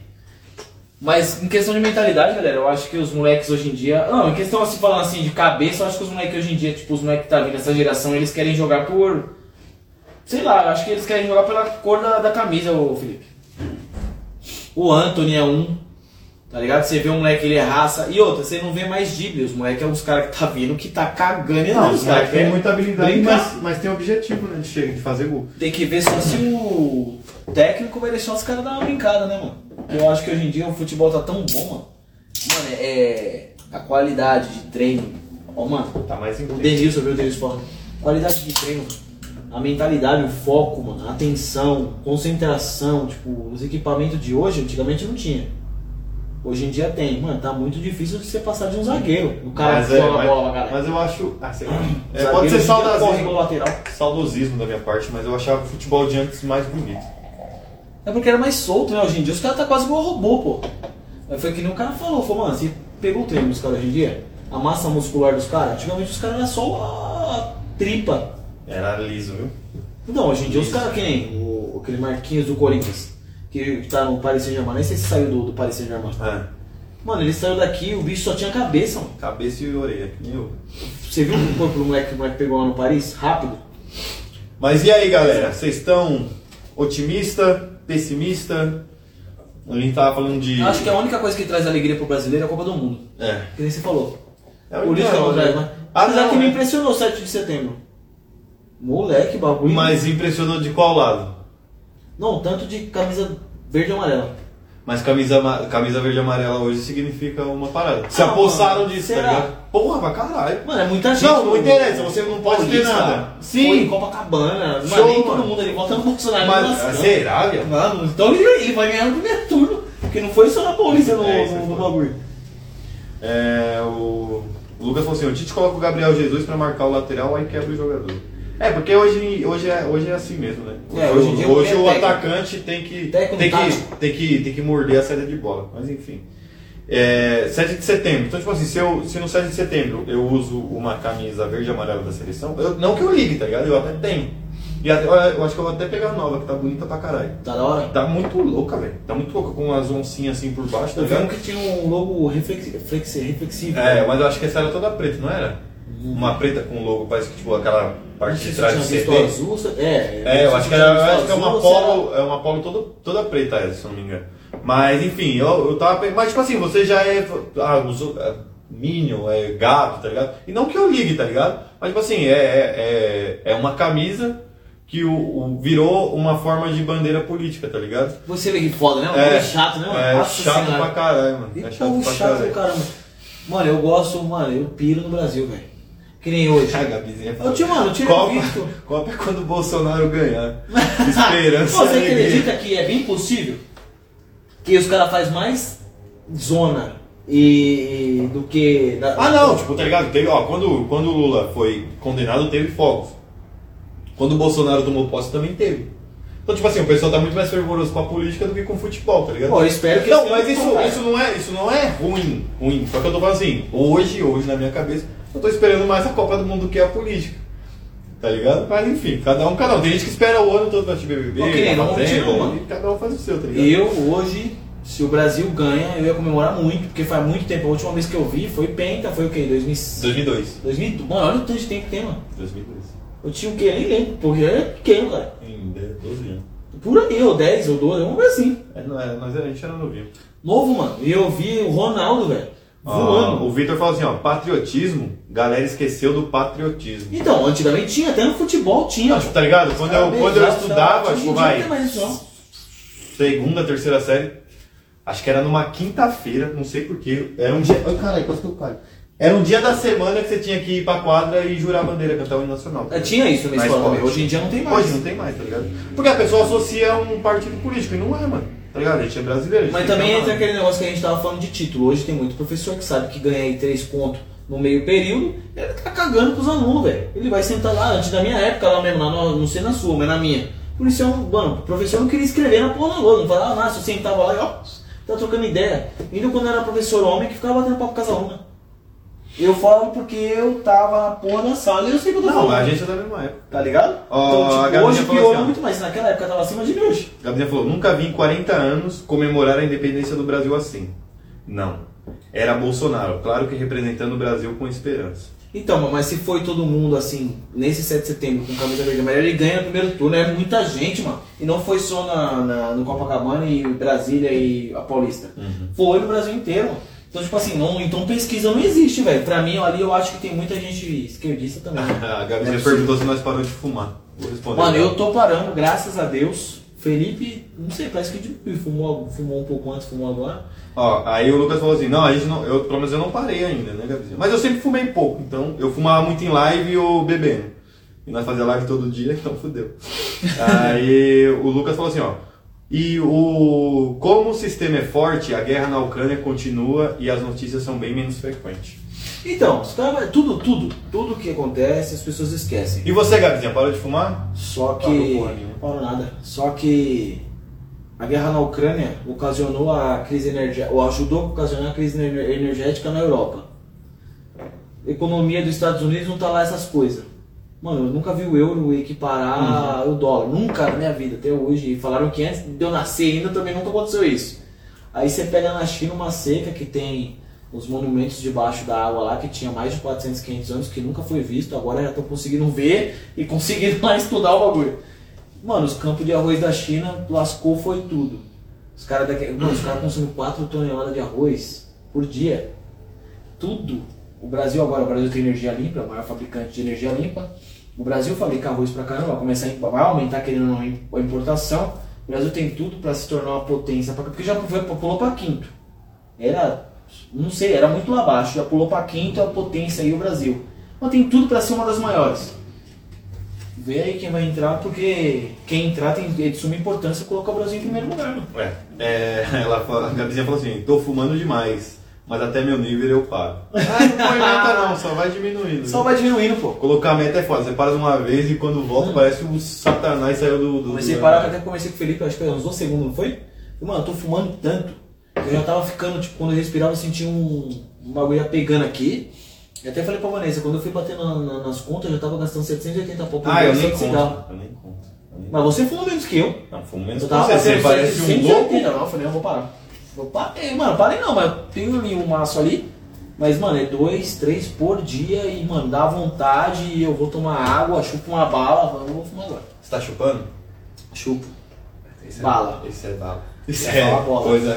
Speaker 1: Mas em questão de mentalidade, galera, eu acho que os moleques hoje em dia. Não, em questão assim, falando assim de cabeça, eu acho que os moleques hoje em dia, tipo, os moleques que tá vindo essa geração, eles querem jogar por. Sei lá, eu acho que eles querem jogar pela cor da, da camisa, ô Felipe. O Anthony é um. Tá ligado? Você vê um moleque, ele é raça. E outra, você não vê mais Dible. Os moleques é uns caras que tá vindo que tá cagando e
Speaker 3: Não,
Speaker 1: não. Os
Speaker 3: os caras
Speaker 1: cara
Speaker 3: têm
Speaker 1: quer
Speaker 3: muita habilidade,
Speaker 1: brincar.
Speaker 3: mas, mas tem objetivo, né? De, chegar, de fazer gol.
Speaker 1: Tem que ver só se o técnico vai deixar os caras dar uma brincada, né, mano? Eu acho que hoje em dia o futebol tá tão bom, mano. Mano, é. é- A qualidade de treino. Ó, mano,
Speaker 3: Tá mais
Speaker 1: o
Speaker 3: intenso.
Speaker 1: Denilson viu o Denilson falando. Qualidade de treino, a mentalidade, o foco, mano, a atenção, concentração, tipo, os equipamentos de hoje, antigamente não tinha. Hoje em dia tem, mano, tá muito difícil de você passar de um zagueiro. O cara
Speaker 3: mas, é,
Speaker 1: que joga
Speaker 3: mas,
Speaker 1: a bola, galera.
Speaker 3: mas eu acho. Ah, sei lá. É,
Speaker 1: Zagueiro
Speaker 3: pode ser
Speaker 1: hoje em dia corre igual
Speaker 3: saudosismo,
Speaker 1: lateral.
Speaker 3: saudosismo da minha parte, mas eu achava o futebol de antes mais bonito.
Speaker 1: É porque era mais solto, né? Hoje em dia os caras tá quase igual robô, pô. Aí Foi que nem o cara falou, falou, mano, você pegou o treino dos caras hoje em dia, a massa muscular dos caras, antigamente os caras eram só a tripa.
Speaker 3: Era liso, viu?
Speaker 1: Então, hoje em dia os caras que nem o, aquele Marquinhos do Corinthians, que tá no Paris Saint-Germain, nem sei se saiu do, do Paris Saint-Germain.
Speaker 3: É.
Speaker 1: Mano, ele saiu daqui, o bicho só tinha cabeça, mano.
Speaker 3: Cabeça e orelha, que nem eu.
Speaker 1: Você viu o corpo do moleque que o moleque pegou lá no Paris? Rápido.
Speaker 3: Mas e aí, galera? Vocês estão otimista, pessimista? A gente tava falando de.
Speaker 1: Eu acho que é a única coisa que traz alegria pro brasileiro é a Copa do Mundo.
Speaker 3: É.
Speaker 1: Que nem você falou.
Speaker 3: É o
Speaker 1: Por isso que eu
Speaker 3: ideal,
Speaker 1: não
Speaker 3: né?
Speaker 1: trago, mas.
Speaker 3: Ah,
Speaker 1: Apesar
Speaker 3: não,
Speaker 1: que me
Speaker 3: né?
Speaker 1: impressionou o 7 de setembro. Moleque, bagulho.
Speaker 3: Mas impressionou de qual lado?
Speaker 1: Não, tanto de camisa verde e amarela.
Speaker 3: Mas camisa, ama- camisa verde e amarela hoje significa uma parada. Se
Speaker 1: Ah,
Speaker 3: apossaram
Speaker 1: mano,
Speaker 3: disso,
Speaker 1: será?
Speaker 3: tá ligado? Porra, pra caralho.
Speaker 1: Mano, é muita gente.
Speaker 3: Não, não
Speaker 1: mano.
Speaker 3: interessa, você não pode ter
Speaker 1: Paulista,
Speaker 3: nada.
Speaker 1: Foi em
Speaker 3: Sim.
Speaker 1: Copacabana.
Speaker 3: Show,
Speaker 1: Show, nem todo
Speaker 3: mano.
Speaker 1: mundo ali vota no Bolsonaro.
Speaker 3: Mas ah,
Speaker 1: não.
Speaker 3: será, viado?
Speaker 1: Mano, então ele, ele vai ganhar no primeiro turno. Porque não foi só na Paulista no,
Speaker 3: É, isso aí
Speaker 1: no, no
Speaker 3: foi.
Speaker 1: bagulho.
Speaker 3: É, o o Lucas falou assim, o Tite coloca o Gabriel Jesus pra marcar o lateral, aí quebra o jogador. É, porque hoje, hoje, é, hoje é assim mesmo, né?
Speaker 1: É,
Speaker 3: hoje
Speaker 1: hoje em dia
Speaker 3: hoje
Speaker 1: é
Speaker 3: o
Speaker 1: técnico.
Speaker 3: atacante tem que,
Speaker 1: Técnico,
Speaker 3: tem, que,
Speaker 1: tático.
Speaker 3: tem, que, tem que morder a saída de bola. Mas enfim. É, 7 de setembro. Então, tipo assim, se, eu, se no 7 de setembro eu uso uma camisa verde e amarela da seleção, eu- não que eu ligue, tá ligado? Eu até tenho. E até- eu acho que eu vou até pegar a nova, que tá bonita pra caralho.
Speaker 1: Tá da hora?
Speaker 3: Tá muito louca, velho. Tá muito louca com as oncinhas assim por baixo, tá
Speaker 1: Eu vi um
Speaker 3: ligado?
Speaker 1: que tinha um logo reflexi- reflexi- reflexivo.
Speaker 3: É, mas eu acho que essa era toda preta, não era? Uma preta com logo, parece que tipo aquela
Speaker 1: Não
Speaker 3: parte
Speaker 1: sei
Speaker 3: de
Speaker 1: se eu
Speaker 3: trás do
Speaker 1: tinha um visto
Speaker 3: CD.
Speaker 1: azul. se- É,
Speaker 3: É, eu acho que, era, eu acho que é uma
Speaker 1: polo
Speaker 3: polo, é uma polo todo, toda preta essa, se eu não me engano. Mas enfim, eu, eu tava. pe- Mas tipo assim, você já é. Ah, usou. É, Minion, é gato, tá ligado? E não que eu ligue, tá ligado? Mas tipo assim, é, é, é, é uma camisa que o, o- virou uma forma de bandeira política, tá ligado?
Speaker 1: Você vê que foda, né? Um
Speaker 3: É,
Speaker 1: é, chato, né? mano?
Speaker 3: É
Speaker 1: Nossa
Speaker 3: chato
Speaker 1: Senhora.
Speaker 3: pra caralho, mano.
Speaker 1: E
Speaker 3: É
Speaker 1: povo
Speaker 3: chato pra
Speaker 1: chato do
Speaker 3: caralho.
Speaker 1: caramba. Mano, eu gosto, mano, eu piro no Brasil, velho. Que nem hoje.
Speaker 3: A Gabizinha
Speaker 1: Eu te mano, eu tiro o
Speaker 3: Copa,
Speaker 1: visto.
Speaker 3: Copa é quando o Bolsonaro ganhar. Esperança.
Speaker 1: Pô, Você
Speaker 3: é alegria.
Speaker 1: acredita que é bem possível que os caras fazem mais zona e, e- do que. da-
Speaker 3: Ah não, tipo, tá ligado? Teve, ó, quando, quando o Lula foi condenado, teve fogos. Quando o Bolsonaro tomou posse também teve. Então, tipo assim, o pessoal tá muito mais fervoroso com a política do que com o futebol, tá ligado?
Speaker 1: Pô, eu espero que
Speaker 3: Não,
Speaker 1: esse
Speaker 3: mas
Speaker 1: ano
Speaker 3: isso,
Speaker 1: não, cara.
Speaker 3: isso, não é, isso não é ruim, ruim. Só que eu tô falando assim, hoje, hoje na minha cabeça, eu tô esperando mais a Copa do Mundo do que a política. Tá ligado? Mas enfim, cada um, cada um. Tem gente que espera o ano todo pra te BBB,
Speaker 1: Ok,
Speaker 3: pra
Speaker 1: vamos
Speaker 3: fazenda,
Speaker 1: continuar, mano.
Speaker 3: e cada um faz o seu, tá ligado?
Speaker 1: Eu hoje, se o Brasil ganha, eu ia comemorar muito, porque faz muito tempo. A última vez que eu vi foi Penta, foi o quê? 2005?
Speaker 3: 2002.
Speaker 1: 2000? Mano, olha o tanto de tempo que tem, mano.
Speaker 3: 2002.
Speaker 1: Eu tinha o quê? Nem lembro, porque eu era pequeno, cara.
Speaker 3: Ainda 12 é, anos.
Speaker 1: Por aí, ou 10 ou 12, alguma coisa assim.
Speaker 3: É, não é, nós, a gente era novinho.
Speaker 1: Novo, mano. E eu vi o Ronaldo, velho,
Speaker 3: Ah,
Speaker 1: voando.
Speaker 3: o Vitor falou assim, ó, patriotismo, galera esqueceu do patriotismo.
Speaker 1: Então, antigamente tinha, até no futebol tinha.
Speaker 3: Não, tipo, tá ligado? Quando eu, quando eu estudava,
Speaker 1: hoje em
Speaker 3: tipo,
Speaker 1: dia
Speaker 3: vai,
Speaker 1: Não tem mais isso, não.
Speaker 3: segunda, terceira série, acho que era numa quinta-feira, não sei porquê, era um dia... Ai, caralho, quase que eu caio. Era um dia da semana que você tinha que ir pra quadra e jurar a bandeira, cantar o hino nacional.
Speaker 1: É, tinha isso na
Speaker 3: Na
Speaker 1: escola
Speaker 3: escola,
Speaker 1: também. Hoje em dia não tem mais.
Speaker 3: Hoje não tem mais, tá ligado? Porque a pessoa associa um partido político, e não é, mano. Tá ligado? A gente é brasileiro. a gente
Speaker 1: Mas
Speaker 3: tem que
Speaker 1: também
Speaker 3: amar,
Speaker 1: entra
Speaker 3: né?
Speaker 1: aquele negócio que a gente tava falando de título. Hoje tem muito professor que sabe que ganha aí 3 pontos no meio período, ele tá cagando pros alunos, velho. Ele vai sentar lá, antes da minha época lá mesmo, lá no- não sei na sua, mas na minha. Por isso é um. Mano, o professor não queria escrever na porra da lousa, não falava nada, só sentava lá e ó, tá trocando ideia. Ainda quando era professor homem que ficava batendo papo com as alunas. Eu falo porque eu tava na porra da sala e eu sei o que eu tô
Speaker 3: Não,
Speaker 1: falando.
Speaker 3: a gente é da mesma época.
Speaker 1: Tá ligado?
Speaker 3: Ó, a
Speaker 1: então, tipo,
Speaker 3: Gabi
Speaker 1: hoje
Speaker 3: já falou
Speaker 1: piorou
Speaker 3: assim, ó.
Speaker 1: muito mais. Naquela época tava acima de mim hoje.
Speaker 3: Gabriel falou, nunca vi em 40 anos comemorar a independência do Brasil assim. Não. Era Bolsonaro, claro que representando o Brasil com esperança.
Speaker 1: Então, mas se foi todo mundo assim, nesse 7 de setembro, com camisa verde e amarela, ele ganha no primeiro turno, é muita gente, mano. E não foi só na, na- no Copacabana e Brasília e a Paulista.
Speaker 3: Uhum.
Speaker 1: Foi no Brasil inteiro, mano. Então, tipo assim, não, então pesquisa não existe, velho. Pra mim, ali eu acho que tem muita gente esquerdista também. né?
Speaker 3: A
Speaker 1: Não é
Speaker 3: Gabriel
Speaker 1: possível.
Speaker 3: perguntou se nós paramos de fumar. Vou responder. né?
Speaker 1: Mano, eu tô parando, graças a Deus. Felipe, não sei, parece que ele fumou, fumou um pouco antes, fumou agora.
Speaker 3: Ó, aí o Lucas falou assim, não, a gente não, eu, pelo menos eu não parei ainda, né, Gabriel? Mas eu sempre fumei pouco, então eu fumava muito em live ou bebendo. E nós fazia live todo dia, então fudeu. aí o Lucas falou assim, ó. E o como o sistema é forte, a guerra na Ucrânia continua e as notícias são bem menos frequentes.
Speaker 1: Então, os caras- tudo, tudo, tudo que acontece, as pessoas esquecem.
Speaker 3: E você, Gabizinha, parou de fumar?
Speaker 1: Só
Speaker 3: Parou
Speaker 1: que.
Speaker 3: porra nenhuma.
Speaker 1: Parou nada. Só que a guerra na Ucrânia ocasionou a crise energética. Ou ajudou a ocasionar a crise ener- energética na Europa. Economia dos Estados Unidos não tá lá essas coisas. Mano, eu nunca vi o euro equiparar o dólar. Nunca na minha vida, até hoje. E Falaram que antes de eu nascer ainda também nunca aconteceu isso. Aí você pega na China uma seca que tem os monumentos debaixo da água lá, que tinha mais de 400, 500 anos, que nunca foi visto, agora já estão conseguindo ver e conseguindo lá estudar o bagulho. Mano, os campos de arroz da China lascou foi tudo. Os caras daqui, mano, os caras consomem 4 toneladas de arroz por dia. Tudo. O Brasil agora, o Brasil tem energia limpa, é o maior fabricante de energia limpa. O Brasil fabrica arroz pra caramba, vai começar a, vai aumentar querendo ou não a importação. O Brasil tem tudo pra se tornar uma potência, pra- porque já foi- pulou pra quinto. Era, não sei, era muito lá abaixo, é já pulou pra quinto a potência aí o Brasil. Mas tem tudo pra ser uma das maiores. Vê aí quem vai entrar, porque quem entrar tem é de suma importância colocar o Brasil em primeiro lugar. Mano.
Speaker 3: É, é, ela fala, a Gabizinha falou assim, tô fumando demais, mas até meu nível eu paro. Ah, não põe meta não, só vai diminuindo.
Speaker 1: Só vai diminuindo, pô.
Speaker 3: Colocar meta é foda, você para de uma vez e quando volta parece que o satanás saiu do... do
Speaker 1: Comecei a
Speaker 3: do-
Speaker 1: parar, até comecei com o Felipe, acho que era uns dois segundos, não foi? Eu, mano, eu tô fumando tanto. que Eu já tava ficando, tipo, quando eu respirava, eu sentia um, uma agulha pegando aqui. Eu até falei pra Vanessa, quando eu fui bater na- na- nas contas, eu já tava gastando 780 pau por
Speaker 3: Ah, eu
Speaker 1: dia
Speaker 3: nem
Speaker 1: só de
Speaker 3: conto,
Speaker 1: cigarro.
Speaker 3: eu nem conto. eu nem-
Speaker 1: Mas você fuma menos que eu.
Speaker 3: Não, fumo menos
Speaker 1: Eu
Speaker 3: que
Speaker 1: tava
Speaker 3: você, você
Speaker 1: passando
Speaker 3: parece um
Speaker 1: 780,
Speaker 3: louco.
Speaker 1: Não, eu falei, eu vou parar. Eu parei, mano, parei não, mas tenho ali um maço ali. Mas, mano, é dois, três por dia e, mano, dá vontade e eu vou tomar água, chupo uma bala, eu vou fumar agora.
Speaker 3: Você tá chupando?
Speaker 1: Chupo.
Speaker 3: Esse é-
Speaker 1: Bala.
Speaker 3: Esse é bala.
Speaker 1: Isso é uma bola.
Speaker 3: coisa...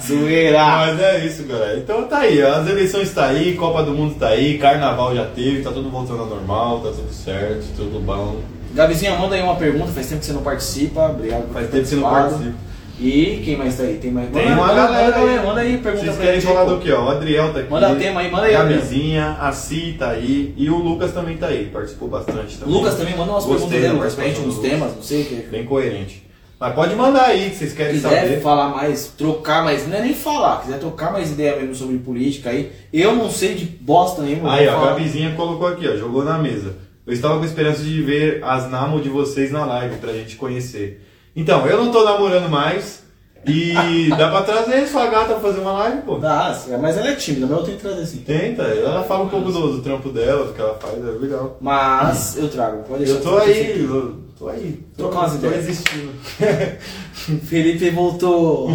Speaker 1: Zoeira!
Speaker 3: Mas é isso, galera. Então tá aí, as eleições tá aí, Copa do Mundo tá aí, carnaval já teve, tá tudo voltando ao normal, tá tudo certo, tudo bom.
Speaker 1: Gabizinha, manda aí uma pergunta, faz tempo que você não participa, obrigado. por
Speaker 3: Faz
Speaker 1: ter
Speaker 3: tempo que você não
Speaker 1: participado.
Speaker 3: participa.
Speaker 1: E quem mais tá aí? Tem mais?
Speaker 3: Tem
Speaker 1: manda,
Speaker 3: uma
Speaker 1: manda,
Speaker 3: galera
Speaker 1: manda,
Speaker 3: aí.
Speaker 1: manda aí pergunta
Speaker 3: Vocês
Speaker 1: pra tipo,
Speaker 3: querem
Speaker 1: gente,
Speaker 3: falar
Speaker 1: pô.
Speaker 3: do que? Ó, o Adriel tá aqui.
Speaker 1: Manda tema aí, manda aí, Adriel.
Speaker 3: Gabizinha, a Si tá aí e o Lucas também tá aí, participou bastante também.
Speaker 1: Lucas também manda umas
Speaker 3: Gostei
Speaker 1: perguntas
Speaker 3: da
Speaker 1: dele, Lucas, pra gente, uns
Speaker 3: participação do Lucas.
Speaker 1: temas, não sei o que.
Speaker 3: Bem coerente. Mas pode mandar aí que vocês querem
Speaker 1: quiser
Speaker 3: saber.
Speaker 1: falar mais, trocar mais, não é nem falar, quiser trocar mais ideia mesmo sobre política aí, eu não sei de bosta nenhuma.
Speaker 3: Aí,
Speaker 1: vou
Speaker 3: ó, a
Speaker 1: falar.
Speaker 3: Gabizinha colocou aqui, ó, jogou na mesa. Eu estava com esperança de ver as namo de vocês na live pra gente conhecer. Então, eu não tô namorando mais e dá pra trazer sua gata pra fazer uma live, pô.
Speaker 1: Dá, mas ela é tímida, mas eu tenho que trazer assim.
Speaker 3: Tenta, ela fala um pouco do, do trampo dela, do que ela faz, é legal.
Speaker 1: Mas eu trago, pode deixar.
Speaker 3: Eu tô aí, eu tô aí. Tô,
Speaker 1: Trocar umas
Speaker 3: tô
Speaker 1: ideias.
Speaker 3: existindo.
Speaker 1: Felipe voltou.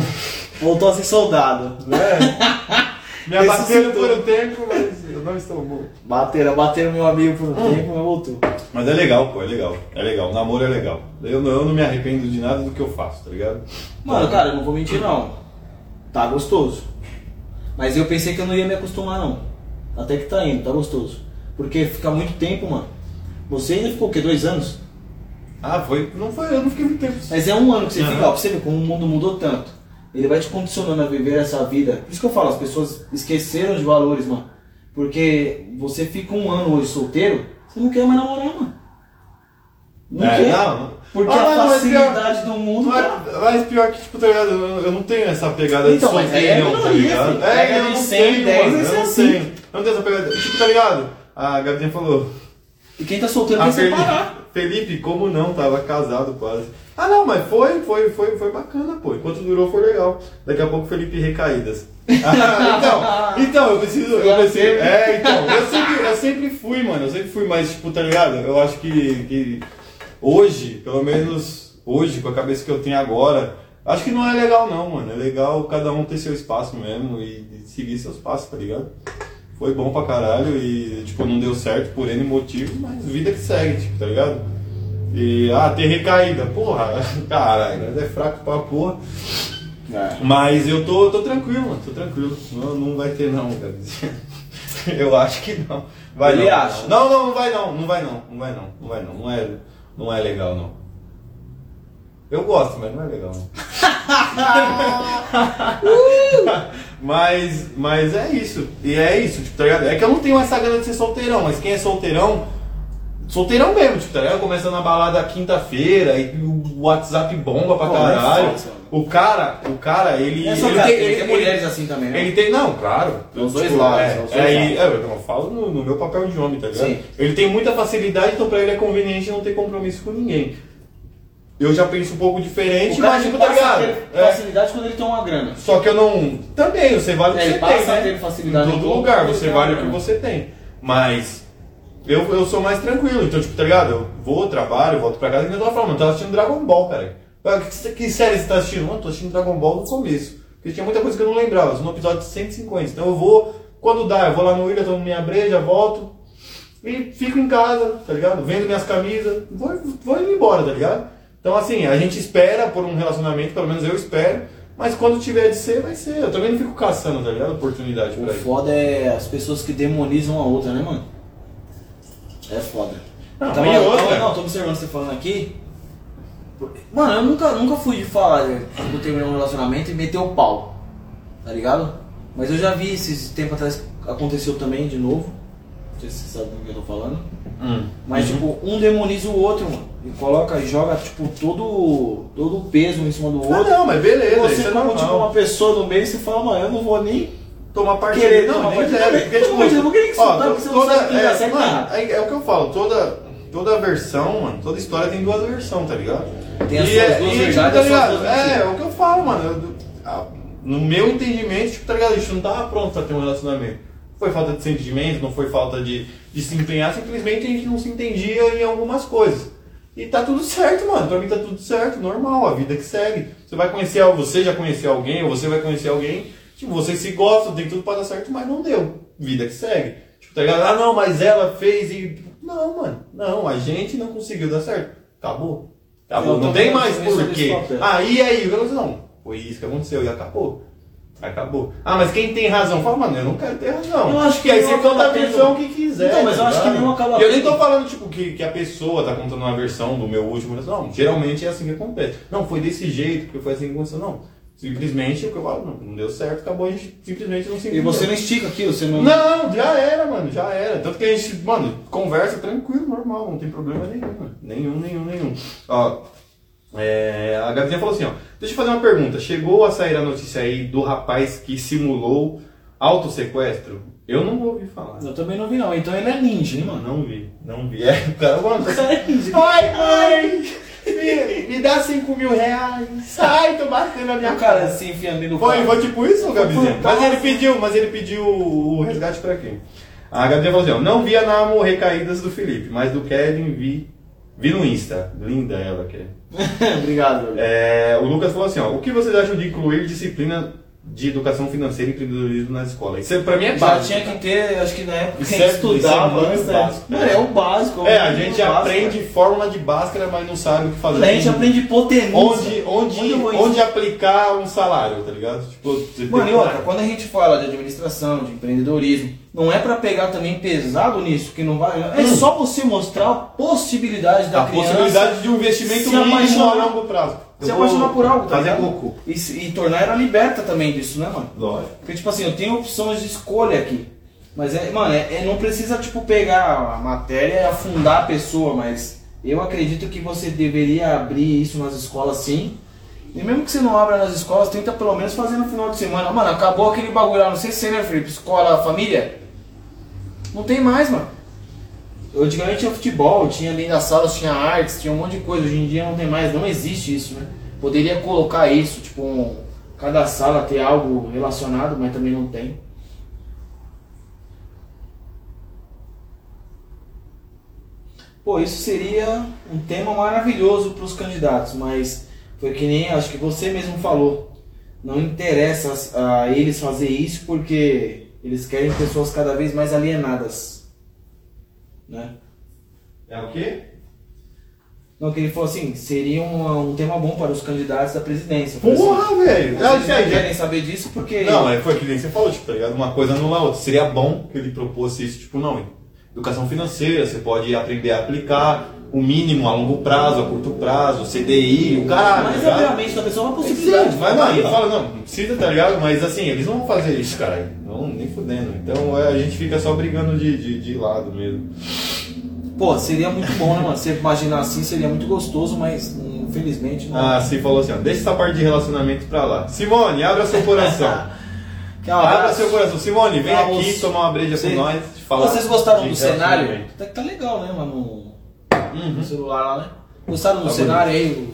Speaker 1: voltou a ser soldado.
Speaker 3: É. Me abateram
Speaker 1: Ressuscitou.
Speaker 3: por um tempo, mas eu não estou morto.
Speaker 1: Bateram, bateram meu amigo por um
Speaker 3: Hum.
Speaker 1: tempo, mas voltou.
Speaker 3: Mas é legal, pô, é legal. É legal, namoro é legal. Eu, não- eu não me arrependo de nada do que eu faço, tá ligado?
Speaker 1: Mano, cara, eu não vou mentir não. Tá gostoso. Mas eu pensei que eu não ia me acostumar não. Até que tá indo, tá gostoso. Porque fica muito tempo, mano. Você ainda ficou o quê? Dois anos?
Speaker 3: Ah, foi. Não foi, eu não fiquei muito tempo.
Speaker 1: Mas é um ano que você
Speaker 3: Aham.
Speaker 1: fica, ó, pra você ver como o mundo mudou tanto. Ele vai te condicionando a viver essa vida. Por isso que eu falo, as pessoas esqueceram de valores, mano. Porque você fica um ano hoje solteiro, você não quer mais namorar, mano. Não
Speaker 3: É,
Speaker 1: quer.
Speaker 3: não.
Speaker 1: Porque
Speaker 3: Ah,
Speaker 1: a
Speaker 3: não, mas pior-
Speaker 1: facilidade do mundo. cara.
Speaker 3: Mas, mas pior que, tipo, tá ligado? Eu eu não tenho essa pegada
Speaker 1: Então,
Speaker 3: de
Speaker 1: mas aí é
Speaker 3: solteirão, tá
Speaker 1: minoria,
Speaker 3: ligado?
Speaker 1: filho. Pega
Speaker 3: eu
Speaker 1: de
Speaker 3: não
Speaker 1: 100,
Speaker 3: tenho,
Speaker 1: 10,
Speaker 3: mano.
Speaker 1: vai
Speaker 3: Eu
Speaker 1: ser
Speaker 3: não
Speaker 1: assim.
Speaker 3: tenho. Eu não tenho essa pegada. Tipo, tá ligado? A Gabizinha falou.
Speaker 1: E quem tá solteiro
Speaker 3: "Ah,
Speaker 1: vai
Speaker 3: Felipe,
Speaker 1: separar.
Speaker 3: Felipe, como não? Tava casado quase. Ah, não, mas foi, foi, foi, foi bacana, pô. Enquanto durou, foi legal. Daqui a pouco, Felipe, recaídas. Ah, então, então, eu preciso. Eu
Speaker 1: Agora
Speaker 3: preciso
Speaker 1: teve.
Speaker 3: é, então. Eu sempre, eu sempre fui, mano. Eu sempre fui, mas, tipo, tá ligado? Eu acho que- que hoje, pelo menos hoje, com a cabeça que eu tenho agora, acho que não é legal não, mano. É legal cada um ter seu espaço mesmo e seguir seus passos, tá ligado? Foi bom pra caralho e, tipo, não deu certo por N motivo, mas vida que segue, tipo, tá ligado? E, ah, ter recaída, porra, caralho, mas é fraco pra porra. É. Mas eu tô, tô tranquilo, mano, tô tranquilo. Não, não vai ter não, cara. Eu acho que não. Vai
Speaker 1: Ele
Speaker 3: não.
Speaker 1: acha.
Speaker 3: Não, não, não vai não, não vai não, não vai não, não vai não, não é, não é legal não. Eu gosto, mas não é legal não. mas, mas é isso. E é isso, tipo, tá ligado? É que eu não tenho essa grana de ser solteirão, mas quem é solteirão, solteirão mesmo, tipo, tá ligado? Começando a balada quinta-feira e o WhatsApp bomba pra
Speaker 1: Pô, é
Speaker 3: caralho.
Speaker 1: fácil, mano.
Speaker 3: O cara, o cara, ele.
Speaker 1: É só
Speaker 3: ele
Speaker 1: cara,
Speaker 3: tem,
Speaker 1: tem-
Speaker 3: ele-
Speaker 1: tem mulheres assim também, né?
Speaker 3: Ele tem. Não, claro.
Speaker 1: Os dois lados,
Speaker 3: É,
Speaker 1: os dois
Speaker 3: é,
Speaker 1: lados.
Speaker 3: e- é, eu não falo no, no meu papel de homem, tá ligado?
Speaker 1: Sim.
Speaker 3: Ele tem muita facilidade, então pra ele é conveniente não ter compromisso com ninguém. Eu já penso um pouco diferente,
Speaker 1: O cara
Speaker 3: mas
Speaker 1: tipo,
Speaker 3: tipo, tá
Speaker 1: passa a
Speaker 3: ligado?
Speaker 1: ter
Speaker 3: É.
Speaker 1: facilidade quando ele tem uma grana.
Speaker 3: Só que eu não. Também, você vale o que
Speaker 1: É, ele
Speaker 3: você
Speaker 1: passa
Speaker 3: tem,
Speaker 1: a
Speaker 3: né?
Speaker 1: ter facilidade
Speaker 3: Em
Speaker 1: em
Speaker 3: todo
Speaker 1: todo
Speaker 3: lugar,
Speaker 1: lugar,
Speaker 3: você vale o
Speaker 1: né?
Speaker 3: que você tem. Mas. Eu, eu sou mais tranquilo, então, tipo, tá ligado? Eu vou, trabalho, volto pra casa e eu tava falando, eu tava assistindo Dragon Ball, cara. Ah, Que, que série você tá assistindo? Mano, tô assistindo Dragon Ball no começo. Porque tinha muita coisa que eu não lembrava, no episódio 150. Então eu vou, quando dá, eu vou lá no William, tomo minha breja, volto, e fico em casa, tá ligado? Vendo minhas camisas, vou, vou indo embora, tá ligado? Então, assim, a gente espera por um relacionamento, pelo menos eu espero, mas quando tiver de ser, vai ser. Eu também não fico caçando, tá ligado? Oportunidade
Speaker 1: O
Speaker 3: pra isso.
Speaker 1: foda é as pessoas que demonizam a outra, né, mano? É foda.
Speaker 3: Não,
Speaker 1: Tava-
Speaker 3: e outra?
Speaker 1: tava- não, tô observando você falando aqui. Mano, eu nunca, nunca fui de falar, né, tipo, terminar um relacionamento e meter o pau. Tá ligado? Mas eu já vi esses tempo atrás aconteceu também de novo. Não sei se você sabe do que eu tô falando. Hum. Mas, uhum. tipo, um demoniza o outro, mano. E coloca, joga, tipo, todo, todo o peso um em cima do outro. Ah,
Speaker 3: não, mas beleza.
Speaker 1: E você, como, é normal. tipo, uma pessoa no meio, você fala, mano, eu não vou nem
Speaker 3: tomar parte
Speaker 1: querer não, nem deve, porque tipo, eu vou querer que
Speaker 3: ó, toda, você toda, não é, certo, mano, é, é, o que eu falo, toda toda versão, mano, toda história tem duas versões, tá ligado?
Speaker 1: Tem as e, suas é, duas verdades, tá ligado?
Speaker 3: tipo, É, é o que eu falo, mano, eu, a, no meu entendimento, tipo, tá ligado? A gente não tava pronto pra ter um relacionamento. Não foi falta de sentimento, não foi falta de, de se empenhar, simplesmente a gente não se entendia em algumas coisas. E tá tudo certo, mano. Pra mim tá tudo certo, normal, a vida que segue. Você vai conhecer, você já conheceu alguém, ou você vai conhecer alguém, Tipo, vocês se gostam, tem tudo para dar certo, mas não deu. Vida que segue. Tipo, tá ligado? Ah, não, mas ela fez e. tipo, Não, mano. Não, a gente não conseguiu dar certo. Acabou.
Speaker 1: Tá
Speaker 3: Acabou. Eu
Speaker 1: então
Speaker 3: não tem mais porquê. Ah, e aí? Não, foi isso que aconteceu e acabou. Acabou. Ah, mas quem tem razão? Fala, mano, eu não quero ter razão.
Speaker 1: Eu acho que
Speaker 3: e aí você conta a versão tendo... que quiser.
Speaker 1: Não, Então, mas eu acho
Speaker 3: sabe?
Speaker 1: que não acaba.
Speaker 3: Eu nem tô falando, tipo, que, que a pessoa tá contando uma versão do meu último. Não, geralmente é assim que acontece. Não, foi desse jeito, porque foi assim que aconteceu. Não. Simplesmente o que eu falo, não, não deu certo, acabou, a gente simplesmente não se
Speaker 1: entendeu. E você não estica aquilo, você não.
Speaker 3: Não, já era, mano, já era. Tanto que a gente, mano, conversa tranquilo, normal, não tem problema nenhum, mano. Nenhum, nenhum, nenhum. Ó, é, a Gabizinha falou assim, ó. Deixa eu fazer uma pergunta. Chegou a sair a notícia aí do rapaz que simulou autossequestro? Eu não ouvi falar.
Speaker 1: Eu também não vi, não. Então ele é ninja, hein, mano?
Speaker 3: Não vi, não vi. É, o cara, mano.
Speaker 1: é ninja.
Speaker 3: Ai, ai! Me, me, dá 5 mil reais. Sai, tô batendo a minha
Speaker 1: o cara. cara se enfiando no
Speaker 3: foi, foi tipo isso, Gabizinha? Mas ele pediu, mas ele pediu o resgate pra quem? A Gabizinha falou assim, ó, não vi a Namo recaídas do Felipe, mas do Kevin vi. Vi no Insta. Linda ela, Kevin.
Speaker 1: Obrigado.
Speaker 3: É, o Lucas falou assim, ó, o que vocês acham de incluir disciplina de educação financeira e empreendedorismo na escola. Isso pra mim é básico.
Speaker 1: Já tinha que ter, acho que na época isso é, estudava
Speaker 3: isso é antes, básico,
Speaker 1: né? Mano, é o básico.
Speaker 3: É, a gente aprende básico, fórmula de Bhaskara, mas não sabe o que fazer.
Speaker 1: A gente aprende hipotenusa.
Speaker 3: Onde, onde, onde, onde, onde aplicar um salário, tá ligado? Tipo,
Speaker 1: Mano, e outra, quando a gente fala de administração, de empreendedorismo, não é para pegar também pesado nisso, que não vai. É hum. só você mostrar a possibilidade da
Speaker 3: a
Speaker 1: criança.
Speaker 3: A possibilidade de um investimento mínimo a longo prazo.
Speaker 1: Eu se apaixonar por algo, tá
Speaker 3: fazer ligado? Pouco.
Speaker 1: E, e, tornar ela liberta também disso, né, mano?
Speaker 3: Lógico.
Speaker 1: Porque, tipo assim, eu tenho opções de escolha aqui. Mas, é, mano, é, é, não precisa, tipo, pegar a matéria e afundar a pessoa, mas eu acredito que você deveria abrir isso nas escolas sim. E mesmo que você não abra nas escolas, tenta pelo menos fazer no final de semana. Mano, acabou aquele bagulho lá, não sei se você, né, Felipe? Escola, família? Não tem mais, mano. Eu, antigamente tinha futebol, tinha dentro das salas, tinha artes, tinha um monte de coisa. Hoje em dia não tem mais, não existe isso, né? Poderia colocar isso, tipo, um, cada sala ter algo relacionado, mas também não tem. Pô, isso seria um tema maravilhoso para os candidatos, mas foi que nem acho que você mesmo falou. Não interessa a, a eles fazer isso porque eles querem pessoas cada vez mais alienadas né?
Speaker 3: É o quê?
Speaker 1: Não, que ele falou assim, seria um, um tema bom para os candidatos da presidência.
Speaker 3: Porra, É velho!
Speaker 1: Eles não querem saber disso porque...
Speaker 3: Não, é, foi que nem você falou, tipo, tá ligado? Uma coisa anula a outra. Seria bom que ele propôs isso, tipo, não, educação financeira, você pode aprender a aplicar o mínimo a longo prazo, a curto prazo, CDI, o caralho. tá
Speaker 1: Mas obviamente, da pessoa é uma possibilidade. Sim,
Speaker 3: mas, mano, fala, não, não precisa, tá ligado? Mas assim, eles não vão fazer isso, caralho. Não, nem fudendo. Então a gente fica só brigando de, de, de lado mesmo.
Speaker 1: Pô, seria muito bom, né, mano? Você imaginar assim seria muito gostoso, mas infelizmente não.
Speaker 3: Ah, sim, falou assim, ó, deixa essa parte de relacionamento pra lá. Simone, abra seu coração. Um
Speaker 1: é
Speaker 3: abra seu coração. Simone, vem Vamos. aqui tomar uma breja Você... com nós.
Speaker 1: Falar Ah, Vocês gostaram do cenário? Tá, tá legal, né, mano? Uhum. No celular lá, né? Gostaram do tá cenário bonito. aí?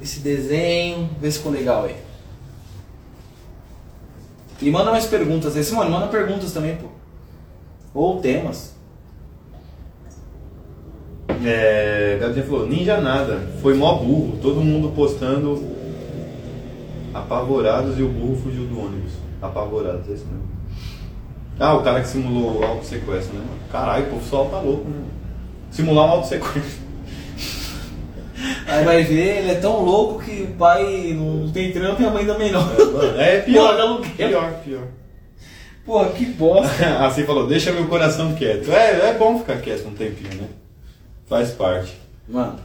Speaker 1: Esse desenho, vê se ficou legal aí. E manda mais perguntas aí. Simone, manda perguntas também, pô. Ou temas.
Speaker 3: É, Gabriel falou, ninja nada, foi mó burro, todo mundo postando apavorados e o burro fugiu do ônibus. Apavorados, é isso mesmo. Ah, o cara que simulou o sequestro, né? Caralho, o povo só tá louco, né? Simular um autossequestro.
Speaker 1: Aí vai ver, ele é tão louco que o pai não tem trampo e a mãe também não.
Speaker 3: É, é pior,
Speaker 1: Porra, aluguel.
Speaker 3: pior, pior.
Speaker 1: Porra, que bosta.
Speaker 3: assim falou, deixa meu coração quieto. É, é bom ficar quieto um tempinho, né? Faz parte.
Speaker 1: Mano,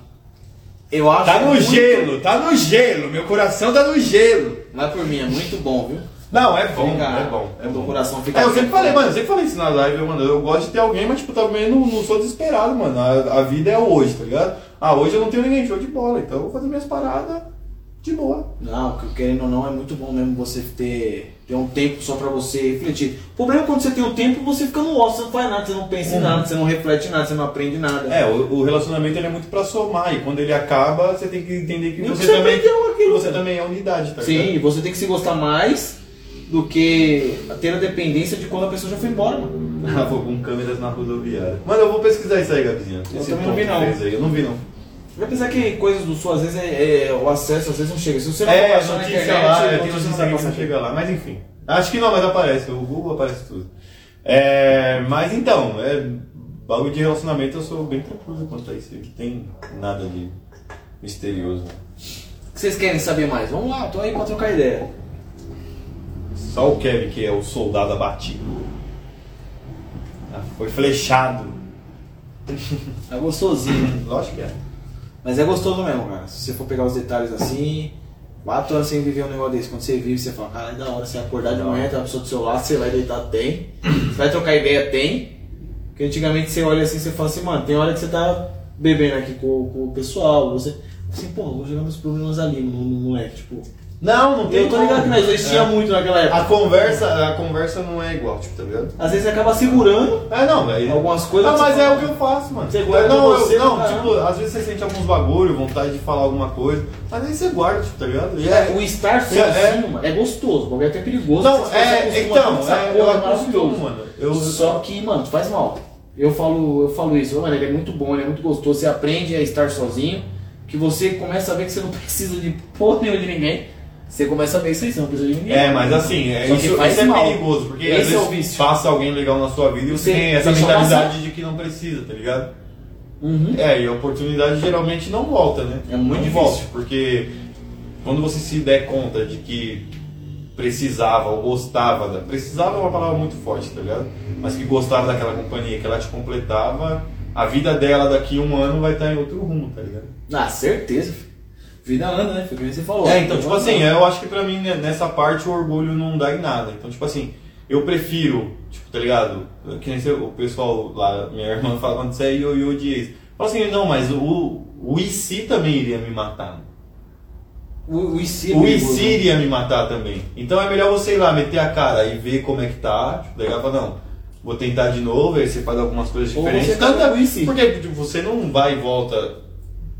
Speaker 1: eu acho.
Speaker 3: Tá no muito... gelo, tá no gelo, meu coração tá no gelo.
Speaker 1: Vai por mim, é muito bom, viu?
Speaker 3: Não, é bom,
Speaker 1: Fica-
Speaker 3: é bom. É
Speaker 1: O
Speaker 3: bom.
Speaker 1: coração fica. né?
Speaker 3: É, eu sempre falei, mano, eu sempre falei isso na live, mano. Eu gosto de ter alguém, mas, tipo, também não, não sou desesperado, mano. A, a vida é hoje, tá ligado? Ah, hoje eu não tenho ninguém, show de bola. Então eu vou fazer minhas paradas de boa.
Speaker 1: Não, que- querendo ou não, é muito bom mesmo você ter, ter um tempo só pra você refletir. O problema é quando você tem o tempo, você fica no ócio, você não faz nada, você não pensa em nada, você não reflete em nada, você não aprende nada.
Speaker 3: Uhum. É, o, o relacionamento ele é muito pra somar. E quando ele acaba, você tem que entender que
Speaker 1: E
Speaker 3: você,
Speaker 1: você
Speaker 3: também,
Speaker 1: aprendeu aquilo,
Speaker 3: você
Speaker 1: cara.
Speaker 3: também é unidade, tá ligado?
Speaker 1: Sim, você tem que se gostar mais do que ter a dependência de quando a pessoa já foi embora, mano.
Speaker 3: Ah, vou com câmeras na rodoviária. Mano, eu vou pesquisar isso aí, Gabizinha.
Speaker 1: Eu
Speaker 3: Esse
Speaker 1: também não vi,
Speaker 3: ponto
Speaker 1: não.
Speaker 3: que fez aí, Eu não vi, não.
Speaker 1: Apesar que coisas do sul, às vezes, é, é- o acesso às vezes não chega. Se você não for
Speaker 3: É,
Speaker 1: baixar na
Speaker 3: notícia
Speaker 1: internet,
Speaker 3: lá,
Speaker 1: a
Speaker 3: tem
Speaker 1: notícia
Speaker 3: notícia que
Speaker 1: passar.
Speaker 3: não chega lá, mas enfim. Acho que não, mas aparece, o Google aparece tudo. É, mas então, é, bagulho de relacionamento eu sou bem tranquilo quanto a isso, não tem nada de misterioso.
Speaker 1: O que vocês querem saber mais? Vamos lá, eu tô aí pra trocar ideia.
Speaker 3: Só o Kevin que é o soldado abatido. Ah, Foi flechado.
Speaker 1: É gostosinho.
Speaker 3: Lógico que é.
Speaker 1: Mas é gostoso mesmo, cara. Se você for pegar os detalhes assim, quatro horas sem viver um negócio desse. Quando você vive, você fala, cara, é da hora. Você acordar de manhã, tem uma pessoa do seu lado, você vai deitar, tem. Você vai trocar ideia, tem. Porque antigamente você olha assim, você fala assim, mano, tem hora que você tá bebendo aqui com, com o pessoal. Você, assim, pô, vou jogar meus problemas ali no, no moleque, tipo.
Speaker 3: Não, não tem.
Speaker 1: Eu tô ligado que nós dois tinha
Speaker 3: É.
Speaker 1: muito naquela época.
Speaker 3: A conversa, a conversa não é igual, tipo, tá ligado?
Speaker 1: Às vezes você acaba segurando
Speaker 3: É, não, velho.
Speaker 1: algumas coisas. tipo,
Speaker 3: Ah,
Speaker 1: que
Speaker 3: mas
Speaker 1: você
Speaker 3: é
Speaker 1: fala,
Speaker 3: o que eu faço, mano.
Speaker 1: Você guarda
Speaker 3: não,
Speaker 1: você
Speaker 3: eu, não
Speaker 1: pra
Speaker 3: tipo, às vezes você sente alguns bagulho, vontade de falar alguma coisa, mas aí você guarda, tipo, tá ligado? E
Speaker 1: É,
Speaker 3: é-
Speaker 1: o estar sozinho,
Speaker 3: É, é.
Speaker 1: mano, é gostoso, porque é até perigoso.
Speaker 3: não,
Speaker 1: você se
Speaker 3: é,
Speaker 1: acostuma
Speaker 3: então,
Speaker 1: com essa
Speaker 3: é,
Speaker 1: porra,
Speaker 3: eu
Speaker 1: maravilhoso.
Speaker 3: acostumo, mano. Eu,
Speaker 1: Só que, mano, faz mal. Eu falo, eu falo isso, mano, ele é muito bom, ele é muito gostoso, você aprende a estar sozinho, que você começa a ver que você não precisa de porra nenhuma de ninguém. Você começa a ver que você não precisa de ninguém.
Speaker 3: é, mas assim, é,
Speaker 1: Só que
Speaker 3: isso,
Speaker 1: faz
Speaker 3: isso é
Speaker 1: mal.
Speaker 3: perigoso, porque
Speaker 1: Esse
Speaker 3: às
Speaker 1: é o
Speaker 3: vezes
Speaker 1: vício.
Speaker 3: passa alguém legal na sua vida e você
Speaker 1: Você
Speaker 3: tem essa
Speaker 1: deixa
Speaker 3: mentalidade
Speaker 1: passar.
Speaker 3: de que não precisa, tá ligado?
Speaker 1: Uhum.
Speaker 3: É, e a oportunidade geralmente não volta, né?
Speaker 1: É muito
Speaker 3: não
Speaker 1: difícil.
Speaker 3: volta, porque quando você se der conta de que precisava ou gostava, da... precisava é uma palavra muito forte, tá ligado? Mas que gostava daquela companhia, que ela te completava, a vida dela daqui a um ano vai estar em outro rumo, tá ligado?
Speaker 1: Ah, certeza. filho. Vida anda, né? Foi o que você falou.
Speaker 3: É, então, tipo assim, eu acho que pra mim, né, nessa parte, o orgulho não dá em nada. Então, tipo assim, eu prefiro, tipo, tá ligado? Que nem se- o pessoal lá, minha irmã fala quando você é ioiô de ex. Fala assim, não, mas o, o IC também iria me matar.
Speaker 1: O, o IC. é
Speaker 3: O
Speaker 1: perigoso,
Speaker 3: IC
Speaker 1: né?
Speaker 3: iria me matar também. Então é melhor você ir lá, meter a cara e ver como é que tá. Tipo, daí ela fala, não, vou tentar de novo, aí você faz algumas coisas
Speaker 1: Ou
Speaker 3: diferentes.
Speaker 1: você tá no IC.
Speaker 3: Porque tipo, você não vai e volta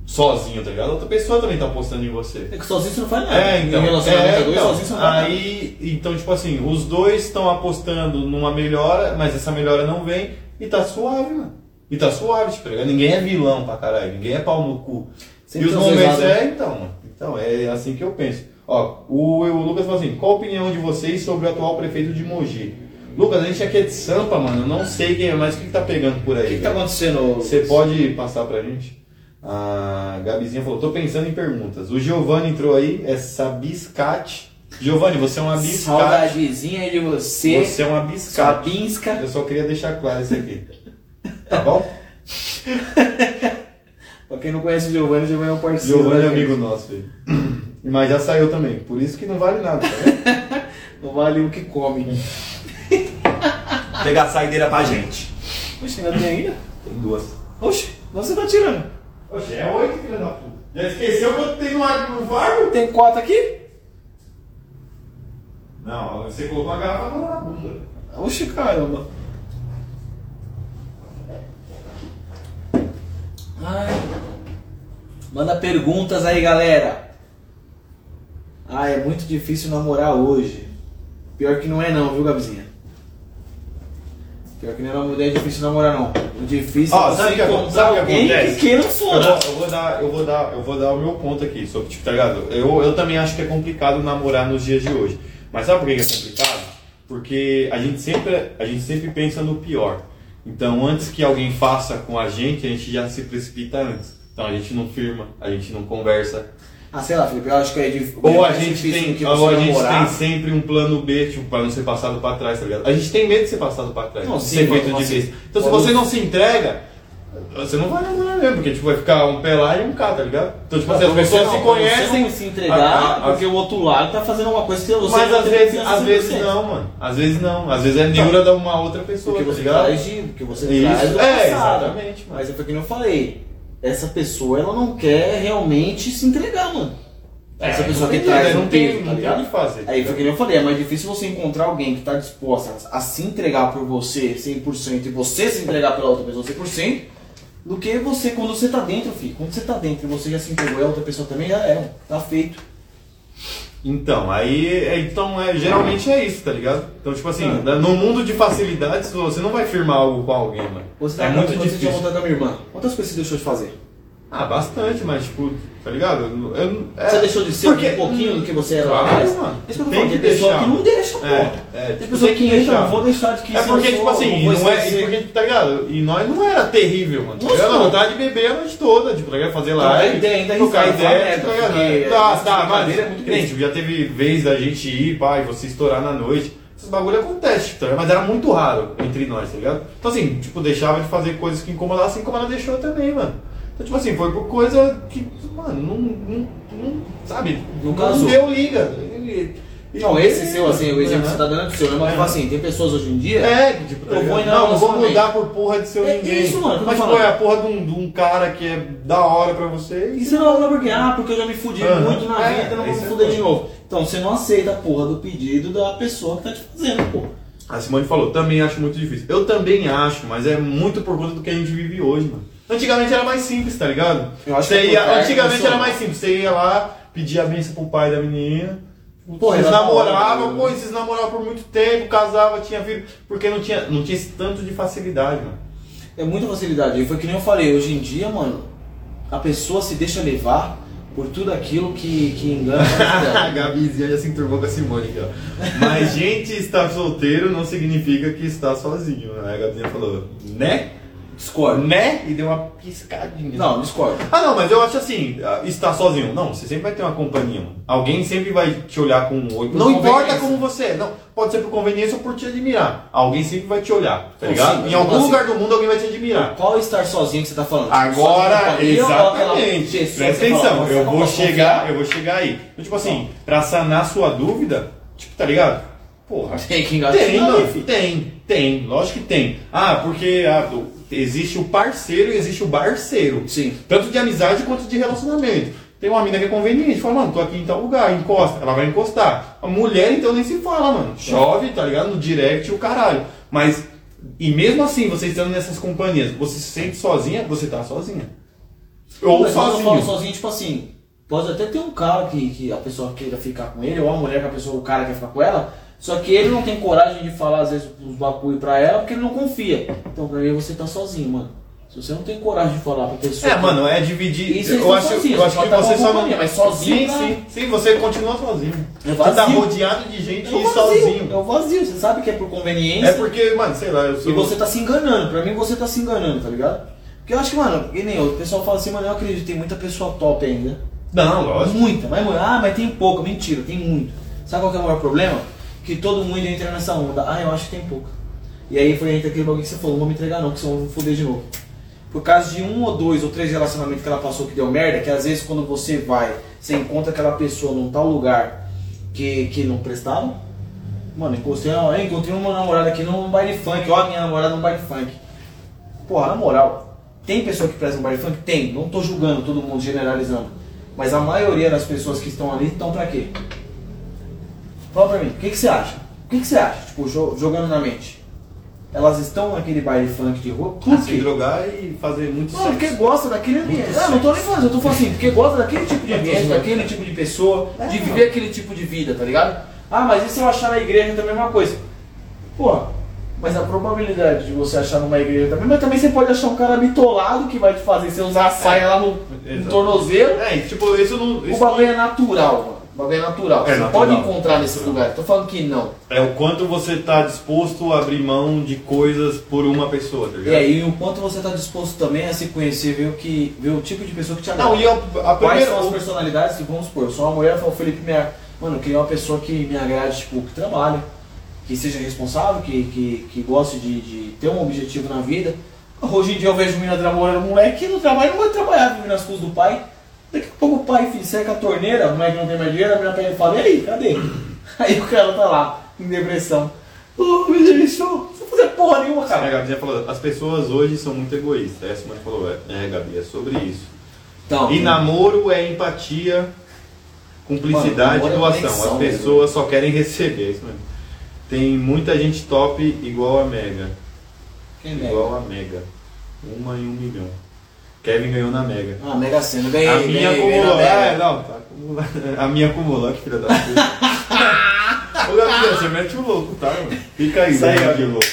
Speaker 3: sozinho, tá ligado? Outra pessoa também tá apostando em você.
Speaker 1: É que sozinho você não faz nada.
Speaker 3: É, então.
Speaker 1: Em relacionamento
Speaker 3: é,
Speaker 1: a dois,
Speaker 3: então,
Speaker 1: sozinho você não faz nada.
Speaker 3: aí, então, tipo assim, os dois estão apostando numa melhora, mas essa melhora não vem e tá suave, mano. E tá suave, tipo, tá ligado? ninguém é vilão pra caralho, ninguém é pau no cu.
Speaker 1: Sempre
Speaker 3: e os
Speaker 1: tem os dois lados,
Speaker 3: momentos
Speaker 1: né?
Speaker 3: é, então, mano. Então, é assim que eu penso. Ó, o, o Lucas falou assim: qual a opinião de vocês sobre o atual prefeito de Mogi? Lucas, a gente aqui é de Sampa, mano, eu não sei quem é, mas o que, que tá pegando por aí?
Speaker 1: O que, que tá
Speaker 3: velho?
Speaker 1: acontecendo?
Speaker 3: Você pode passar pra gente? A Gabizinha falou, tô pensando em perguntas. O Giovanni entrou aí, é Sabiscate. Giovanni, você é um abiscate.
Speaker 1: Saudadezinha de você,
Speaker 3: Você é um abiscate.
Speaker 1: Sabinska.
Speaker 3: Eu só queria deixar claro isso aqui. Tá bom?
Speaker 1: Pra quem não conhece o Giovanni, o Giovanni é um parceiro.
Speaker 3: Giovanni é
Speaker 1: né,
Speaker 3: amigo nosso, filho. Mas já saiu também, por isso que não vale nada. tá vendo?
Speaker 1: cara? Não vale o que come.
Speaker 3: Hum.
Speaker 10: Pegar a saideira pra gente.
Speaker 1: Oxe, ainda tem ainda?
Speaker 10: Tem duas.
Speaker 1: Oxe, você tá tirando.
Speaker 3: Oxe, é oito, filha da puta. Já esqueceu quanto tem no ar no vargo?
Speaker 1: Tem quatro aqui?
Speaker 3: Não, você colocou a garrafa na bunda.
Speaker 1: Oxe, caramba. Ai. Manda perguntas aí, galera. Ah, é muito difícil namorar hoje. Pior que não é não, viu, Gabizinha? Pior que não é uma mulher difícil namorar não. O difícil
Speaker 3: Ó,
Speaker 1: é você
Speaker 3: sabe o que acon-
Speaker 1: encontrar
Speaker 3: sabe o que
Speaker 1: alguém
Speaker 3: acontece?
Speaker 1: que queira um
Speaker 3: Eu
Speaker 1: funcionar.
Speaker 3: vou, eu vou dar, eu vou dar, eu vou dar o meu ponto aqui sobre tipo, tá ligado? Eu, eu também acho que é complicado namorar nos dias de hoje. Mas sabe por que que é complicado? Porque a gente sempre, a gente sempre pensa no pior. Então, antes que alguém faça com a gente, a gente já se precipita antes. Então, a gente não firma, a gente não conversa.
Speaker 1: Ah, sei lá, Felipe, eu acho que é difícil.
Speaker 3: Ou a
Speaker 1: mais
Speaker 3: gente
Speaker 1: difícil do
Speaker 3: tem,
Speaker 1: que
Speaker 3: ou
Speaker 1: você
Speaker 3: a gente
Speaker 1: namorar.
Speaker 3: tem sempre um plano B, tipo, para não ser passado para trás, tá ligado? A gente tem medo de ser passado para trás,
Speaker 1: Não,
Speaker 3: de
Speaker 1: sim,
Speaker 3: ser
Speaker 1: mano,
Speaker 3: feito de
Speaker 1: mas-
Speaker 3: besta. Então, se
Speaker 1: quando-
Speaker 3: você não se entrega, Você não vai namorar mesmo, porque tipo, vai ficar um pé lá e um cá, tá ligado? Então, tipo assim, as pessoas se
Speaker 1: Você tem
Speaker 3: conhecem.
Speaker 1: que se entregar,
Speaker 3: a- a-
Speaker 1: porque o outro lado tá fazendo alguma coisa que você
Speaker 3: Mas
Speaker 1: não
Speaker 3: às
Speaker 1: tem
Speaker 3: vezes,
Speaker 1: confiança
Speaker 3: às vezes
Speaker 1: 100%.
Speaker 3: não, mano. Às vezes não. Às vezes é neura de uma outra pessoa,
Speaker 1: Porque
Speaker 3: tá
Speaker 1: você
Speaker 3: ligado?
Speaker 1: traz de. Porque você
Speaker 3: Isso,
Speaker 1: traz do
Speaker 3: é,
Speaker 1: passado.
Speaker 3: exatamente, mano.
Speaker 1: Mas é porque eu falei. Essa pessoa ela não quer realmente se entregar, mano. Essa pessoa que
Speaker 3: tem
Speaker 1: traz
Speaker 3: jeito,
Speaker 1: um
Speaker 3: né? É, não tem,
Speaker 1: peso, tá
Speaker 3: não tem
Speaker 1: ligado?
Speaker 3: o que fazer.
Speaker 1: Aí foi o que eu falei, é mais difícil você encontrar alguém que está disposta a se entregar por você 100% e você se entregar pela outra pessoa 100% do que você, quando você tá dentro, filho. Quando você tá dentro e você já se entregou e a outra pessoa também, já é, tá feito.
Speaker 3: Então, aí é- então é, geralmente é isso, tá ligado? Então, tipo assim,
Speaker 1: Ah.
Speaker 3: no mundo de facilidades, você não vai firmar algo com alguém, mano.
Speaker 1: Você
Speaker 3: é
Speaker 1: tá
Speaker 3: muito
Speaker 1: quando você
Speaker 3: difícil.
Speaker 1: tinha vontade da minha irmã. Quantas coisas você deixou de fazer?
Speaker 3: Ah, bastante, mas tipo, tá ligado? Eu- eu- é-
Speaker 1: Você deixou de ser
Speaker 3: porque-
Speaker 1: um pouquinho do que você era
Speaker 3: Claro,
Speaker 1: lá atrás?
Speaker 3: mano.
Speaker 1: Isso que eu tô
Speaker 3: Tem
Speaker 1: falando,
Speaker 3: que
Speaker 1: tem pessoa
Speaker 3: deixar.
Speaker 1: que não deixa, pô.
Speaker 3: É, é,
Speaker 1: tem
Speaker 3: tipo,
Speaker 1: pessoa que
Speaker 3: tem que
Speaker 1: entra,
Speaker 3: deixar.
Speaker 1: não vou deixar de que
Speaker 3: É
Speaker 1: se
Speaker 3: porque,
Speaker 1: eu
Speaker 3: tipo
Speaker 1: sou,
Speaker 3: assim,
Speaker 1: vou
Speaker 3: não é, e
Speaker 1: esquecer.
Speaker 3: porque, tá ligado? E nós não era terrível, mano. Tá
Speaker 1: Nossa,
Speaker 3: ligado? A
Speaker 1: não.
Speaker 3: vontade de beber a noite toda, tipo, tá ligado? Fazer
Speaker 1: Trocar
Speaker 3: live.
Speaker 1: ideia, ainda
Speaker 3: trocar
Speaker 1: risada, falar
Speaker 3: ideia,
Speaker 1: merda,
Speaker 3: tá ligado?
Speaker 1: porque
Speaker 3: Tá,
Speaker 1: essa
Speaker 3: tá, mas.
Speaker 1: brincadeira é muito
Speaker 3: que nem,
Speaker 1: grande.
Speaker 3: tipo, já teve vez da gente ir, pá, e você estourar na noite. Esses bagulho acontece, tipo, tá ligado? Mas era muito raro entre nós, tá ligado? Então, assim, tipo, deixava de fazer coisas que incomodassem assim como ela deixou também, mano. Então, tipo assim, foi por coisa que, mano, não. não, não sabe?
Speaker 1: Não casou.
Speaker 3: deu liga. E- e-
Speaker 1: Não, esse seu, assim, o exemplo que você
Speaker 3: Aham.
Speaker 1: tá dando é pro seu, né? Mas, tipo assim, tem pessoas hoje em dia...
Speaker 3: É, que, tipo,
Speaker 1: Eu vou em
Speaker 3: não, não vou
Speaker 1: relacionamento.
Speaker 3: mudar por porra de seu
Speaker 1: É
Speaker 3: ninguém.
Speaker 1: isso, mano, que eu
Speaker 3: Mas
Speaker 1: tô
Speaker 3: tipo, é
Speaker 1: falando.
Speaker 3: a porra de um, de um cara que é da hora pra você. é
Speaker 1: E você não vai falar porque, ah, porque eu já me fudi
Speaker 3: Aham.
Speaker 1: muito na
Speaker 3: É,
Speaker 1: vida, eu não
Speaker 3: aí
Speaker 1: vou
Speaker 3: você
Speaker 1: me fuder
Speaker 3: foi.
Speaker 1: de novo. Então você não aceita a porra do pedido da pessoa que tá te fazendo, pô.
Speaker 3: A Simone falou, também acho muito difícil. Eu também acho, mas é muito por conta do que a gente vive hoje, mano. Antigamente era mais simples, tá ligado?
Speaker 1: Eu acho
Speaker 3: Você
Speaker 1: que é
Speaker 3: ia-
Speaker 1: por trás,
Speaker 3: antigamente
Speaker 1: não
Speaker 3: era
Speaker 1: sou.
Speaker 3: mais simples. Você ia lá, pedia a benção pro pai da menina.
Speaker 1: Pô,
Speaker 3: vocês
Speaker 1: era da hora,
Speaker 3: namoravam,
Speaker 1: né?
Speaker 3: pô, vocês namoravam por muito tempo, casava, tinha filho. Porque não tinha, não tinha esse tanto de facilidade, mano.
Speaker 1: É muita facilidade. E foi que nem eu falei, hoje em dia, mano, a pessoa se deixa levar por tudo aquilo que, que engana.
Speaker 3: A
Speaker 1: ela.
Speaker 3: Gabizinha já se enturmou com a Simone aqui, ó. Mas gente estar solteiro não significa que está sozinho, né? A Gabizinha falou, né?
Speaker 1: Discordo.
Speaker 3: Né? E deu uma piscadinha.
Speaker 1: Não, discordo.
Speaker 3: Ah, não, mas eu acho assim, ah, estar sozinho. Não, você sempre vai ter uma companhia. mano. Alguém sempre vai te olhar com um olho.
Speaker 1: Por
Speaker 3: Não importa
Speaker 1: conveniência.
Speaker 3: como você é. Não, pode ser por conveniência ou por te admirar. Alguém sempre vai te olhar,
Speaker 1: Não,
Speaker 3: tá
Speaker 1: sim,
Speaker 3: ligado?
Speaker 1: mas
Speaker 3: Em algum
Speaker 1: assim-
Speaker 3: lugar do mundo alguém vai te admirar.
Speaker 1: Qual é estar sozinho que você tá falando?
Speaker 3: Agora,
Speaker 1: Sozinho com a família ou aquela
Speaker 3: exatamente.
Speaker 1: pessoa
Speaker 3: Presta
Speaker 1: que você fala,
Speaker 3: atenção,
Speaker 1: você tá
Speaker 3: eu
Speaker 1: não
Speaker 3: vou
Speaker 1: pode confiar?
Speaker 3: chegar, eu vou chegar aí. Então, tipo assim, pra sanar sua dúvida, tipo, tá ligado? Porra,
Speaker 1: Tem que engajar.
Speaker 3: tem,
Speaker 1: Não,
Speaker 3: mano.
Speaker 1: filho.
Speaker 3: Tem, tem, lógico que tem. Ah, porque ah, do- existe o parceiro e existe o barceiro.
Speaker 1: Sim.
Speaker 3: Tanto de amizade quanto de relacionamento. Tem uma mina que é conveniente, fala, mano, tô aqui em tal lugar, encosta. Ela vai encostar. A mulher, então, nem se fala, mano. Chove, tá ligado? No direct, o caralho. Mas, e mesmo assim, você estando nessas companhias, você se sente sozinha, você tá sozinha. Ou
Speaker 1: Mas quando eu
Speaker 3: sozinho.
Speaker 1: falo sozinho, tipo assim, pode até ter um cara que, que a pessoa queira ficar com ele, ou uma mulher que a pessoa, o cara quer ficar com ela, só que ele não tem coragem de falar, às vezes, os bagulho pra ela, porque ele não confia. Então, pra mim, você tá sozinho, mano. Se você não tem coragem de falar pra pessoa...
Speaker 3: É,
Speaker 1: que-
Speaker 3: mano, é dividir.
Speaker 1: Isso eles
Speaker 3: eu
Speaker 1: estão
Speaker 3: acho,
Speaker 1: sozinhos,
Speaker 3: eu acho que
Speaker 1: pode tá
Speaker 3: você
Speaker 1: com
Speaker 3: só não.
Speaker 1: companhia, mas sozinho
Speaker 3: Sim,
Speaker 1: tá-
Speaker 3: sim. Sim, você continua sozinho.
Speaker 1: É
Speaker 3: Você tá
Speaker 1: vazio.
Speaker 3: rodeado de gente
Speaker 1: É
Speaker 3: e
Speaker 1: o vazio, é
Speaker 3: sozinho.
Speaker 1: o vazio, você sabe que é por conveniência,
Speaker 3: É porque, mano, sei lá, eu sou.
Speaker 1: E você tá se enganando, pra mim você tá se enganando, tá ligado? Porque eu acho que, mano, que nem eu, o pessoal fala assim, mano, eu acredito, tem muita pessoa top ainda.
Speaker 3: Não, lógico.
Speaker 1: Muita, mas muita. Ah, mas tem pouca. Mentira, tem muito. Sabe qual que é o maior problema? Que todo mundo entra nessa onda. Ah, eu acho que tem pouca. E aí foi entra aquele bagulho que você falou, não vou me entregar não, que senão eu vou foder de novo. Por causa de um ou dois ou três relacionamentos que ela passou que deu merda, que às vezes quando você vai, você encontra aquela pessoa num tal lugar que, que não prestava. Mano, encontrei, eu encontrei uma namorada aqui num baile funk, ó, a minha namorada num baile funk. Porra, na moral, tem pessoa que presta um baile funk? Tem, não tô julgando todo mundo, generalizando. Mas a maioria das pessoas que estão ali estão pra quê? Fala pra mim, o que, que você acha? O que, que você acha, tipo, jo- jogando na mente? Elas estão naquele baile funk de rua por
Speaker 3: Ah, Se
Speaker 1: quê?
Speaker 3: drogar e fazer muito
Speaker 1: Mano, porque
Speaker 3: sexo.
Speaker 1: gosta daquele ambiente. Ah, não tô nem falando, eu tô falando assim, porque gosta daquele tipo de ambiente, daquele tipo de pessoa, de viver aquele tipo de vida, tá ligado? Ah, mas e se eu achar na igreja também é a mesma coisa? Pô, mas a probabilidade de você achar numa igreja também, mas também você pode achar um cara bitolado que vai te fazer você usar a saia lá no, no
Speaker 3: Exato.
Speaker 1: tornozelo.
Speaker 3: É, e, tipo, isso não.
Speaker 1: O
Speaker 3: Isso
Speaker 1: bagulho é natural, mano. O bagulho é natural.
Speaker 3: É
Speaker 1: você
Speaker 3: natural.
Speaker 1: pode encontrar nesse lugar. Tô falando que não.
Speaker 3: é o quanto você tá disposto a abrir mão de coisas por uma pessoa, tá ligado?
Speaker 1: E aí, o quanto você tá disposto também a se conhecer, ver o, que, ver o tipo de pessoa que te agrada.
Speaker 3: Não, e a, a
Speaker 1: Quais
Speaker 3: primeira.
Speaker 1: são as
Speaker 3: o-
Speaker 1: personalidades que, vamos supor, só uma mulher fala, Felipe, minha... mano, eu queria uma pessoa que me agrade, tipo, que trabalha, que seja responsável, que, que, que goste de, de ter um objetivo na vida. Pô, Hoje em dia eu vejo o menino namorando moleque e não trabalha, não vai trabalhar, vive nas custas do pai. Daqui a pouco o pai filho, seca a torneira, o moleque não tem mais dinheiro, a menina pega e fala, e aí, cadê? Aí o cara tá lá, em depressão. Ô, oh, me deixou, você não fazer porra nenhuma,
Speaker 3: Cara, a
Speaker 1: cara.
Speaker 3: Gabi já falou, as pessoas hoje são muito egoístas. Essa mãe falou, é, é, Gabi, é sobre isso.
Speaker 1: Então,
Speaker 3: E namoro é empatia, cumplicidade
Speaker 1: Mano, namoro
Speaker 3: e
Speaker 1: é
Speaker 3: doação.
Speaker 1: conexão,
Speaker 3: As
Speaker 1: né,
Speaker 3: pessoas só querem receber, é isso mesmo. Tem muita gente top igual a Mega.
Speaker 1: quem mega?
Speaker 3: Igual a Mega. Uma em um milhão. Kevin ganhou na Mega.
Speaker 1: Ah, mega sena, ganhei,
Speaker 3: A
Speaker 1: ganhei,
Speaker 3: minha
Speaker 1: ganhei na
Speaker 3: acumulou. É,
Speaker 1: mega.
Speaker 3: não, tá acumulando. A minha acumulou, que filha da puta. Ô Gabriel, você mete o louco, tá, mano? Fica aí,
Speaker 10: Sai,
Speaker 3: né,
Speaker 10: Gabi.
Speaker 3: de louco.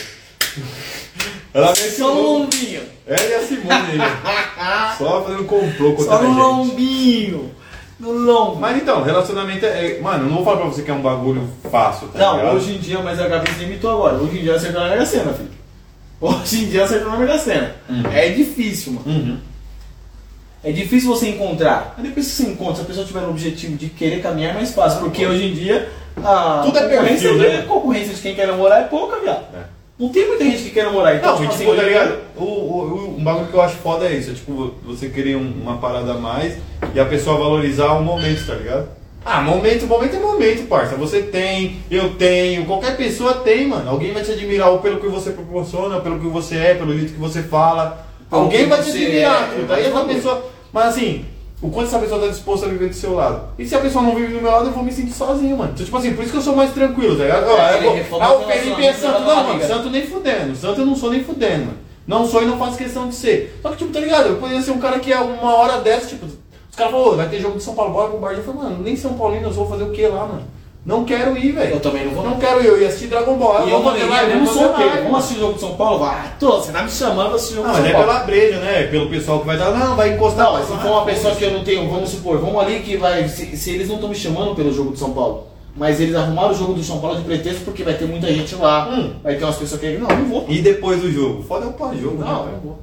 Speaker 3: Ela mete o
Speaker 1: Só
Speaker 3: louco.
Speaker 1: um lombinho,
Speaker 3: Ela e a Simone aí. né? Só fazendo complô contra
Speaker 1: só
Speaker 3: a gente.
Speaker 1: no lombinho, no lombo.
Speaker 3: Mas então, relacionamento é. é- Mano, eu não vou falar pra você que é um bagulho fácil, tá
Speaker 1: Não,
Speaker 3: ligado?
Speaker 1: hoje em dia, mas a Gabi se limitou agora. Hoje em dia acertou na Mega Sena, filho. Hoje em dia acertou na Mega Sena. É difícil, mano.
Speaker 3: Uhum.
Speaker 1: É difícil você encontrar. Mas depois que você encontra, se a pessoa tiver um objetivo de querer caminhar, é mais fácil. Porque hoje em dia, a
Speaker 3: Tudo é
Speaker 1: concorrência,
Speaker 3: perfil,
Speaker 1: de,
Speaker 3: né?
Speaker 1: a concorrência de quem quer namorar é pouca, viado.
Speaker 3: É.
Speaker 1: Não tem muita gente que quer namorar. Então,
Speaker 3: Não,
Speaker 1: tipo
Speaker 3: e,
Speaker 1: assim,
Speaker 3: tipo, tá
Speaker 1: hoje em
Speaker 3: ligado?
Speaker 1: dia-
Speaker 3: O, o- o- um bagulho que eu acho foda é isso. É, tipo, você querer um- uma parada a mais e a pessoa valorizar o momento, tá ligado? Ah, momento, momento é momento, parça. Você tem, eu tenho, qualquer pessoa tem, mano. Alguém vai te admirar ou pelo que você proporciona, pelo que você é, pelo jeito que você fala.
Speaker 1: Pelo
Speaker 3: Alguém
Speaker 1: que
Speaker 3: vai te
Speaker 1: você
Speaker 3: admirar. tipo,
Speaker 1: é,
Speaker 3: daí
Speaker 1: é
Speaker 3: essa
Speaker 1: bagulho.
Speaker 3: pessoa. Mas assim, o quanto essa pessoa tá disposta a viver do seu lado? E se a pessoa não vive do meu lado, eu vou me sentir sozinho, mano. Então, tipo assim, por isso que eu sou mais tranquilo, tá ligado? Ah,
Speaker 1: É, ele
Speaker 3: eu vou-
Speaker 1: reforma
Speaker 3: ah, o
Speaker 1: o
Speaker 3: Felipe é
Speaker 1: relacionamento,
Speaker 3: santo.
Speaker 1: vai pra
Speaker 3: Não, mano,
Speaker 1: briga.
Speaker 3: santo nem fudendo. Santo eu não sou nem fudendo, mano. Não sou e não faço questão de ser. Só que, tipo, tá ligado? Eu poderia ser um cara que é uma hora dessa, tipo, os caras falaram, "Ô, vai ter jogo de São Paulo, bora pro bar. Eu falei, mano, nem São Paulino eu sou fazer o que lá, mano? Não quero ir, velho.
Speaker 1: Eu também não vou.
Speaker 3: Não quero ir, eu ia assistir Dragon Ball. Ah,
Speaker 1: E eu
Speaker 3: vamos
Speaker 1: falei,
Speaker 3: fazer live,
Speaker 1: eu não
Speaker 3: vamos
Speaker 1: sou o
Speaker 3: fazer
Speaker 1: quê?
Speaker 3: live.
Speaker 1: Vamos assistir o jogo de São Paulo? Vai, tô, você tá me chamando pra assistir o jogo
Speaker 3: Não,
Speaker 1: de
Speaker 3: mas
Speaker 1: São
Speaker 3: é
Speaker 1: Paulo.
Speaker 3: pela breja, né? Pelo pessoal que vai dar, não, vai encostar.
Speaker 1: Não,
Speaker 3: vai
Speaker 1: mas se
Speaker 3: falar,
Speaker 1: for uma
Speaker 3: "Ah,
Speaker 1: pessoa que eu não tenho, vamos supor, vamos ali que vai. Se, se eles não estão me chamando pelo jogo do São Paulo, mas eles arrumaram o jogo do São Paulo de pretexto porque vai ter muita gente lá,
Speaker 3: Hum.
Speaker 1: vai ter umas pessoas que. Não, não vou.
Speaker 3: E depois do jogo? Foda é o pós-jogo, né?
Speaker 1: Não, eu vou.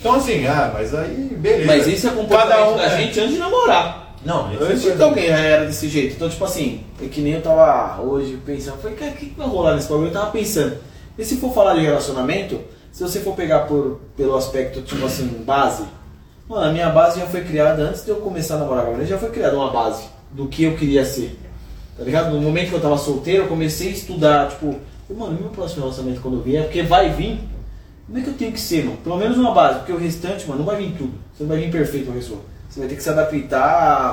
Speaker 3: Então assim, ah, mas aí, beleza.
Speaker 1: Mas isso é
Speaker 3: Cada
Speaker 1: comportamento
Speaker 3: um,
Speaker 1: da
Speaker 3: é.
Speaker 1: gente antes de namorar.
Speaker 3: Não, isso é
Speaker 1: Antes de
Speaker 3: verdade.
Speaker 1: alguém já era desse jeito. Então, tipo assim, é que nem eu tava hoje pensando, falei, cara, o que, que vai rolar nesse problema? Eu tava pensando, e se for falar de relacionamento, se você for pegar por, pelo aspecto, tipo assim, base, mano, a minha base já foi criada antes de eu começar a namorar com a menina, já foi criada uma base do que eu queria ser. Tá ligado? No momento que eu tava solteiro, eu comecei a estudar, tipo, mano, e meu próximo relacionamento quando eu vier, porque vai vir, como é que eu tenho que ser, mano? Pelo menos uma base, porque o restante, mano, não vai vir tudo. Você não vai vir perfeito uma pessoa. Você vai ter que se adaptar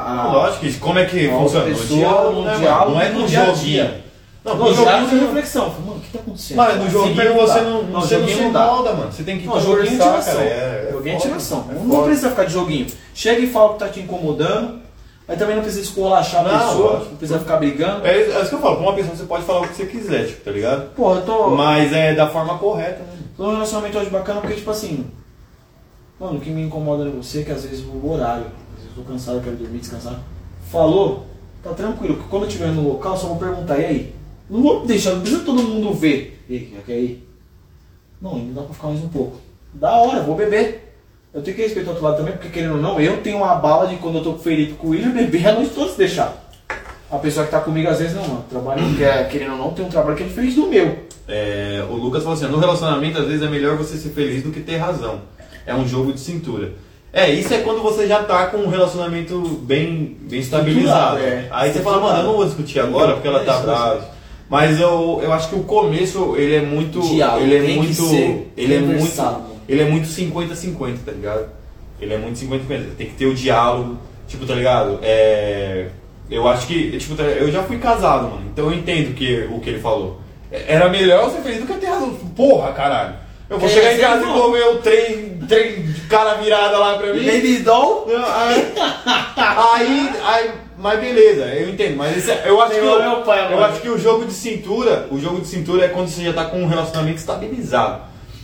Speaker 1: a.
Speaker 3: Não, lógico, isso- como é que
Speaker 1: Não,
Speaker 3: funciona?
Speaker 1: pessoa,
Speaker 3: no diálogo,
Speaker 1: um no
Speaker 3: né, mano?
Speaker 1: diálogo,
Speaker 3: não é
Speaker 1: no
Speaker 3: no
Speaker 1: dia a
Speaker 3: joguinho.
Speaker 1: dia.
Speaker 3: Não,
Speaker 1: no
Speaker 3: no
Speaker 1: jogo tem
Speaker 3: joguinho.
Speaker 1: reflexão. Falei, Mano, o que tá acontecendo?
Speaker 3: Mano, no
Speaker 1: Se
Speaker 3: joguinho
Speaker 1: perguntar.
Speaker 3: você não, você não
Speaker 1: tá. joguinho
Speaker 3: se
Speaker 1: dá.
Speaker 3: molda, mano. Você tem que
Speaker 1: Não, joguinho é
Speaker 3: conversar,
Speaker 1: tiração.
Speaker 3: cara. É,
Speaker 1: joguinho é
Speaker 3: foda,
Speaker 1: tiração.
Speaker 3: é
Speaker 1: não
Speaker 3: foda.
Speaker 1: precisa ficar de joguinho. Chega e fala o que tá te incomodando. Aí também não precisa escolachar a
Speaker 3: Não,
Speaker 1: pessoa.
Speaker 3: lógico.
Speaker 1: Não precisa ficar brigando.
Speaker 3: É isso é isso que eu falo, com uma pessoa você pode falar o que você quiser, tipo, tá ligado?
Speaker 1: Pô, eu tô.
Speaker 3: Mas é da forma correta, né?
Speaker 1: Tô num relacionamento hoje bacana porque, tipo assim. Mano, o que me incomoda em você é que às vezes o horário. Às vezes eu tô cansado, eu quero dormir, descansar. Falou, tá tranquilo, que quando eu estiver no local, só vou perguntar, e aí? Não vou deixar, não precisa todo mundo ver. E aí, já quer ir? Não, ainda dá pra ficar mais um pouco. Da hora, vou beber. Eu tenho que respeitar o outro lado também, porque querendo ou não, eu tenho uma bala de quando eu tô com o Felipe com o William, beber a noite toda se deixar. A pessoa que tá comigo às vezes não, mano. Trabalho, querendo ou não, tem um trabalho que é diferente do meu.
Speaker 3: É, o Lucas falou assim: no relacionamento, às vezes é melhor você ser feliz do que ter razão. É um jogo de cintura. É, isso é quando você já tá com um relacionamento bem, bem estabilizado.
Speaker 1: Estruturado, é.
Speaker 3: Aí você fala, mano, eu não vou discutir agora porque ela tá
Speaker 1: Isso,
Speaker 3: brava. Mas eu, eu acho que o começo, ele é muito.
Speaker 1: Diálogo,
Speaker 3: ele é
Speaker 1: tem que
Speaker 3: muito.
Speaker 1: ser
Speaker 3: ele é muito.
Speaker 1: conversado.
Speaker 3: Ele é muito 50-50, tá ligado? Ele é muito 50-50. Tem que ter o diálogo, tipo, tá ligado? É. Eu acho que. Tipo, tá- eu já fui casado, mano. Então eu entendo que, o que ele falou. É- Era melhor eu ser feliz do que ter razão. Porra, caralho. Eu vou
Speaker 1: Que
Speaker 3: chegar em
Speaker 1: você
Speaker 3: casa e
Speaker 1: não-
Speaker 3: comer o trem, trem de cara virada lá pra mim.
Speaker 1: Baby doll?
Speaker 3: Não, Aí, aí, aí- mas beleza, eu entendo. Mas isso é- eu acho que
Speaker 1: Meu-
Speaker 3: o-
Speaker 1: meu pai,
Speaker 3: eu
Speaker 1: mano.
Speaker 3: acho que o jogo de cintura, o jogo de cintura é quando você já tá com um relacionamento estabilizado.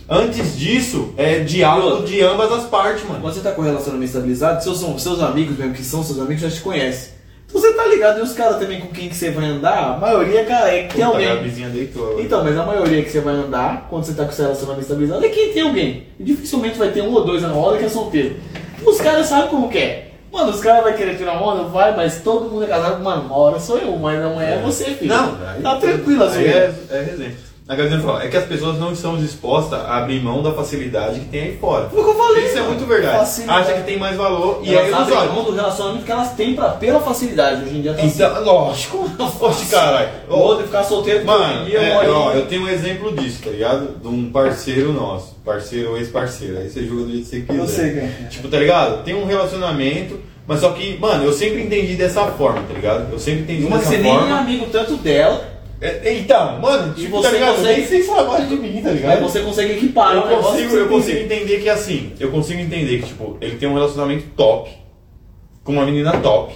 Speaker 3: Antes disso, é diálogo de ambas as partes, mano.
Speaker 1: Quando você tá com o relacionamento estabilizado, seus, são- seus amigos mesmo que são seus amigos já te conhecem. Então você tá ligado, e os caras também com quem que você vai andar, a maioria, cara, é que tem
Speaker 3: Puta, a
Speaker 1: alguém.
Speaker 3: Gabizinha deitou. agora.
Speaker 1: Então, mas a maioria que você vai andar, quando você tá com seu relacionamento estabilizado, é quem tem alguém. E dificilmente vai ter um ou dois na roda que é solteiro. Os caras sabem como que é. Mano, os caras vão querer tirar onda, vai, mas todo mundo é casado, mano, uma hora sou eu, mas amanhã é, você, filho.
Speaker 3: Não, aí-
Speaker 1: tá tranquilo assim.
Speaker 3: Aí é, é resenha. A Gabriela falou, é que as pessoas não estão dispostas a abrir mão da facilidade que tem aí fora.
Speaker 1: Foi o que eu falei,
Speaker 3: Isso é
Speaker 1: mano.
Speaker 3: muito verdade.
Speaker 1: Facilidade.
Speaker 3: Acha que tem mais valor e é
Speaker 1: elas abrem
Speaker 3: ilusório.
Speaker 1: mão do relacionamento que elas têm pra, pela facilidade. Hoje em dia tá
Speaker 3: Então, lógico. Oxe, caralho.
Speaker 1: assim. O outro ficar solteiro porque
Speaker 3: Mano,
Speaker 1: hoje em dia,
Speaker 3: é,
Speaker 1: olha,
Speaker 3: ó, eu tenho um exemplo disso, tá ligado? De um parceiro nosso, parceiro ou ex-parceiro, aí você julga do jeito que você quiser.
Speaker 1: Eu sei quem é.
Speaker 3: Tipo, tá ligado? Tem um relacionamento, mas só que, mano, eu sempre entendi dessa forma, tá ligado? Eu sempre entendi
Speaker 1: Uma que
Speaker 3: dessa
Speaker 1: você nem
Speaker 3: forma.
Speaker 1: é amigo tanto dela,
Speaker 3: É, então, mano,
Speaker 1: E
Speaker 3: tipo,
Speaker 1: você
Speaker 3: tá ligado?
Speaker 1: consegue-
Speaker 3: Nem sei se fala mais de mim, tá ligado?
Speaker 1: aí você consegue equipar. é um
Speaker 3: eu
Speaker 1: negócio que
Speaker 3: consigo,
Speaker 1: você
Speaker 3: eu consigo
Speaker 1: entende.
Speaker 3: entender que assim, eu consigo entender que, tipo, ele tem um relacionamento top com uma menina top.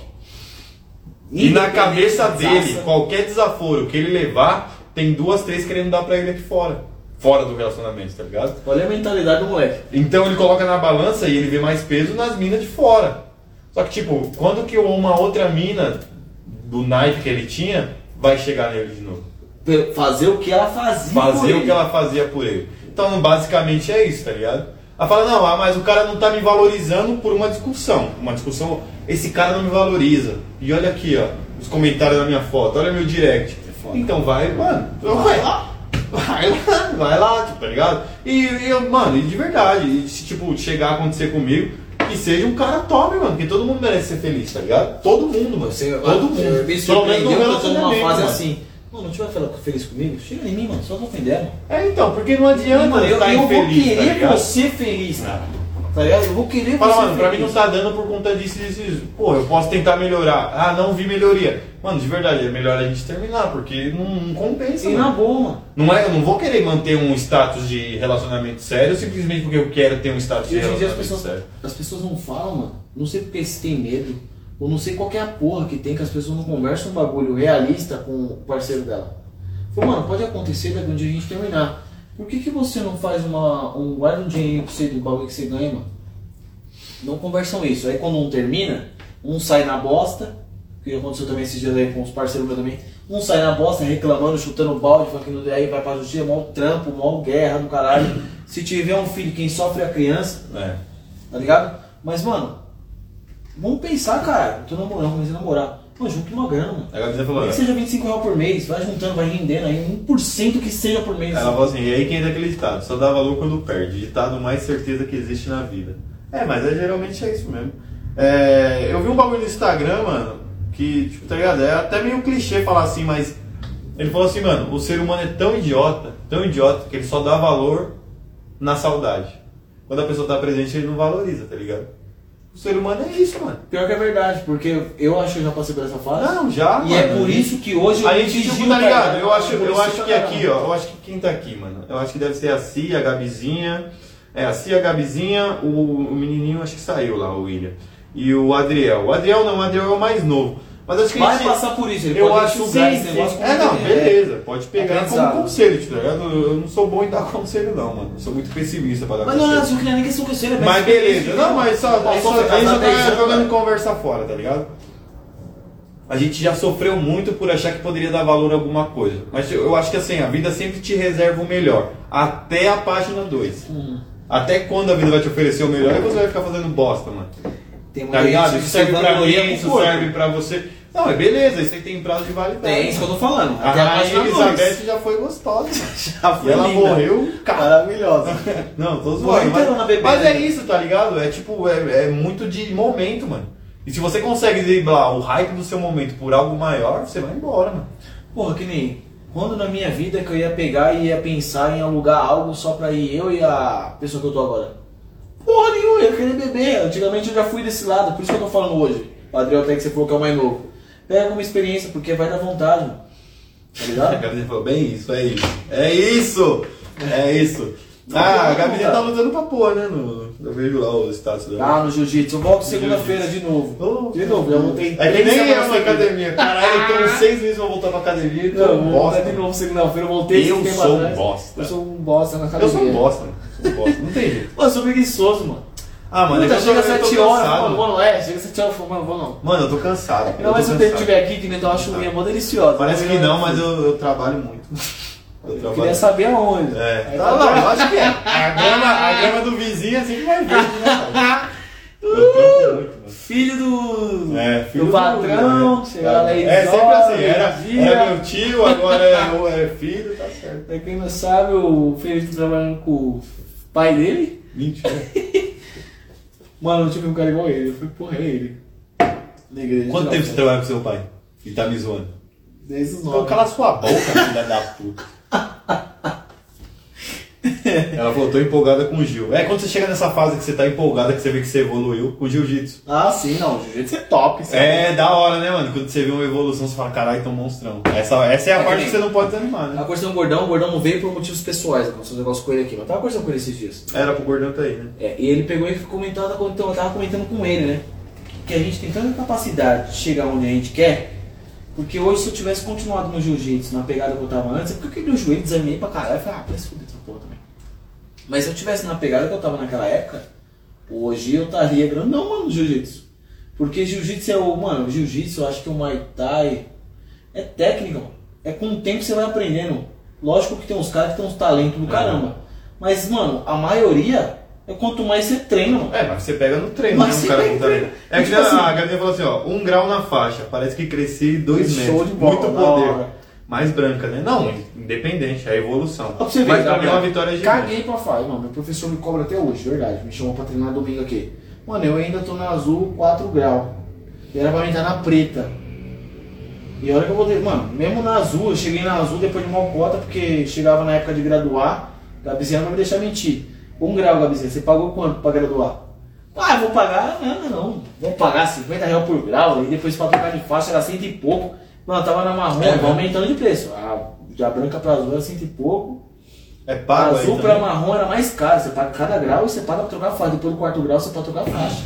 Speaker 3: E na cabeça dele,
Speaker 1: Independente,
Speaker 3: qualquer desaforo que ele levar, tem duas, três querendo dar pra ele aqui fora. Fora do relacionamento, tá ligado?
Speaker 1: Olha a mentalidade do moleque.
Speaker 3: Então ele coloca na balança e ele vê mais peso nas minas de fora. Só que, tipo, quando que uma outra mina do naipe que ele tinha vai chegar nele de novo?
Speaker 1: Pe- Fazer o que ela fazia. por
Speaker 3: fazer o
Speaker 1: ele.
Speaker 3: que ela fazia por ele. Então, basicamente é isso, tá ligado? Ela fala, não, ah, mas o cara não tá me valorizando por uma discussão. Uma discussão, esse cara não me valoriza. E olha aqui, ó, os comentários da minha foto, olha meu direct.
Speaker 1: É
Speaker 3: Então vai, mano, então vai lá. Vai lá, vai lá, tipo, tá ligado? E, e eu, mano, e de verdade, e se tipo, chegar a acontecer comigo, que seja um cara top, mano, porque todo mundo merece ser feliz, tá ligado? Todo mundo, mano.
Speaker 1: Você,
Speaker 3: todo mundo.
Speaker 1: Me
Speaker 3: Pelo menos no
Speaker 1: surpreendeu que eu tô numa
Speaker 3: relacionamento,
Speaker 1: fase
Speaker 3: mano.
Speaker 1: assim. Mano, não tiver feliz comigo? Chega em mim, mano. Só se ofender, mano.
Speaker 3: É, então, porque não adianta
Speaker 1: Mano, eu,
Speaker 3: estar
Speaker 1: eu vou
Speaker 3: infeliz, tá
Speaker 1: querer
Speaker 3: ligado?
Speaker 1: você feliz, cara. Tá ligado? Eu vou querer
Speaker 3: Fala,
Speaker 1: você
Speaker 3: mano, pra mim
Speaker 1: feliz.
Speaker 3: não tá dando por conta disso e disso, e disso. Pô, eu posso tentar melhorar. Ah, não vi melhoria. Mano, de verdade, é melhor a gente terminar, porque não, não compensa,
Speaker 1: E
Speaker 3: mano.
Speaker 1: na boa, mano.
Speaker 3: Não é, eu não vou querer manter um status de relacionamento sério simplesmente porque eu quero ter um
Speaker 1: E
Speaker 3: status de
Speaker 1: hoje em dia as
Speaker 3: relacionamento
Speaker 1: pessoas,
Speaker 3: sério.
Speaker 1: as pessoas não falam, mano. Não sei porque se tem medo. Ou não sei qual que é a porra que tem que as pessoas não conversam um bagulho realista com o parceiro dela. Falei, mano, pode acontecer daqui um dia a gente terminar. Por que, que você não faz uma. Um, guarda um dinheirinho pra você do bagulho que você ganha, mano? Não conversam isso. Aí quando um termina, um sai na bosta, que aconteceu também esses dias aí com os parceiros meus também, um sai na bosta reclamando, chutando balde, falando que não- aí vai pra justiça, mó trampo, mó guerra do caralho. Se tiver um filho, quem sofre é a criança,
Speaker 3: É.
Speaker 1: tá ligado? Mas, mano, vamos pensar, cara. Eu tô namorando, comecei a namorar. Mano, junto uma grana, mano.
Speaker 3: A Gabi falou,
Speaker 1: Nem
Speaker 3: né?
Speaker 1: que seja 25 reais por mês, vai juntando, vai rendendo aí 1% que seja por mês.
Speaker 3: ela falou assim, e aí quem é daquele ditado? Só dá valor quando perde. Ditado mais certeza que existe na vida. É, mas é, geralmente é isso mesmo. É, eu vi um bagulho no Instagram, mano, que, tipo, tá ligado? É até meio clichê falar assim, mas. Ele falou assim, mano, o ser humano é tão idiota, tão idiota, que ele só dá valor na saudade. Quando a pessoa tá presente, ele não valoriza, tá ligado? O ser humano é isso, mano.
Speaker 1: Pior que é verdade, porque eu acho que eu já passei por essa fase.
Speaker 3: Não, já.
Speaker 1: E é
Speaker 3: mano.
Speaker 1: por isso que hoje
Speaker 3: A gente,
Speaker 1: exijo,
Speaker 3: tipo, tá ligado? Eu acho,
Speaker 1: Por
Speaker 3: eu
Speaker 1: isso
Speaker 3: acho que
Speaker 1: caralho.
Speaker 3: aqui, ó. Eu acho que quem tá aqui, mano. Eu acho que deve ser a Cia, a Gabizinha. É, a Cia, a Gabizinha, o, o menininho acho que saiu lá, o William. E o Adriel. O Adriel não, o Adriel é o mais novo. Mas acho que a
Speaker 1: Vai
Speaker 3: gente...
Speaker 1: passar por isso, ele
Speaker 3: eu
Speaker 1: pode
Speaker 3: acho
Speaker 1: enxugar
Speaker 3: sim,
Speaker 1: esse
Speaker 3: sim.
Speaker 1: negócio como
Speaker 3: É, não,
Speaker 1: ele é.
Speaker 3: beleza. Pode pegar
Speaker 1: Aprendizado.
Speaker 3: como conselho, tá ligado? Eu eu não sou bom em dar conselho, não, mano. Eu sou muito pessimista pra dar
Speaker 1: Mas não, é
Speaker 3: conselho.
Speaker 1: não, se eu queria nem que isso acontecesse, é
Speaker 3: Mas
Speaker 1: bem-
Speaker 3: beleza, não, mas só,
Speaker 1: Nossa,
Speaker 3: só,
Speaker 1: você
Speaker 3: a gente
Speaker 1: casar
Speaker 3: só
Speaker 1: dez anos,
Speaker 3: tá jogando
Speaker 1: cara.
Speaker 3: conversa fora, tá ligado? A gente já sofreu muito por achar que poderia dar valor a alguma coisa. Mas eu, eu acho que assim, a vida sempre te reserva o melhor. Até a página 2.
Speaker 1: Hum,
Speaker 3: Até quando a vida vai te oferecer o melhor, aí você vai ficar fazendo bosta, mano.
Speaker 1: Tem muita
Speaker 3: Tá ligado?
Speaker 1: gente
Speaker 3: Isso serve
Speaker 1: que
Speaker 3: pra mim,
Speaker 1: valoria pro
Speaker 3: isso
Speaker 1: corpo.
Speaker 3: serve pra você. Não, é beleza, isso aí tem prazo de validade.
Speaker 1: Tem, isso que eu tô falando.
Speaker 3: A
Speaker 1: Até a
Speaker 3: Rainha
Speaker 1: página
Speaker 3: Elizabeth já foi gostosa. E ela morreu
Speaker 1: Maravilhosa.
Speaker 3: Não, tô
Speaker 1: Morreu
Speaker 3: zoando. Mas,
Speaker 1: inteirona, bebê.
Speaker 3: mas é isso, tá ligado? É tipo, é, é muito de momento, mano. E se você consegue driblar o hype do seu momento por algo maior, você vai embora, mano.
Speaker 1: Porra, que nem. Quando na minha vida que eu ia pegar e ia pensar em alugar algo só pra ir eu e a pessoa que eu tô agora? Porra nenhuma, eu queria beber. Antigamente eu já fui desse lado, por isso que eu tô falando hoje. Padre, até que você falou que é o mais novo. Pega uma experiência, porque vai dar vontade, mano. Tá
Speaker 3: A
Speaker 1: ligado?
Speaker 3: Gabi falou, bem isso, é isso. É isso! É isso. Ah, a Gabi tá lutando pra pôr, né? No, eu vejo lá o status dela.
Speaker 1: Ah, no jiu-jitsu. Eu volto segunda-feira de novo.
Speaker 3: Oh,
Speaker 1: De novo, eu voltei.
Speaker 3: É que
Speaker 1: três
Speaker 3: nem eu
Speaker 1: semanas
Speaker 3: na
Speaker 1: seguidas.
Speaker 3: academia. Caralho, eu tenho uns seis meses pra voltar pra academia. e tô
Speaker 1: Não,
Speaker 3: um
Speaker 1: vou voltar de
Speaker 3: bosta.
Speaker 1: novo segunda-feira. Eu voltei esse
Speaker 3: Eu
Speaker 1: tempo
Speaker 3: sou um
Speaker 1: atrás.
Speaker 3: bosta.
Speaker 1: Eu sou um bosta na
Speaker 3: Eu
Speaker 1: academia.
Speaker 3: sou um bosta, mano. Sou um bosta. Não tem jeito.
Speaker 1: Pô, eu sou preguiçoso, mano.
Speaker 3: Ah, mano, é que
Speaker 1: Puta,
Speaker 3: eu tô-
Speaker 1: chega
Speaker 3: eu tô
Speaker 1: 7 horas,
Speaker 3: cansado,
Speaker 1: mano,
Speaker 3: mano.
Speaker 1: mano, é, chega 7 horas, mano, vou não.
Speaker 3: Mano, eu tô cansado. eu
Speaker 1: Não,
Speaker 3: tô
Speaker 1: mas se o tempo
Speaker 3: cansado.
Speaker 1: estiver aqui, que nem tá uma chuvinha mó deliciosa.
Speaker 3: Parece
Speaker 1: Eu
Speaker 3: que não, mas eu, eu trabalho muito. Eu
Speaker 1: Eu
Speaker 3: trabalho.
Speaker 1: queria saber aonde.
Speaker 3: É. Tá lá, eu acho que é. A grama, a grama do vizinho assim que vai ver. né, cara? Eu trampo muito, mano.
Speaker 11: filho do,
Speaker 3: É, filho
Speaker 11: do
Speaker 3: do-
Speaker 11: patrão, chegaram lá e
Speaker 3: É sempre assim,
Speaker 11: vira.
Speaker 3: era, era meu tio, agora é, é filho, tá certo.
Speaker 11: Pra quem não sabe, o Felipe tá trabalhando com o pai dele.
Speaker 3: Mentira.
Speaker 11: Mano, eu tive um cara igual ele, eu fui porra é ele. Na igreja.
Speaker 3: Quanto
Speaker 11: Não, cara.
Speaker 3: tempo você tá- trabalha com seu pai? E tá me zoando?
Speaker 11: Desde os
Speaker 3: Então
Speaker 11: nove.
Speaker 3: cala sua boca, filha da puta. Ela falou, tô empolgada com o Gil. É quando você chega nessa fase que você tá empolgada, que você vê que você evoluiu com o Jiu-Jitsu.
Speaker 11: Ah, sim, não, o jeito é top. sabe?
Speaker 3: É da hora, né, mano? Quando você vê uma evolução, você fala, caralho, tô monstrão. Essa, essa é a
Speaker 1: É
Speaker 3: parte
Speaker 1: que
Speaker 3: que você não pode desanimar, né?
Speaker 1: Tava conversando com o gordão, o gordão não veio por motivos pessoais, aconteceu um negócio com ele aqui, mas tava conversando com ele esses dias.
Speaker 3: Era pro gordão tá aí, né?
Speaker 1: É, e ele pegou e comentou, tava comentando, eu tava comentando com ele, né? Que a gente tem tanta capacidade de chegar onde a gente quer, porque hoje se eu tivesse continuado no jiu-jitsu, na pegada que eu tava antes, é porque eu quebrei o joelho, desanimei pra caralho, eu falei, ah, parece fuder essa porra também. Mas se eu tivesse na pegada que eu tava naquela época, hoje eu estaria grande, não, mano, jiu-jitsu. Porque jiu-jitsu é o, mano, jiu-jitsu, eu acho que o Muay Thai é técnica, mano. É com o tempo que você vai aprendendo. Lógico que tem uns caras que tem uns talentos do caramba. Mas, mano, a maioria é quanto mais você treina, mano.
Speaker 3: É, mas você pega no treino,
Speaker 1: Mas
Speaker 3: né?
Speaker 1: você
Speaker 3: Um cara
Speaker 1: pega
Speaker 3: com
Speaker 1: no treino.
Speaker 3: talento. É que
Speaker 1: Tipo
Speaker 3: nem a-
Speaker 1: assim-
Speaker 3: a Gabi falou assim, ó, um grau na faixa, parece que cresci dois
Speaker 11: Show
Speaker 3: metros.
Speaker 11: de bola,
Speaker 3: muito
Speaker 11: da
Speaker 3: poder.
Speaker 11: hora.
Speaker 3: Mais branca, né? Não, independente, é a evolução.
Speaker 11: Pra você ver,
Speaker 3: mas pra mim é
Speaker 11: Gabriel,
Speaker 3: uma vitória gigante.
Speaker 1: Caguei pra falar, mano. Meu professor me cobra até hoje, verdade. Me chamou pra treinar domingo aqui. Mano, eu ainda tô na azul 4 grau. E era pra mim estar na preta. E a hora que eu voltei, mano, mesmo na azul, eu cheguei na azul depois de uma cota, porque chegava na época de graduar. Gabizinha não vai me deixar mentir. Um grau, Gabizinha, você pagou quanto pra graduar? Ah, eu vou pagar, não, não. Vou pagar 50 reais por grau, e depois pra trocar de faixa era cento e pouco. Mano, eu tava na marrom,
Speaker 3: É,
Speaker 1: vai
Speaker 3: mano.
Speaker 1: aumentando de preço. A, da branca pra azul era cento e pouco.
Speaker 3: É pago aí
Speaker 1: Azul
Speaker 3: também?
Speaker 1: pra marrom era mais caro, você paga cada grau e você paga pra trocar faixa. Depois do quarto grau você paga trocar faixa.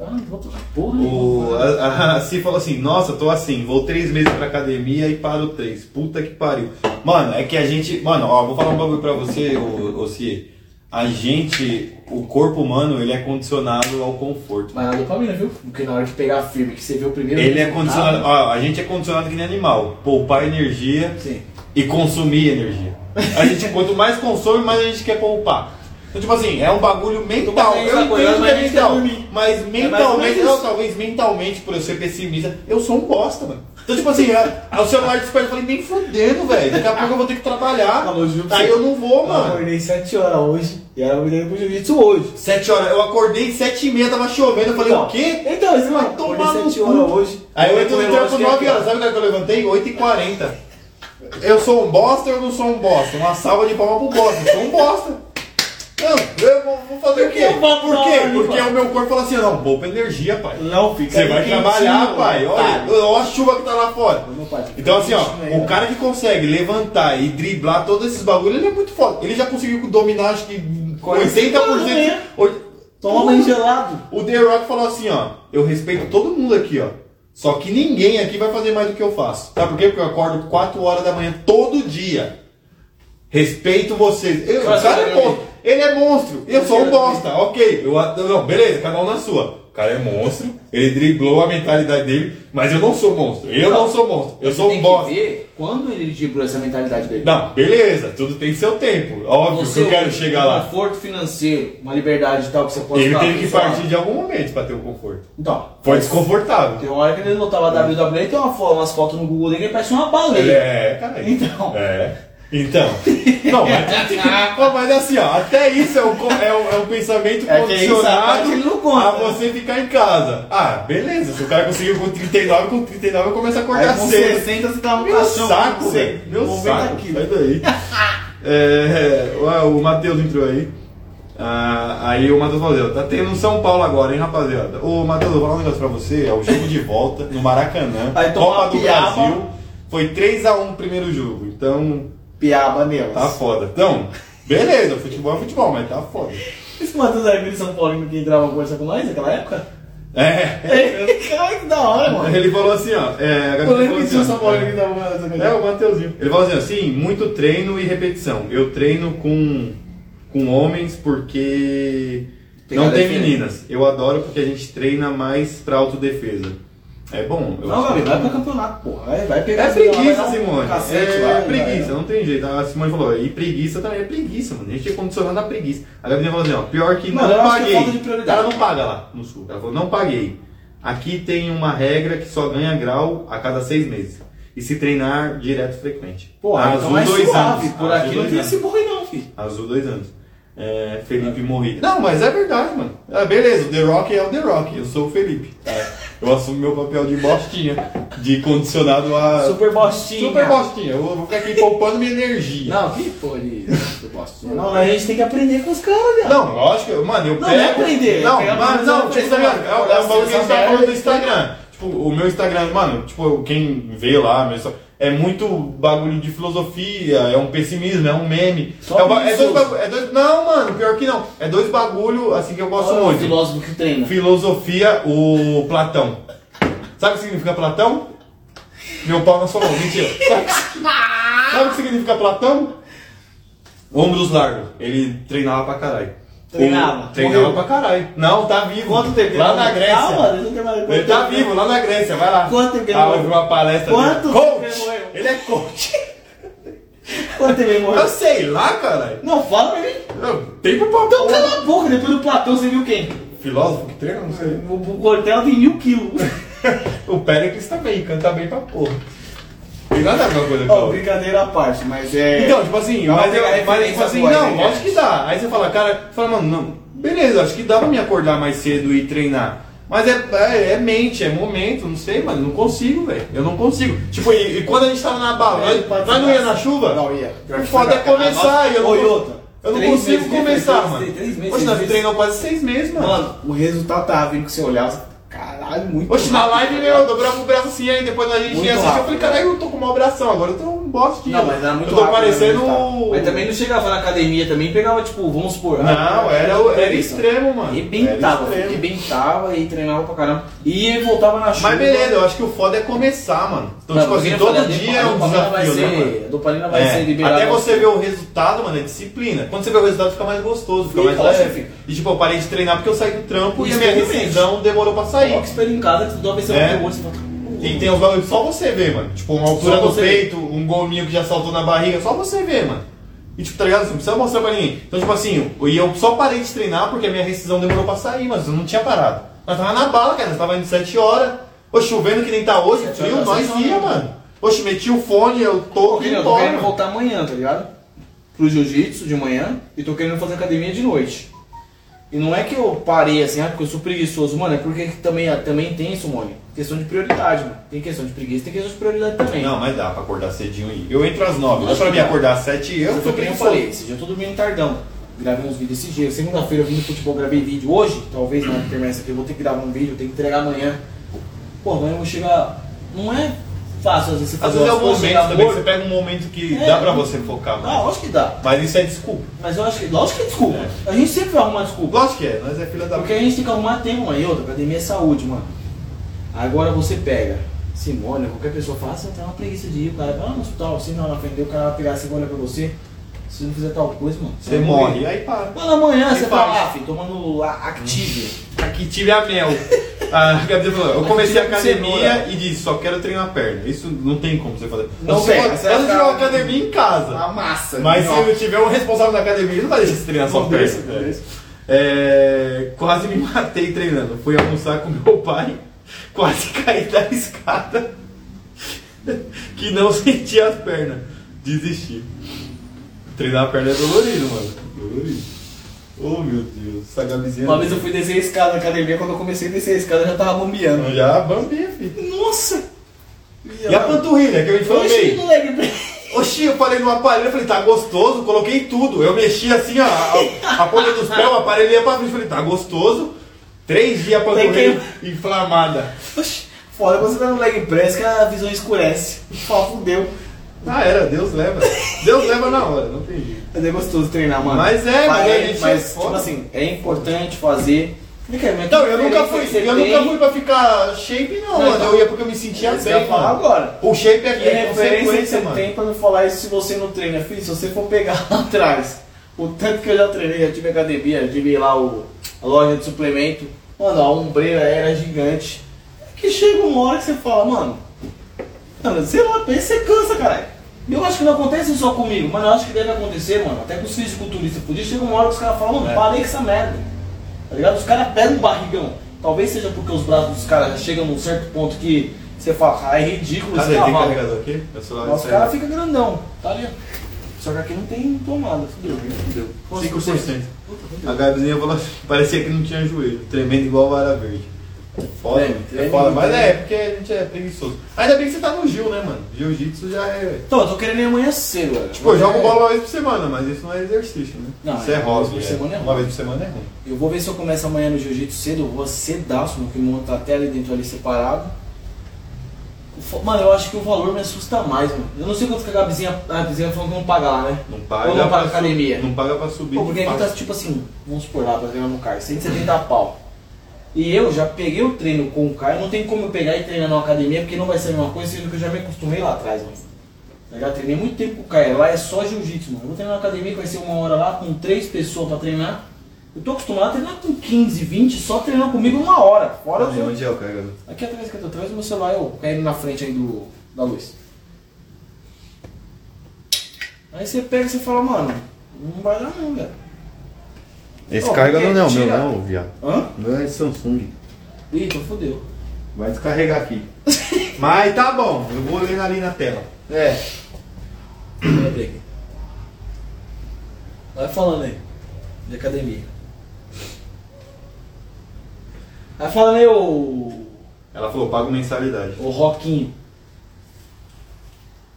Speaker 1: Ah, não vou trocar porra
Speaker 3: O,
Speaker 1: nenhuma.
Speaker 3: a, a Si falou assim, nossa, tô assim, vou três meses pra academia e paro três. Puta que pariu. Mano, é que a gente. Mano, ó, vou falar um bagulho pra você, ô, ô Si. A gente, o corpo humano, ele é condicionado ao conforto.
Speaker 1: Mas na dopamina, viu? Porque na hora que pegar firme, que você vê o primeiro.
Speaker 3: Ele é
Speaker 1: resultado,
Speaker 3: condicionado. Ó, a gente é condicionado que nem animal. Poupar energia
Speaker 1: Sim.
Speaker 3: e consumir energia. A gente, quanto mais consome, mais a gente quer poupar. Então, tipo assim, é um bagulho mental.
Speaker 1: bem
Speaker 3: Eu
Speaker 1: acordado,
Speaker 3: entendo que
Speaker 1: mas
Speaker 3: é
Speaker 1: a gente
Speaker 3: mental.
Speaker 1: quer dormir. É
Speaker 3: Mas
Speaker 1: ou menos
Speaker 3: mentalmente,
Speaker 1: isso.
Speaker 3: não, talvez mentalmente, por eu ser pessimista, eu sou um bosta, mano. Então, tipo assim, a- a- o celular desperta, eu falei, nem fudendo, velho. Daqui a pouco eu vou ter que trabalhar.
Speaker 1: Tá
Speaker 11: Falou, Gil,
Speaker 3: Tá Aí eu não vou,
Speaker 11: Eu
Speaker 3: mano.
Speaker 11: acordei 7 horas hoje e era mulher com jiu-jitsu hoje.
Speaker 3: Sete horas, eu acordei sete e meia, tava chovendo, eu falei, o quê?
Speaker 11: Então, esse
Speaker 3: Vai
Speaker 11: mano,
Speaker 3: tomar
Speaker 11: acordei
Speaker 3: no
Speaker 11: 7
Speaker 3: cu.
Speaker 11: horas hoje.
Speaker 3: Aí eu entro
Speaker 11: Olhei
Speaker 3: no
Speaker 11: pro
Speaker 3: trampo
Speaker 11: relógio,
Speaker 3: 9
Speaker 11: que é
Speaker 3: horas, sabe quando eu levantei? 8h40. Eu sou um bosta ou eu não sou um bosta? Uma salva de palmas pro bosta, eu sou um bosta. Não, eu vou, vou fazer o quê?
Speaker 11: que eu vou
Speaker 3: Por
Speaker 11: pra
Speaker 3: quê?
Speaker 11: aula,
Speaker 3: Porque
Speaker 11: pai?
Speaker 3: o meu corpo fala assim, não, poupa energia, pai.
Speaker 11: é- Não, fica
Speaker 3: Você
Speaker 11: aí
Speaker 3: vai
Speaker 11: quentinho,
Speaker 3: trabalhar, pai. Olha,
Speaker 11: otário.
Speaker 3: olha a chuva que tá lá fora.
Speaker 11: Meu pai, fica
Speaker 3: Então assim, ó,
Speaker 11: quentinho aí,
Speaker 3: o
Speaker 11: né?
Speaker 3: cara que consegue levantar e driblar todos esses bagulhos, ele é muito foda. Ele já conseguiu dominar acho que 80%. oit-
Speaker 11: né? Toma banho gelado.
Speaker 3: o The Rock falou assim, ó, eu respeito todo mundo aqui, ó. Só que ninguém aqui vai fazer mais do que eu faço. Sabe por quê? Porque eu acordo 4 horas da manhã todo dia. Respeito vocês. Eu- o
Speaker 1: Mas
Speaker 3: cara
Speaker 1: eu
Speaker 3: é
Speaker 1: quero
Speaker 3: monstro. Ele é monstro. Eu sou um
Speaker 1: quero
Speaker 3: bosta. Ok. Eu, a- não, beleza, cada um na sua. O cara é monstro. Ele driblou a mentalidade dele. Mas eu não sou monstro. Eu não sou monstro. Eu sou
Speaker 1: Tem
Speaker 3: um
Speaker 1: que
Speaker 3: bosta.
Speaker 1: ver quando ele driblou essa mentalidade dele.
Speaker 3: Não, beleza. Tudo tem seu tempo. Óbvio que eu quero
Speaker 1: hoje,
Speaker 3: chegar
Speaker 1: um
Speaker 3: lá.
Speaker 1: conforto financeiro, uma liberdade e tal que você tá pode
Speaker 3: Ele
Speaker 1: dar,
Speaker 3: teve que
Speaker 1: sei lá.
Speaker 3: partir de algum momento pra ter o conforto.
Speaker 1: Então,
Speaker 3: Foi desconfortável.
Speaker 1: tem uma hora que ele
Speaker 11: tá
Speaker 1: lotava a WWE, tem uma foto, umas fotos no Google dele que ele parece uma
Speaker 3: Ele
Speaker 11: né?
Speaker 1: baleia.
Speaker 3: é, caralho.
Speaker 1: Então.
Speaker 3: É. Então. Não, mas, Ó, mas assim, ó, até isso é um, co- é um, é um pensamento
Speaker 11: É que isso, a
Speaker 3: condicionado
Speaker 11: parte ele não conta,
Speaker 3: a
Speaker 11: né?
Speaker 3: você ficar em casa. Ah, beleza, se o cara conseguiu com 39, com 39 eu começo a acordar
Speaker 11: Aí com
Speaker 3: cedo.
Speaker 11: 60 você tá no
Speaker 3: É Meu
Speaker 11: caixão.
Speaker 3: saco,
Speaker 11: você-
Speaker 3: velho. Meu
Speaker 11: 90
Speaker 3: saco.
Speaker 11: quilos.
Speaker 3: Sai daí. É, ué, o Matheus entrou aí. Ah, aí o Matheus falou, assim, ó, tá tendo um São Paulo agora, hein, rapaziada? Ô, Matheus, eu vou falar um negócio pra você, é o jogo de volta no Maracanã,
Speaker 11: Aí toma
Speaker 3: Copa do
Speaker 11: piaba.
Speaker 3: Brasil. Foi 3x1 o primeiro jogo, então
Speaker 11: Piaba nelas.
Speaker 3: tá foda. Então, beleza, futebol é futebol, mas tá foda.
Speaker 11: Esse Matheus era aquele São Paulino que entrava conversar com nós naquela época?
Speaker 3: É,
Speaker 11: Caralho, que da hora, mano.
Speaker 3: ele falou assim, ó. É, a Gabi
Speaker 11: Eu lembro
Speaker 3: falou
Speaker 11: que
Speaker 3: assim,
Speaker 11: tinha
Speaker 3: ó,
Speaker 11: um São Paulino que entrava conversar com
Speaker 3: É,
Speaker 11: nós.
Speaker 3: o Mateuzinho. Ele fala assim, assim, muito treino e repetição. Eu treino com, com homens porque
Speaker 1: Pegada
Speaker 3: não tem
Speaker 1: diferente.
Speaker 3: meninas. Eu adoro porque a gente treina mais pra autodefesa. É bom. eu
Speaker 11: Não,
Speaker 3: acho
Speaker 11: Gabi,
Speaker 3: que-
Speaker 11: vai pra campeonato, porra. Vai, vai pegar
Speaker 3: É
Speaker 11: esse cara lá, vai
Speaker 3: preguiça,
Speaker 11: dar um
Speaker 3: Simone.
Speaker 11: cacete
Speaker 3: é
Speaker 11: lá, vai,
Speaker 3: preguiça,
Speaker 11: vai.
Speaker 3: não tem jeito. A Simone falou, e preguiça também é preguiça, mano. A gente é condicionado à preguiça. A Gabi falou assim, ó, pior que
Speaker 11: Mano,
Speaker 3: não
Speaker 11: eu acho que é
Speaker 3: paguei.
Speaker 11: falta de prioridade.
Speaker 3: Ela não paga lá no sul. Ela falou, não paguei. Aqui tem uma regra que só ganha grau a cada seis meses. E se treinar direto frequente.
Speaker 12: Pô,
Speaker 3: Azul
Speaker 12: então é
Speaker 3: dois
Speaker 12: suave.
Speaker 3: anos.
Speaker 12: Por
Speaker 3: Azul
Speaker 12: aqui não
Speaker 3: dois
Speaker 12: tem
Speaker 3: anos.
Speaker 12: esse morrer não, filho.
Speaker 3: Azul dois anos. É, Felipe Morri. Não, mas é verdade, mano. Ah, beleza, o The Rock é o The Rock, eu sou o Felipe. É, eu assumo meu papel de bostinha, de condicionado a.
Speaker 1: Super bostinha.
Speaker 3: Super bostinha. Eu vou ficar aqui poupando minha energia.
Speaker 1: Não, que porra de super bostinha.
Speaker 12: Não, a gente tem que aprender com os caras, viado.
Speaker 3: Não, lógico, eu- mano, eu
Speaker 12: Não,
Speaker 3: pego.
Speaker 12: não é aprender,
Speaker 3: Não,
Speaker 12: é pegar
Speaker 3: mas
Speaker 12: pra
Speaker 3: não,
Speaker 12: fazer
Speaker 3: tipo, tá ligado? É o é o bagulho que a gente tá
Speaker 12: essa
Speaker 3: falando do
Speaker 12: merda.
Speaker 3: Instagram. Tipo, o meu Instagram, mano, tipo, quem vê lá, meu Insta- é muito bagulho de filosofia, é um pessimismo, é um meme.
Speaker 12: Só
Speaker 3: é, ba- é
Speaker 12: isso.
Speaker 3: dois bagulho, é dois, não, mano, pior que não. É dois bagulho assim que eu gosto
Speaker 12: Olha o
Speaker 3: muito.
Speaker 12: filósofo que treina.
Speaker 3: Filosofia, o Platão. Sabe o que significa Platão? Meu pau na sua mão, mentira. Sabe,
Speaker 12: Ah!
Speaker 3: sabe o que significa Platão? Ombros largos. Ele treinava pra caralho.
Speaker 12: Treinava.
Speaker 3: O- treinava
Speaker 12: Morreu.
Speaker 3: pra caralho. Não, tá vivo.
Speaker 12: Quanto tempo?
Speaker 3: Lá na Grécia.
Speaker 12: Calma, Tá, ele não quer mais-
Speaker 3: Ele tá vivo, lá na Grécia, vai lá.
Speaker 12: Quanto tempo ele
Speaker 3: Ah, eu
Speaker 12: morreu?
Speaker 3: vi uma palestra
Speaker 12: Quanto
Speaker 3: dele.
Speaker 12: tempo
Speaker 3: Coach!
Speaker 12: ele morreu?
Speaker 3: Ele é coach.
Speaker 12: Quanto tempo ele
Speaker 3: Eu
Speaker 12: morreu?
Speaker 3: sei lá, caralho.
Speaker 12: Não, fala pra mim.
Speaker 3: Eu- Tem pro pau.
Speaker 12: Então cala a boca, depois do Platão você viu quem?
Speaker 3: Filósofo que treina, não sei.
Speaker 12: O, o Cortella tem mil quilos.
Speaker 3: O Péricles também, canta bem pra porra. Tem nada a ver uma coisa com a
Speaker 12: Ó,
Speaker 3: outra.
Speaker 12: brincadeira à parte, mas é.
Speaker 3: Então, tipo assim, mas,
Speaker 12: pegar
Speaker 3: eu, mas tipo
Speaker 12: referência
Speaker 3: assim,
Speaker 12: agora,
Speaker 3: não,
Speaker 12: né?
Speaker 3: acho que dá. Aí você fala, cara, você fala, mano, não, beleza, acho que dá pra me acordar mais cedo e treinar. Mas é, é, é mente, é momento, não sei, mano, não consigo, velho. Eu não consigo. Tipo, e, e quando a gente tava na bala,
Speaker 12: É,
Speaker 3: nós-
Speaker 12: pode
Speaker 3: nós não
Speaker 12: ser.
Speaker 3: ia na chuva?
Speaker 12: Não, ia. Pior
Speaker 3: O
Speaker 12: que
Speaker 3: foda é
Speaker 12: foi.
Speaker 3: começar,
Speaker 12: Nossa,
Speaker 3: eu não,
Speaker 12: foi
Speaker 3: cons-
Speaker 12: outra.
Speaker 3: eu não
Speaker 12: Três
Speaker 3: consigo
Speaker 12: meses, três
Speaker 3: começar,
Speaker 12: meses,
Speaker 3: mano.
Speaker 12: três meses,
Speaker 3: Poxa,
Speaker 12: três
Speaker 3: nós
Speaker 12: meses.
Speaker 3: treinamos quase seis meses, mano.
Speaker 12: Mano, o resultado tava vindo que você olhava. Caralho, muito.
Speaker 3: Oxe, na live, meu, eu dobrava o braço assim, aí depois a gente
Speaker 12: Muito
Speaker 3: ia assistir, eu
Speaker 12: rápido.
Speaker 3: falei, caralho, eu tô com o maior bração, agora eu tô um bostinho.
Speaker 12: Não, mas era muito
Speaker 3: Eu tô
Speaker 12: rápido,
Speaker 3: parecendo...
Speaker 12: né, o
Speaker 3: o-
Speaker 1: Mas também não chegava na academia também, pegava tipo, vamos supor.
Speaker 3: Não, era, o- era
Speaker 1: isso.
Speaker 3: extremo, mano.
Speaker 1: Rebentava,
Speaker 3: Era extremo.
Speaker 1: rebentava e treinava pra caramba. E ele voltava na chuva.
Speaker 3: Mas beleza, eu acho que o foda é começar, mano. Então,
Speaker 1: Não,
Speaker 3: tipo
Speaker 1: porque
Speaker 3: assim,
Speaker 1: eu
Speaker 3: todo
Speaker 1: falei,
Speaker 3: dia é
Speaker 1: a
Speaker 3: um
Speaker 1: dopamina vai
Speaker 3: desafio, né,
Speaker 1: ser-
Speaker 3: mano?
Speaker 1: A dopamina vai
Speaker 3: É.
Speaker 1: ser liberada.
Speaker 3: Até você ver o resultado, mano, é disciplina. Quando você vê o resultado, fica mais gostoso, fica mais
Speaker 1: Fica,
Speaker 3: leve.
Speaker 1: fica.
Speaker 3: E tipo, eu parei de treinar porque eu saí do trampo e a minha
Speaker 12: Exatamente.
Speaker 3: rescisão demorou pra sair.
Speaker 1: Ó, que espelho em casa que tu dá pra
Speaker 3: É.
Speaker 1: ver o outro.
Speaker 3: E tem uns bagulhos que só você vê, mano. Tipo, uma altura
Speaker 1: Só
Speaker 3: do
Speaker 1: você
Speaker 3: peito, um gominho que já saltou na barriga, só você vê, mano. E tipo, tá ligado? Você não precisa mostrar pra ninguém. Então, tipo assim, eu- e eu só parei de treinar porque a minha rescisão demorou pra sair, mas eu não tinha parado. Nós tava na bala, cara, nós tava indo 7 horas. Ô, chovendo que nem tá hoje,
Speaker 1: Sete
Speaker 3: frio,
Speaker 1: horas,
Speaker 3: nós
Speaker 1: sete
Speaker 3: ia,
Speaker 1: horas.
Speaker 3: mano. Oxe, meti o fone, eu
Speaker 1: Pô,
Speaker 3: tô um indo
Speaker 1: querendo, eu tô
Speaker 3: embora.
Speaker 1: querendo voltar amanhã, tá ligado? Pro jiu-jitsu de manhã e tô querendo fazer academia de noite. E não é que eu parei assim, ah, porque eu sou preguiçoso, mano, é porque também, também tem isso, mano. Questão de prioridade, mano. Tem questão de preguiça, tem questão de prioridade também.
Speaker 3: Não, mas dá pra acordar cedinho aí. Eu entro às 9, dá pra mim acordar às 7 eu
Speaker 1: Mas
Speaker 3: tô
Speaker 1: foi que nem eu
Speaker 3: preguiçoso.
Speaker 1: falei, esse dia eu tô dormindo tardão. Gravei uns vídeos esse dia. Segunda-feira eu vim do futebol, gravei vídeo. Hoje, talvez não termine essa aqui, eu vou ter que gravar um vídeo, eu tenho que entregar amanhã. Pô, amanhã eu vou chegar. Não é fácil, às vezes você
Speaker 3: Às
Speaker 1: fazer
Speaker 3: vezes é
Speaker 1: umas
Speaker 3: o
Speaker 1: coisas,
Speaker 3: momento
Speaker 1: chegar
Speaker 3: também,
Speaker 1: morto.
Speaker 3: você pega um momento que
Speaker 1: É.
Speaker 3: dá pra você focar, mano.
Speaker 1: Ah, lógico que dá.
Speaker 3: Mas isso é desculpa.
Speaker 1: Mas eu acho que. Lógico que é desculpa. A gente sempre vai arrumar desculpa.
Speaker 3: Lógico que é, nós é filha da
Speaker 1: Porque a gente tem que arrumar tempo, mano. E outra, academia é saúde, mano. Agora você pega Simone, qualquer pessoa fala, ah, você tem uma preguiça de ir, o cara vai lá no hospital, assim não, na frente dele, o cara vai pegar a Simone pra você. Se não fizer tal coisa, mano.
Speaker 3: Você morre, aí para.
Speaker 1: Mas na manhã
Speaker 3: E
Speaker 1: você tá
Speaker 3: faz.
Speaker 1: lá, filho, tomando a- Activia.
Speaker 3: Aqui tive a mel. A Gabriela falou, eu comecei a
Speaker 1: Aqui tive
Speaker 3: academia
Speaker 1: cenoura.
Speaker 3: e disse, só quero treinar a perna. Isso não tem como você fazer.
Speaker 1: Não
Speaker 3: você
Speaker 1: tem,
Speaker 3: pode
Speaker 1: você vai
Speaker 3: pode
Speaker 1: ficar-
Speaker 3: tirar uma academia em casa.
Speaker 1: massa.
Speaker 3: Mas se
Speaker 1: Não.
Speaker 3: eu tiver um responsável da academia, ele não vai deixar você treinar só
Speaker 1: Não deixa,
Speaker 3: perna.
Speaker 1: não
Speaker 3: velho.
Speaker 1: deixa.
Speaker 3: É, quase me matei treinando. Fui almoçar com meu pai, quase caí da escada, que não sentia as pernas. Desisti. Treinar a perna é dolorido, mano. Dolorido. Oh meu Deus, essa camisinha.
Speaker 1: Uma vez eu fui descer a escada na academia, quando eu comecei a descer a escada eu já tava bombeando.
Speaker 3: Eu Já bambia, filho.
Speaker 1: Nossa!
Speaker 3: E a um panturrilha que eu
Speaker 1: Eu achei
Speaker 3: inflamei?
Speaker 1: do leg break.
Speaker 3: Oxi, eu falei no aparelho, eu falei, tá gostoso, coloquei tudo. Eu mexi assim, ó, a, a ponta dos pés, o aparelho ia pra frente. Falei, tá gostoso. Três dias a panturrilha inflamada.
Speaker 1: Oxi, Foda, quando você tá no leg press que a visão escurece. Fala, fudeu.
Speaker 3: Ah, era, Deus leva. Deus leva na hora, não tem jeito.
Speaker 1: Mas é gostoso treinar, mano.
Speaker 3: Mas é, mas
Speaker 1: mas,
Speaker 3: a gente é
Speaker 1: mas
Speaker 3: foda.
Speaker 1: tipo assim, é importante fazer. é
Speaker 3: Então, eu nunca fui, eu nunca fui pra ficar shape, não,
Speaker 1: Não,
Speaker 3: mano.
Speaker 1: então.
Speaker 3: Eu ia porque eu me sentia
Speaker 1: Você ia
Speaker 3: bem,
Speaker 1: falar
Speaker 3: mano.
Speaker 1: agora.
Speaker 3: O shape
Speaker 1: Que
Speaker 3: aqui é
Speaker 1: referência que
Speaker 3: consequência,
Speaker 1: você
Speaker 3: mano.
Speaker 1: tem pra não falar isso se você não treina? Filho, se você for pegar lá atrás, o tanto que eu já treinei, já tive academia, já tive lá o, a loja de suplemento, mano, a ombreira era gigante. É que chega uma hora que você fala, mano, mano sei lá, pensa, você cansa, caralho. E Eu acho que não acontece só comigo, mas eu acho que deve acontecer, mano. Até com os
Speaker 3: É.
Speaker 1: fisiculturistas, podia chegar uma hora que os caras falam, mano, parei com essa merda. Tá ligado? Os caras pegam um barrigão. Talvez seja porque os braços dos caras já chegam num certo ponto que você fala, ah, é ridículo
Speaker 3: Cadê?
Speaker 1: esse
Speaker 3: Tem
Speaker 1: cavalo.
Speaker 3: carregador aqui? Meu celular
Speaker 1: Mas o
Speaker 3: saiu.
Speaker 1: cara fica grandão, tá ali. Só que aqui não tem tomada, fudeu, né? fudeu.
Speaker 3: 5%. A Gabizinha falou assim, parecia que não tinha joelho, tremendo igual vara verde. É Foda,
Speaker 1: Treme,
Speaker 3: é
Speaker 1: treme,
Speaker 3: foda, mas
Speaker 1: treme.
Speaker 3: é, porque a gente é preguiçoso. Ainda bem que você tá no Gil, né, mano? Jiu-jitsu já é.
Speaker 1: Então, eu tô querendo ir amanhã cedo, velho.
Speaker 3: Tipo, eu jogo bola uma vez por semana, mas isso não é exercício, né?
Speaker 1: Não,
Speaker 3: isso é,
Speaker 1: é,
Speaker 3: hobby.
Speaker 1: uma vez por
Speaker 3: é.
Speaker 1: semana é ruim.
Speaker 3: Uma vez por semana é ruim.
Speaker 1: Eu vou ver se eu começo amanhã no jiu-jitsu cedo, eu vou cedaço, meu kimono tá até ali dentro ali separado. O fo- Mano, eu acho que o valor me assusta mais, mano. Eu não sei quanto que a Gabizinha, a Gabizinha falou que não paga lá, né?
Speaker 3: Não paga.
Speaker 1: Ou não
Speaker 3: pra
Speaker 1: paga
Speaker 3: su-
Speaker 1: academia.
Speaker 3: Não paga pra subir.
Speaker 1: Pô, porque
Speaker 3: não
Speaker 1: aqui
Speaker 3: paga.
Speaker 1: tá tipo assim, vamos supor lá, pra treinar no CAR, 170 pau. E eu já peguei o treino com o CAR, não tem como eu pegar e treinar na academia, porque não vai ser a mesma coisa, sendo que eu já me acostumei lá atrás, mano. Eu já treinei muito tempo com o CAR, lá é só jiu-jitsu, mano. Eu vou treinar na academia, que vai ser uma hora lá, com três pessoas pra treinar. Eu tô acostumado a treinar com 15, 20, só treinar comigo uma hora. Fora né? os
Speaker 3: Onde- Onde é o carregador?
Speaker 1: Aqui atrás, aqui atrás, o meu celular eu caindo na frente aí do, da luz. Aí você pega e você fala, mano, não vai dar não, velho.
Speaker 10: Esse
Speaker 1: Ô,
Speaker 10: carregador
Speaker 1: porque
Speaker 10: não é o meu,
Speaker 1: tira-
Speaker 10: não, viado.
Speaker 1: Hã?
Speaker 10: O meu é Samsung.
Speaker 1: Ih, então fodeu.
Speaker 10: Vai descarregar aqui.
Speaker 3: Mas tá bom, eu vou olhando ali na tela.
Speaker 10: É.
Speaker 1: Vai falando aí. De academia. Vai falando aí, ô.
Speaker 3: Ela falou, pago mensalidade.
Speaker 1: Ô Roquinho.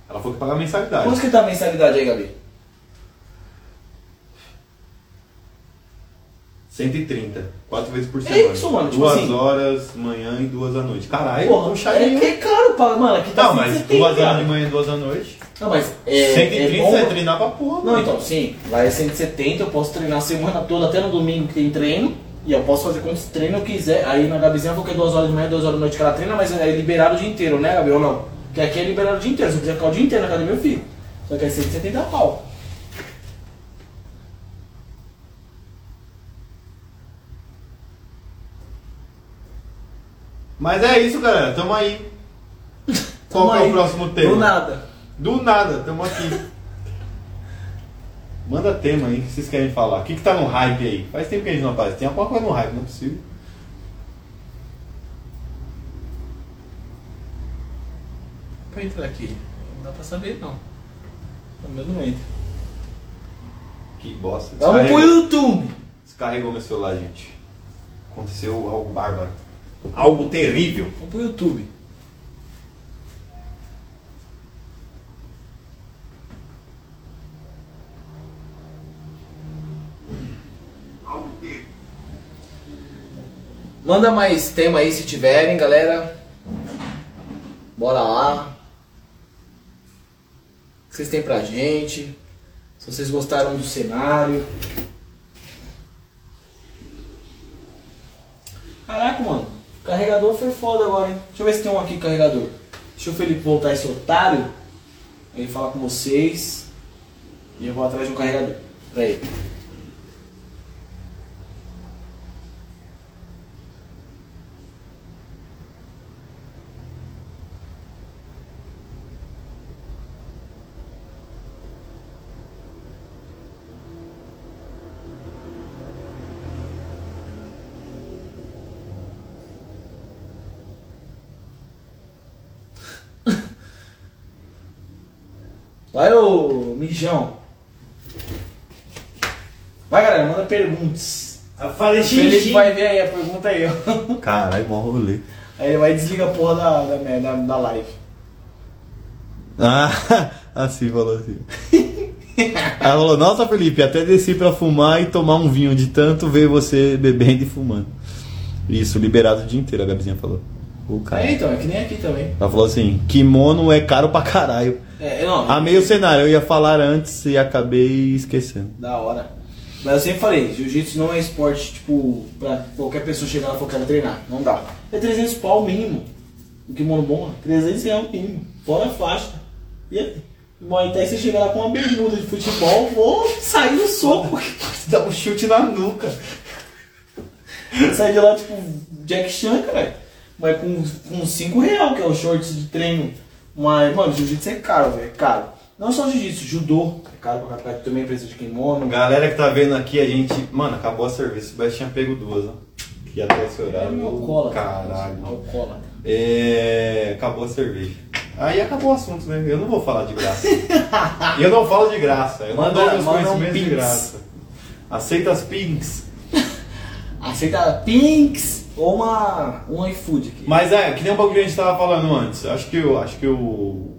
Speaker 3: Ela falou que paga mensalidade.
Speaker 1: Quanto que tá a mensalidade aí, Gabi?
Speaker 3: 130, quatro vezes por
Speaker 1: É
Speaker 3: semana.
Speaker 1: isso, mano, tipo
Speaker 3: Duas
Speaker 1: assim.
Speaker 3: horas, manhã e duas à noite. Caralho,
Speaker 1: Porra,
Speaker 10: um
Speaker 3: puxa aí.
Speaker 1: é, que é caro, pá, mano. Aqui tá
Speaker 3: Não, mas
Speaker 1: 170,
Speaker 3: duas horas
Speaker 1: cara.
Speaker 3: de manhã e duas da noite.
Speaker 1: Não, mas é.
Speaker 3: 130
Speaker 1: é bom-
Speaker 3: você é treinar pra porra.
Speaker 1: Não,
Speaker 3: mano.
Speaker 1: então, sim. Lá é 170, eu posso treinar a semana toda, até no domingo que tem treino. E eu posso fazer quantos treinos eu quiser. Aí na Gabizinha eu vou que é duas horas de manhã, duas horas da noite que ela treina, mas é liberado o dia inteiro, né, Gabi? Ou não? Porque aqui é liberado o dia inteiro. Se eu quiser ficar o dia inteiro na academia, eu fico. Só que é 170 pau.
Speaker 3: Mas é isso, galera. Tamo aí. Qual
Speaker 1: Tamo
Speaker 3: que é
Speaker 1: aí.
Speaker 3: o próximo tema?
Speaker 1: Do nada.
Speaker 3: Do nada, tamo aqui. Manda tema aí, o que vocês querem falar? O que, que tá no hype aí? Faz tempo que a gente não faz. Tem alguma coisa no hype, não é possível.
Speaker 9: Pra entrar aqui, não dá pra saber não.
Speaker 1: O meu não entra.
Speaker 3: Que bosta.
Speaker 1: Vamos pro
Speaker 3: Descarregou,
Speaker 1: YouTube!
Speaker 3: descarregou meu celular, gente. Aconteceu algo bárbaro. Algo terrível.
Speaker 1: Vamos pro YouTube.
Speaker 9: Manda mais tema aí se tiverem, galera. Bora lá. O que vocês têm pra gente? Se vocês gostaram do cenário.
Speaker 1: Caraca, mano. Carregador foi foda agora, hein? Deixa eu ver se tem um aqui, carregador. Deixa o Felipe voltar esse otário. Ele fala com vocês. E eu vou atrás de um carregador. Peraí. Vai, ô mijão. Vai, galera, manda perguntas.
Speaker 13: Falei
Speaker 1: O Felipe vai ver aí a pergunta aí, ó.
Speaker 3: Caralho, mó rolê.
Speaker 1: Aí ele vai e desliga a porra da, da, minha- da, da live.
Speaker 3: Ah, assim falou assim. Ela falou, nossa Felipe, até desci pra fumar e tomar um vinho de tanto ver você bebendo e fumando. Isso, liberado o dia inteiro, a Gabizinha falou. O cara.
Speaker 1: É, então, é que nem aqui também.
Speaker 3: Ela falou assim, kimono é caro pra caralho.
Speaker 1: É, não.
Speaker 3: Amei o cenário, eu ia falar antes e acabei esquecendo.
Speaker 1: Da hora. Mas eu sempre falei, jiu-jitsu não é esporte, tipo, pra qualquer pessoa chegar lá e falar, quero treinar. Não dá. É 300 pau o mínimo. O kimono bom, é 300 reais o mínimo. Fora a faixa. E aí? Muay Thai, você chega lá com uma bermuda de futebol, vou sair no soco.
Speaker 3: Dá um chute na nuca.
Speaker 1: Sai de lá, tipo, Jack Chan, caralho. Mas com, com 5 real, que é o shorts de treino. Mas, mano, jiu-jitsu é caro, velho. É caro. Não só jiu-jitsu, judô. É caro pra caralho. Também precisa de kimono.
Speaker 3: Galera que tá vendo aqui, a gente. Mano, acabou a cerveja, o Best tinha pego duas, ó. que até esse horário.
Speaker 1: É meu cola.
Speaker 3: Caralho.
Speaker 1: Meu cola.
Speaker 3: É, acabou a cerveja. Aí acabou o assunto, né? Eu não vou falar de graça. E eu não falo de graça. Eu não
Speaker 1: Manda-
Speaker 3: dou meus
Speaker 1: manda um
Speaker 3: conhecimentos de
Speaker 1: pinks.
Speaker 3: graça. Aceita as pinks.
Speaker 1: Aceita Pinks ou uma, um iFood aqui.
Speaker 3: Mas é, que nem o bagulho que a gente tava falando antes. Acho que eu acho que o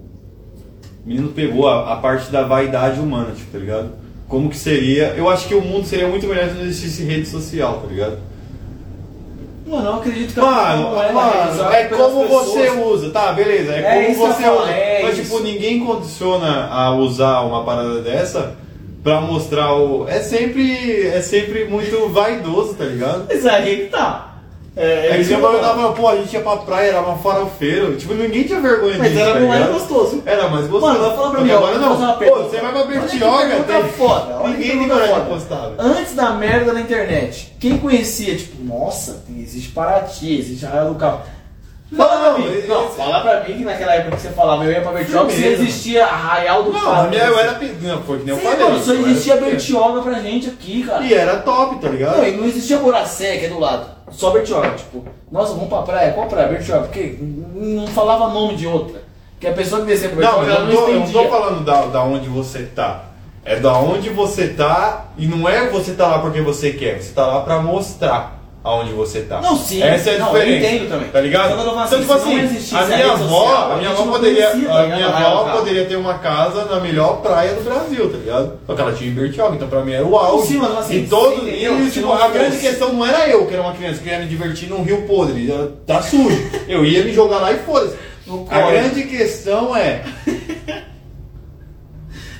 Speaker 3: menino pegou a, a parte da vaidade humana, tipo, tá ligado? Como que seria? Eu acho que o mundo seria muito melhor se não existisse rede social, tá ligado?
Speaker 1: Mano, eu acredito que a
Speaker 3: Mano,
Speaker 1: pessoa é
Speaker 3: mano,
Speaker 1: realizada
Speaker 3: é
Speaker 1: pelas
Speaker 3: como
Speaker 1: pessoas.
Speaker 3: você usa, tá, beleza, é,
Speaker 1: É isso
Speaker 3: como
Speaker 1: que eu
Speaker 3: você
Speaker 1: ia falar,
Speaker 3: usa.
Speaker 1: é
Speaker 3: Mas,
Speaker 1: isso.
Speaker 3: tipo, ninguém condiciona a usar uma parada dessa pra mostrar o. É sempre, é sempre muito vaidoso, tá ligado?
Speaker 1: Mas aí que tá. É,
Speaker 3: É que
Speaker 1: isso
Speaker 3: eu
Speaker 1: que eu falo.
Speaker 3: tava, pô, a gente ia pra praia, era uma farofeira, tipo, ninguém tinha vergonha
Speaker 1: Mas
Speaker 3: disso,
Speaker 1: era
Speaker 3: tá
Speaker 1: não era
Speaker 3: ligado?
Speaker 1: gostoso.
Speaker 3: Era mais gostoso.
Speaker 1: Mano, vai falar pra
Speaker 3: Porque
Speaker 1: mim, ó,
Speaker 3: agora
Speaker 1: vou fazer
Speaker 3: não.
Speaker 1: uma
Speaker 3: Pô,
Speaker 1: pergunta.
Speaker 3: você vai pra
Speaker 1: Olha que
Speaker 3: Bertioga,
Speaker 1: pergunta
Speaker 3: tem-
Speaker 1: foda, olha que
Speaker 3: ninguém tem
Speaker 1: pergunta
Speaker 3: coragem de
Speaker 1: foda.
Speaker 3: postar. velho.
Speaker 1: Antes da merda na internet, quem conhecia, tipo, nossa, tem- existe Paraty, existe Arraial do Cabo. Fala
Speaker 3: Não,
Speaker 1: pra mim,
Speaker 3: esse-
Speaker 1: não, fala pra mim que naquela época que você falava, eu ia pra Bertioga, se
Speaker 3: Firmeza.
Speaker 1: existia Arraial do
Speaker 3: Não, a
Speaker 1: Cabo.
Speaker 3: minha eu era pe- não, foi que nem eu
Speaker 1: Sim,
Speaker 3: falei. é.
Speaker 1: mano, só
Speaker 3: eu era
Speaker 1: existia
Speaker 3: pequeno.
Speaker 1: Bertioga pra gente aqui, cara.
Speaker 3: E era top, tá ligado?
Speaker 1: Não, e não existia Boracé, que é do lado. Só Bertioga, tipo, nossa, vamos pra praia. Qual praia? Bertioga. Porque não falava nome de outra. Porque a pessoa que descia pro
Speaker 3: Não,
Speaker 1: Bertioga,
Speaker 3: mas
Speaker 1: ela
Speaker 3: eu não, tô, eu não
Speaker 1: entendia.
Speaker 3: tô falando da, da onde você tá. É da onde você tá e não é você tá lá porque você quer, você tá lá pra mostrar aonde você tá.
Speaker 1: Não, sim.
Speaker 3: Essa é a
Speaker 1: Não,
Speaker 3: diferença.
Speaker 1: eu entendo também.
Speaker 3: Tá ligado?
Speaker 1: Quando eu falo
Speaker 3: Então,
Speaker 1: assim, se
Speaker 3: tipo
Speaker 1: não
Speaker 3: assim,
Speaker 1: existisse
Speaker 3: a
Speaker 1: a
Speaker 3: minha
Speaker 1: rede
Speaker 3: avó,
Speaker 1: social,
Speaker 3: a minha
Speaker 1: a
Speaker 3: avó
Speaker 1: gente não
Speaker 3: poderia,
Speaker 1: conhecia,
Speaker 3: a
Speaker 1: tá ligado?
Speaker 3: minha
Speaker 1: Lá era o
Speaker 3: avó
Speaker 1: carro.
Speaker 3: poderia ter uma casa na melhor praia do Brasil, tá ligado? Só que ela tinha em Bertioga, então pra mim era o auge.
Speaker 1: Sim, mas, assim,
Speaker 3: e todo
Speaker 1: sim,
Speaker 3: e,
Speaker 1: entendeu?
Speaker 3: tipo,
Speaker 1: Se não
Speaker 3: a grande
Speaker 1: fosse-
Speaker 3: questão não era eu que era uma criança que ia me divertir num rio podre, eh, tá sujo. Eu ia me jogar lá e foda-se.
Speaker 1: No
Speaker 3: A
Speaker 1: colo.
Speaker 3: grande questão é.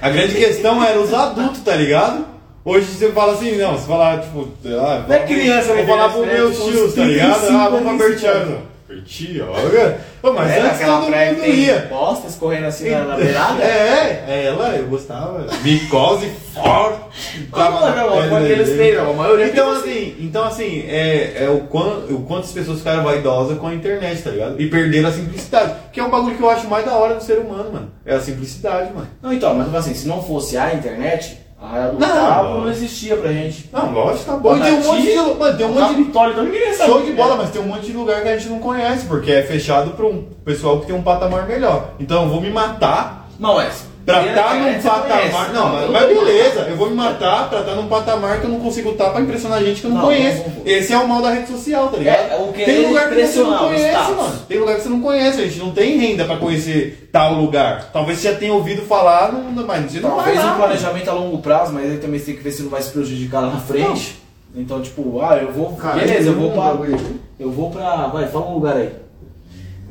Speaker 3: A grande questão era os adultos, tá ligado? Hoje você fala assim, não, você fala, tipo, ah,
Speaker 1: Não é criança,
Speaker 3: vou
Speaker 1: né,
Speaker 3: falar
Speaker 1: criança,
Speaker 3: pros
Speaker 1: né?
Speaker 3: meus
Speaker 1: Tipo,
Speaker 3: tios, tá
Speaker 1: uns
Speaker 3: ligado? Ah, vou pra
Speaker 1: 35
Speaker 3: Bertioga. Bertioga? Pô, mas
Speaker 1: Era
Speaker 3: antes todo
Speaker 1: praia que
Speaker 3: mundo
Speaker 1: tem
Speaker 3: ia.
Speaker 1: Bosta escorrendo assim na, na beirada.
Speaker 3: É, é, ela, eu gostava. Micose forte.
Speaker 1: Não, não, não,
Speaker 3: na
Speaker 1: foi
Speaker 3: pele
Speaker 1: aqueles
Speaker 3: dele.
Speaker 1: tem, não, a maioria é tem
Speaker 3: Então assim, então assim, é, é o, quanto, o quanto as pessoas ficaram vaidosas com a internet, tá ligado? E perderam a simplicidade. Que é um bagulho que eu acho mais da hora do ser humano, mano. É a simplicidade, mano.
Speaker 1: Não, então, mas assim, se não fosse a internet, a Arraial do
Speaker 3: Não,
Speaker 1: Cabo
Speaker 3: não.
Speaker 1: não existia pra gente.
Speaker 3: Não, lógico, tá bom. E tem um monte de. Mano, tem um monte de.
Speaker 1: Capitólio também queria saber.
Speaker 3: Show de bola, mas tem um monte de lugar que a gente não conhece, porque é fechado pra um pessoal que tem um patamar melhor. Então eu vou me matar
Speaker 1: Não, é.
Speaker 3: Pra
Speaker 1: Primeira
Speaker 3: estar num
Speaker 1: internet você
Speaker 3: patamar.
Speaker 1: conhece.
Speaker 3: Não, mas,
Speaker 1: Eu
Speaker 3: mas
Speaker 1: tô-
Speaker 3: beleza, eu vou me matar pra estar num patamar que eu não consigo estar pra impressionar gente que eu não,
Speaker 1: Não,
Speaker 3: conheço.
Speaker 1: não, não, não.
Speaker 3: Esse é o mal da rede social, tá ligado?
Speaker 1: É, o querer
Speaker 3: tem lugar que você não
Speaker 1: impressionar, o
Speaker 3: conhece,
Speaker 1: status.
Speaker 3: mano. Tem lugar que você não conhece, a gente não tem renda pra conhecer tal lugar. Talvez você já tenha ouvido falar, não, não- mas você não vai
Speaker 1: Talvez
Speaker 3: lá,
Speaker 1: um
Speaker 3: mano.
Speaker 1: planejamento a longo prazo, mas aí também você tem que ver se não vai se prejudicar lá na frente. Então, tipo, ah, eu vou.
Speaker 9: Cara,
Speaker 3: é
Speaker 1: beleza, eu
Speaker 9: eu
Speaker 1: vou
Speaker 3: um
Speaker 9: não
Speaker 1: pra.
Speaker 9: bagulho.
Speaker 1: Eu vou pra. Vai, fala um lugar aí.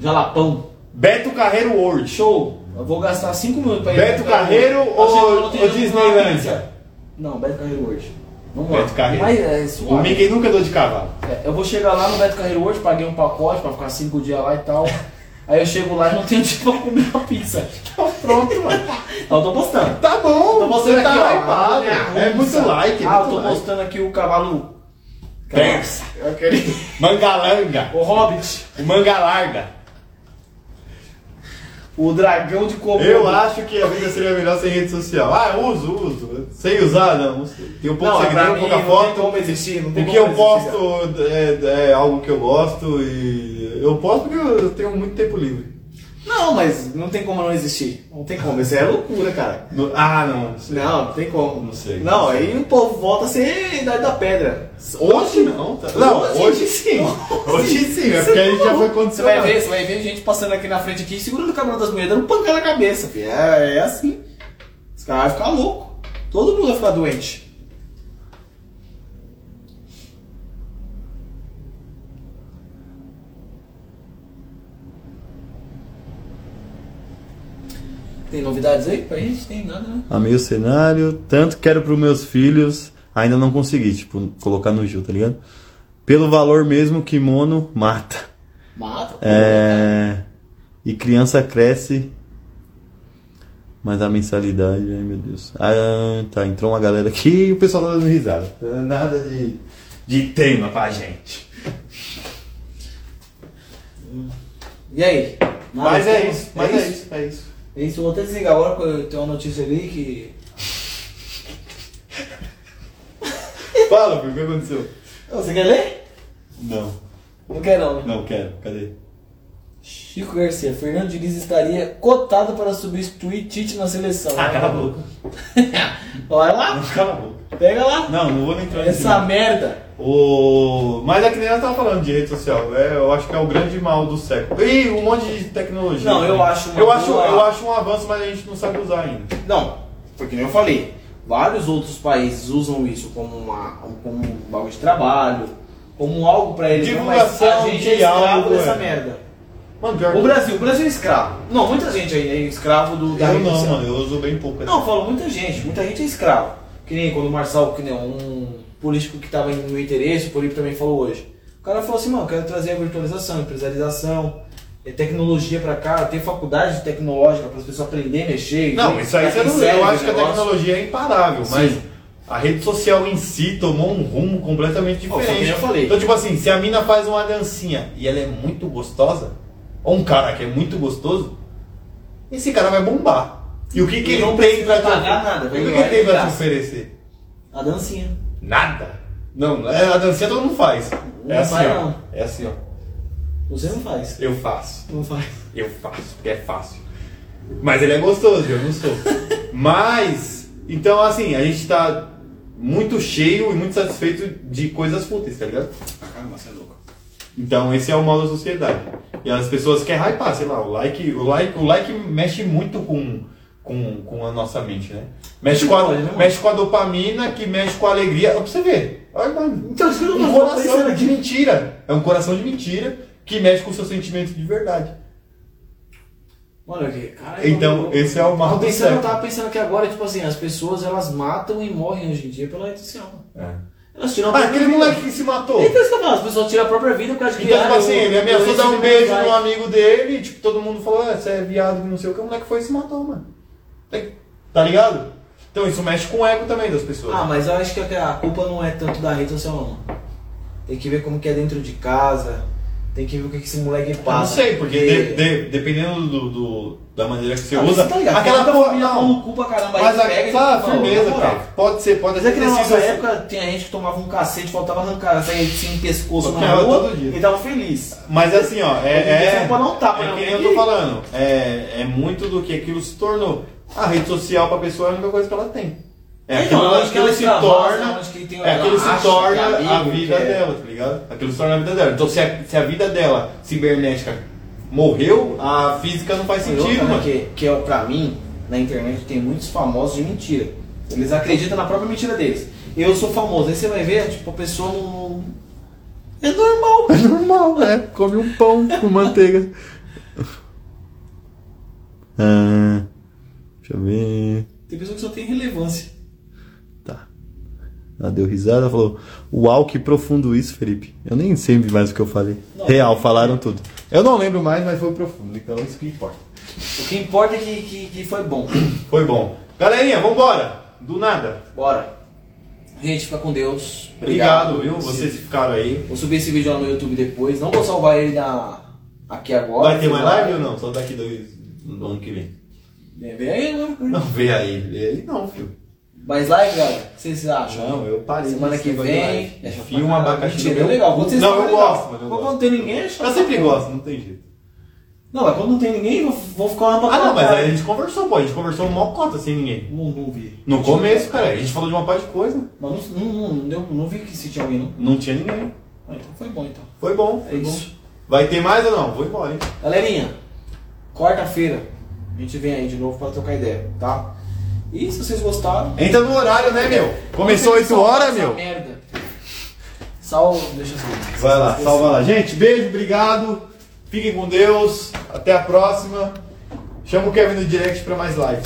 Speaker 1: Jalapão.
Speaker 3: Beto Carreiro World.
Speaker 1: Show! Eu vou gastar 5 minutos pra ir.
Speaker 3: Beto
Speaker 1: pra-
Speaker 3: Carreiro
Speaker 1: pra-
Speaker 3: ou-
Speaker 1: pra- pra- pra-
Speaker 3: ou Disneylândia?
Speaker 1: Não, Beto Carreiro hoje. Vamos lá.
Speaker 3: Beto Carreiro.
Speaker 1: Mas é
Speaker 3: O
Speaker 1: suave.
Speaker 3: Mickey nunca andou de cavalo.
Speaker 1: É, eu vou chegar lá no Beto Carreiro hoje, paguei um pacote pra ficar 5 dias lá e tal. Aí eu chego lá e não tenho dinheiro pra comer uma pizza.
Speaker 3: Tá pronto, mano.
Speaker 1: Então eu tô postando.
Speaker 3: Tá bom,
Speaker 1: Tô
Speaker 3: você
Speaker 1: mostrando
Speaker 3: tá
Speaker 1: aqui, ó.
Speaker 3: hypado.
Speaker 1: Minha
Speaker 3: É muito
Speaker 1: russa.
Speaker 3: like, é
Speaker 1: Ah, eu
Speaker 3: muito
Speaker 1: tô
Speaker 3: like.
Speaker 1: postando aqui o cavalo.
Speaker 3: Persa.
Speaker 1: É aquele-
Speaker 3: Mangalanga.
Speaker 1: O Hobbit.
Speaker 3: O manga larga.
Speaker 1: O dragão de Komodo.
Speaker 3: Eu acho que a vida seria melhor sem rede social. Ah, eu uso, uso. Sem usar, não. Tem um pouco
Speaker 1: Não,
Speaker 3: de
Speaker 1: é pra mim,
Speaker 3: seguidor, pouca
Speaker 1: não tem
Speaker 3: foto.
Speaker 1: como existir, não tem
Speaker 3: O que
Speaker 1: como
Speaker 3: eu
Speaker 1: existir, cara.
Speaker 3: posto é, é algo que eu gosto e eu posto porque eu tenho muito tempo livre.
Speaker 1: Não, mas não tem como não existir. Não tem como, isso é loucura, cara.
Speaker 3: No- ah, não. sei.
Speaker 1: Não, não tem como.
Speaker 3: Não sei.
Speaker 1: Não, aí o povo volta a ser idade da pedra.
Speaker 3: Hoje não, tá? Não, hoje, sim. Hoje sim, é porque a gente já foi
Speaker 1: Você vai
Speaker 3: condicionado.
Speaker 1: ver, você vai ver gente passando aqui na frente aqui, segurando o camarão das mulheres, dando pancada na cabeça. filho. É, é assim. Os caras vão ficar loucos. Todo mundo vai ficar doente. Tem novidades aí pra gente? Tem nada, né?
Speaker 3: Amei o cenário, tanto quero pros meus filhos, ainda não consegui, tipo, colocar no Gil, tá ligado? Pelo valor mesmo, kimono mata.
Speaker 1: Mata.
Speaker 3: É, e criança cresce, mas a mensalidade, ai meu Deus. Ah, tá, entrou uma galera aqui e o pessoal tá dando risada. Nada de, de tema pra gente.
Speaker 1: E aí? Nada,
Speaker 3: mas é
Speaker 1: tem-
Speaker 3: isso, mas é isso, é isso.
Speaker 1: É isso, eu vou até desligar agora porque eu tenho uma notícia ali que.
Speaker 3: Fala, Fê, o que aconteceu?
Speaker 1: Ô, Você quer ler?
Speaker 3: Não.
Speaker 1: Não quer não, né?
Speaker 3: Não quero. Cadê?
Speaker 1: Chico Garcia, Fernando Diniz estaria cotado para substituir Tite na seleção.
Speaker 3: Ah, cala a boca.
Speaker 1: Olha lá,
Speaker 3: Cala a boca.
Speaker 1: pega lá.
Speaker 3: Não, não vou nem entrar nesse
Speaker 1: Essa merda.
Speaker 3: O... Mas é que nem nós tava falando de rede social. É, eu acho que é o grande mal do século. E um monte de tecnologia. né?
Speaker 1: Não, eu acho uma
Speaker 3: eu acho
Speaker 1: boa-
Speaker 3: Eu acho um avanço, mas a gente não sabe usar ainda.
Speaker 1: Não, porque nem eu falei, vários outros países usam isso como, uma, como um bagulho de trabalho, como algo para eles.
Speaker 3: Divulgação
Speaker 1: mas a gente
Speaker 3: de
Speaker 1: é escravo
Speaker 3: algo,
Speaker 1: dessa
Speaker 3: é.
Speaker 1: merda.
Speaker 3: Mano, pior
Speaker 1: O
Speaker 3: que...
Speaker 1: Brasil, o Brasil é escravo. Não, muita gente aí é escravo do, da
Speaker 3: Eu
Speaker 1: rede
Speaker 3: não,
Speaker 1: social.
Speaker 3: mano. Eu uso bem pouco. né?
Speaker 1: Não, eu falo muita gente, muita gente é escravo. Que nem quando o Marçal, que nem um político que estava no meu interesse, o político também falou hoje. O cara falou assim, mano, eu quero trazer a virtualização, empresarialização, eh, tecnologia pra cá, ter faculdade tecnológica para as pessoas aprenderem a mexer.
Speaker 3: Não,
Speaker 1: ver
Speaker 3: isso
Speaker 1: pra
Speaker 3: aí você
Speaker 1: que
Speaker 3: não
Speaker 1: serve
Speaker 3: Eu
Speaker 1: é o
Speaker 3: acho que a
Speaker 1: negócio.
Speaker 3: tecnologia é imparável, mas
Speaker 1: Sim.
Speaker 3: a rede social em si tomou um rumo completamente
Speaker 1: Ó, foi o que
Speaker 3: diferente.
Speaker 1: eu falei.
Speaker 3: Então, tipo assim, se a mina faz uma dancinha e ela é muito gostosa, ou um cara que é muito gostoso, esse cara vai bombar. E o que, que
Speaker 1: E
Speaker 3: ele
Speaker 1: não
Speaker 3: tem pra te
Speaker 1: pagar nada,
Speaker 3: O
Speaker 1: vai
Speaker 3: que, que
Speaker 1: ganhar
Speaker 3: ele
Speaker 1: de
Speaker 3: tem pra te
Speaker 1: graça.
Speaker 3: oferecer?
Speaker 1: A dancinha.
Speaker 3: Nada. Não, é- a dancinha todo mundo faz.
Speaker 1: Não
Speaker 3: é assim,
Speaker 1: vai,
Speaker 3: ó.
Speaker 1: não.
Speaker 3: É assim, ó.
Speaker 1: Você não faz.
Speaker 3: Eu faço.
Speaker 1: Não faz.
Speaker 3: Eu faço, porque é fácil. Mas ele é gostoso, eu não sou. Mas, então assim, a gente tá muito cheio e muito satisfeito de coisas fúteis, tá ligado?
Speaker 14: Ah, caramba, você é louco.
Speaker 3: Então esse é o mal da sociedade. E as pessoas querem hypar, sei lá, o like, o like, o like mexe muito com, com, com a nossa mente, né? Mexe com, a,
Speaker 1: Olha, né, mano?
Speaker 3: mexe com a dopamina, que mexe com a alegria. Olha pra você ver. Olha, mano.
Speaker 1: Então, isso que eu não tô
Speaker 3: Um
Speaker 1: pensando
Speaker 3: coração de
Speaker 1: aqui.
Speaker 3: mentira. É um coração de mentira que mexe com o seu sentimento de verdade.
Speaker 1: Olha aqui, cara.
Speaker 3: Então, esse é o mal
Speaker 1: tava
Speaker 3: do
Speaker 1: pensando, eu
Speaker 3: século.
Speaker 1: tava pensando que agora, tipo assim, as pessoas elas matam e morrem hoje em dia pela rede social.
Speaker 3: É.
Speaker 1: Elas tiram a
Speaker 3: Ah,
Speaker 1: própria
Speaker 3: aquele
Speaker 1: vida.
Speaker 3: moleque que tá se matou.
Speaker 1: Então, isso que eu falo, as pessoas tiram a própria vida por causa de
Speaker 3: Então, tipo
Speaker 1: ah,
Speaker 3: assim,
Speaker 1: eu-
Speaker 3: ele
Speaker 1: eu
Speaker 3: ameaçou dar um
Speaker 1: recebi
Speaker 3: beijo
Speaker 1: like.
Speaker 3: num amigo dele, e, tipo, todo mundo falou, ah, você é viado, que não sei o que, o moleque foi e se matou, mano. Tem- Tá ligado? Então isso mexe com o ego também das pessoas.
Speaker 1: Ah, mas eu acho que a culpa não é tanto da rede social, não. Tem que ver como que é dentro de casa, tem que ver o que que esse moleque
Speaker 3: Eu
Speaker 1: passa.
Speaker 3: não sei, porque de-
Speaker 1: Porque-
Speaker 3: de- dependendo do, do- da maneira que você
Speaker 1: Ah,
Speaker 3: usa,
Speaker 1: você tá ligado,
Speaker 3: aquela
Speaker 1: cada
Speaker 3: porra,
Speaker 1: família
Speaker 3: não,
Speaker 1: maluca pra caramba, aí
Speaker 3: Mas a,
Speaker 1: um pega e
Speaker 3: tá,
Speaker 1: fala,
Speaker 3: firmeza,
Speaker 1: na moral.
Speaker 3: cara. Pode ser, pode
Speaker 1: Mas é que na
Speaker 3: ter
Speaker 1: nossa
Speaker 3: sido assim.
Speaker 1: época tinha gente que tomava um cacete, faltava arrancar essa rede sem pescoço na
Speaker 3: Apanhava
Speaker 1: rua
Speaker 3: todo dia.
Speaker 1: e tava feliz.
Speaker 3: Mas assim, ó, é.
Speaker 1: Hoje em dia
Speaker 3: é,
Speaker 1: você pode dar um tapa
Speaker 3: é
Speaker 1: na
Speaker 3: que nem
Speaker 1: mão
Speaker 3: eu tô
Speaker 1: e-
Speaker 3: falando. É, é muito do que aquilo se tornou. A rede social pra pessoa é a única coisa que ela tem. É
Speaker 1: Então,
Speaker 3: aquilo,
Speaker 1: onde que
Speaker 3: aquilo
Speaker 1: ela
Speaker 3: se
Speaker 1: extravasa, né?
Speaker 3: torna.
Speaker 1: onde que tem-
Speaker 3: é aquilo
Speaker 1: ela acha
Speaker 3: se
Speaker 1: que
Speaker 3: torna
Speaker 1: é amigo,
Speaker 3: a vida
Speaker 1: que é-
Speaker 3: dela, tá ligado? Aquilo se torna a vida dela. Então se a, se a vida dela, cibernética, morreu, a física não faz
Speaker 1: E outra,
Speaker 3: sentido,
Speaker 1: né,
Speaker 3: mano.
Speaker 1: que, que é, pra mim, na internet tem muitos famosos de mentira. Eles acreditam na própria mentira deles. Eu sou famoso, aí você vai ver, tipo, a pessoa não. É normal.
Speaker 15: Normal, né? Come um pão com manteiga. Ah, deixa eu ver.
Speaker 1: Tem pessoa que só tem relevância.
Speaker 15: Tá. Ela deu risada, falou: Uau, que profundo isso, Felipe. Eu nem sei mais o que eu falei. Real, falaram tudo. Eu não lembro mais, mas foi profundo, então isso que importa.
Speaker 1: O que importa é que, que, que foi bom.
Speaker 3: Foi bom. Galerinha, vambora! Do nada.
Speaker 1: Bora. Gente, fica com Deus.
Speaker 3: Obrigado, viu? Vocês que ficaram aí.
Speaker 1: Vou subir esse vídeo lá no YouTube depois. Não vou salvar ele na... aqui agora.
Speaker 3: Vai ter mais live ou não? Só daqui dois. no ano que vem.
Speaker 1: Vem vem aí, né?
Speaker 3: Não, vê aí, vê aí não, filho.
Speaker 1: Mais live, galera? O que vocês acham?
Speaker 3: Ah, Não, eu parei.
Speaker 1: Semana
Speaker 3: nesse
Speaker 1: que
Speaker 3: negócio de
Speaker 1: vem.
Speaker 3: live.
Speaker 1: É chato
Speaker 3: Enfia um
Speaker 1: pra caralho.
Speaker 3: abacaxi.
Speaker 1: Mentira,
Speaker 3: no
Speaker 1: é
Speaker 3: meu-
Speaker 1: legal. Quando vocês
Speaker 3: Não, eu
Speaker 1: forem, legal.
Speaker 3: gosto, mano. Eu,
Speaker 1: Quando
Speaker 3: gosto.
Speaker 1: não tem ninguém, é chato
Speaker 3: eu sempre gosto, não tem jeito.
Speaker 1: Não, mas quando não tem ninguém, eu vou ficar lá pra
Speaker 3: Ah, não, mas
Speaker 1: cara.
Speaker 3: aí a gente conversou, pô. A gente conversou mó cota sem ninguém.
Speaker 1: Não, não vi.
Speaker 3: No começo, cara, a gente falou de uma parte de coisa.
Speaker 1: Mas não, não, não, não deu- não vi que se tinha alguém, não.
Speaker 3: Não tinha ninguém.
Speaker 1: Ah, então foi bom, então.
Speaker 3: Foi bom,
Speaker 1: É
Speaker 3: foi bom.
Speaker 1: isso.
Speaker 3: Vai ter mais ou não? Vou embora, hein?
Speaker 1: Galerinha, quarta-feira a gente vem aí de novo pra trocar ideia, tá? E se vocês gostaram...
Speaker 3: Entra no horário, né, meu? Começou 8 horas,
Speaker 1: Essa
Speaker 3: meu.
Speaker 1: merda. Salva, deixa eu ver.
Speaker 3: Vai lá, salva lá. Gente, beijo, obrigado. Fiquem com Deus. Até a próxima. Chama o Kevin no direct pra mais live.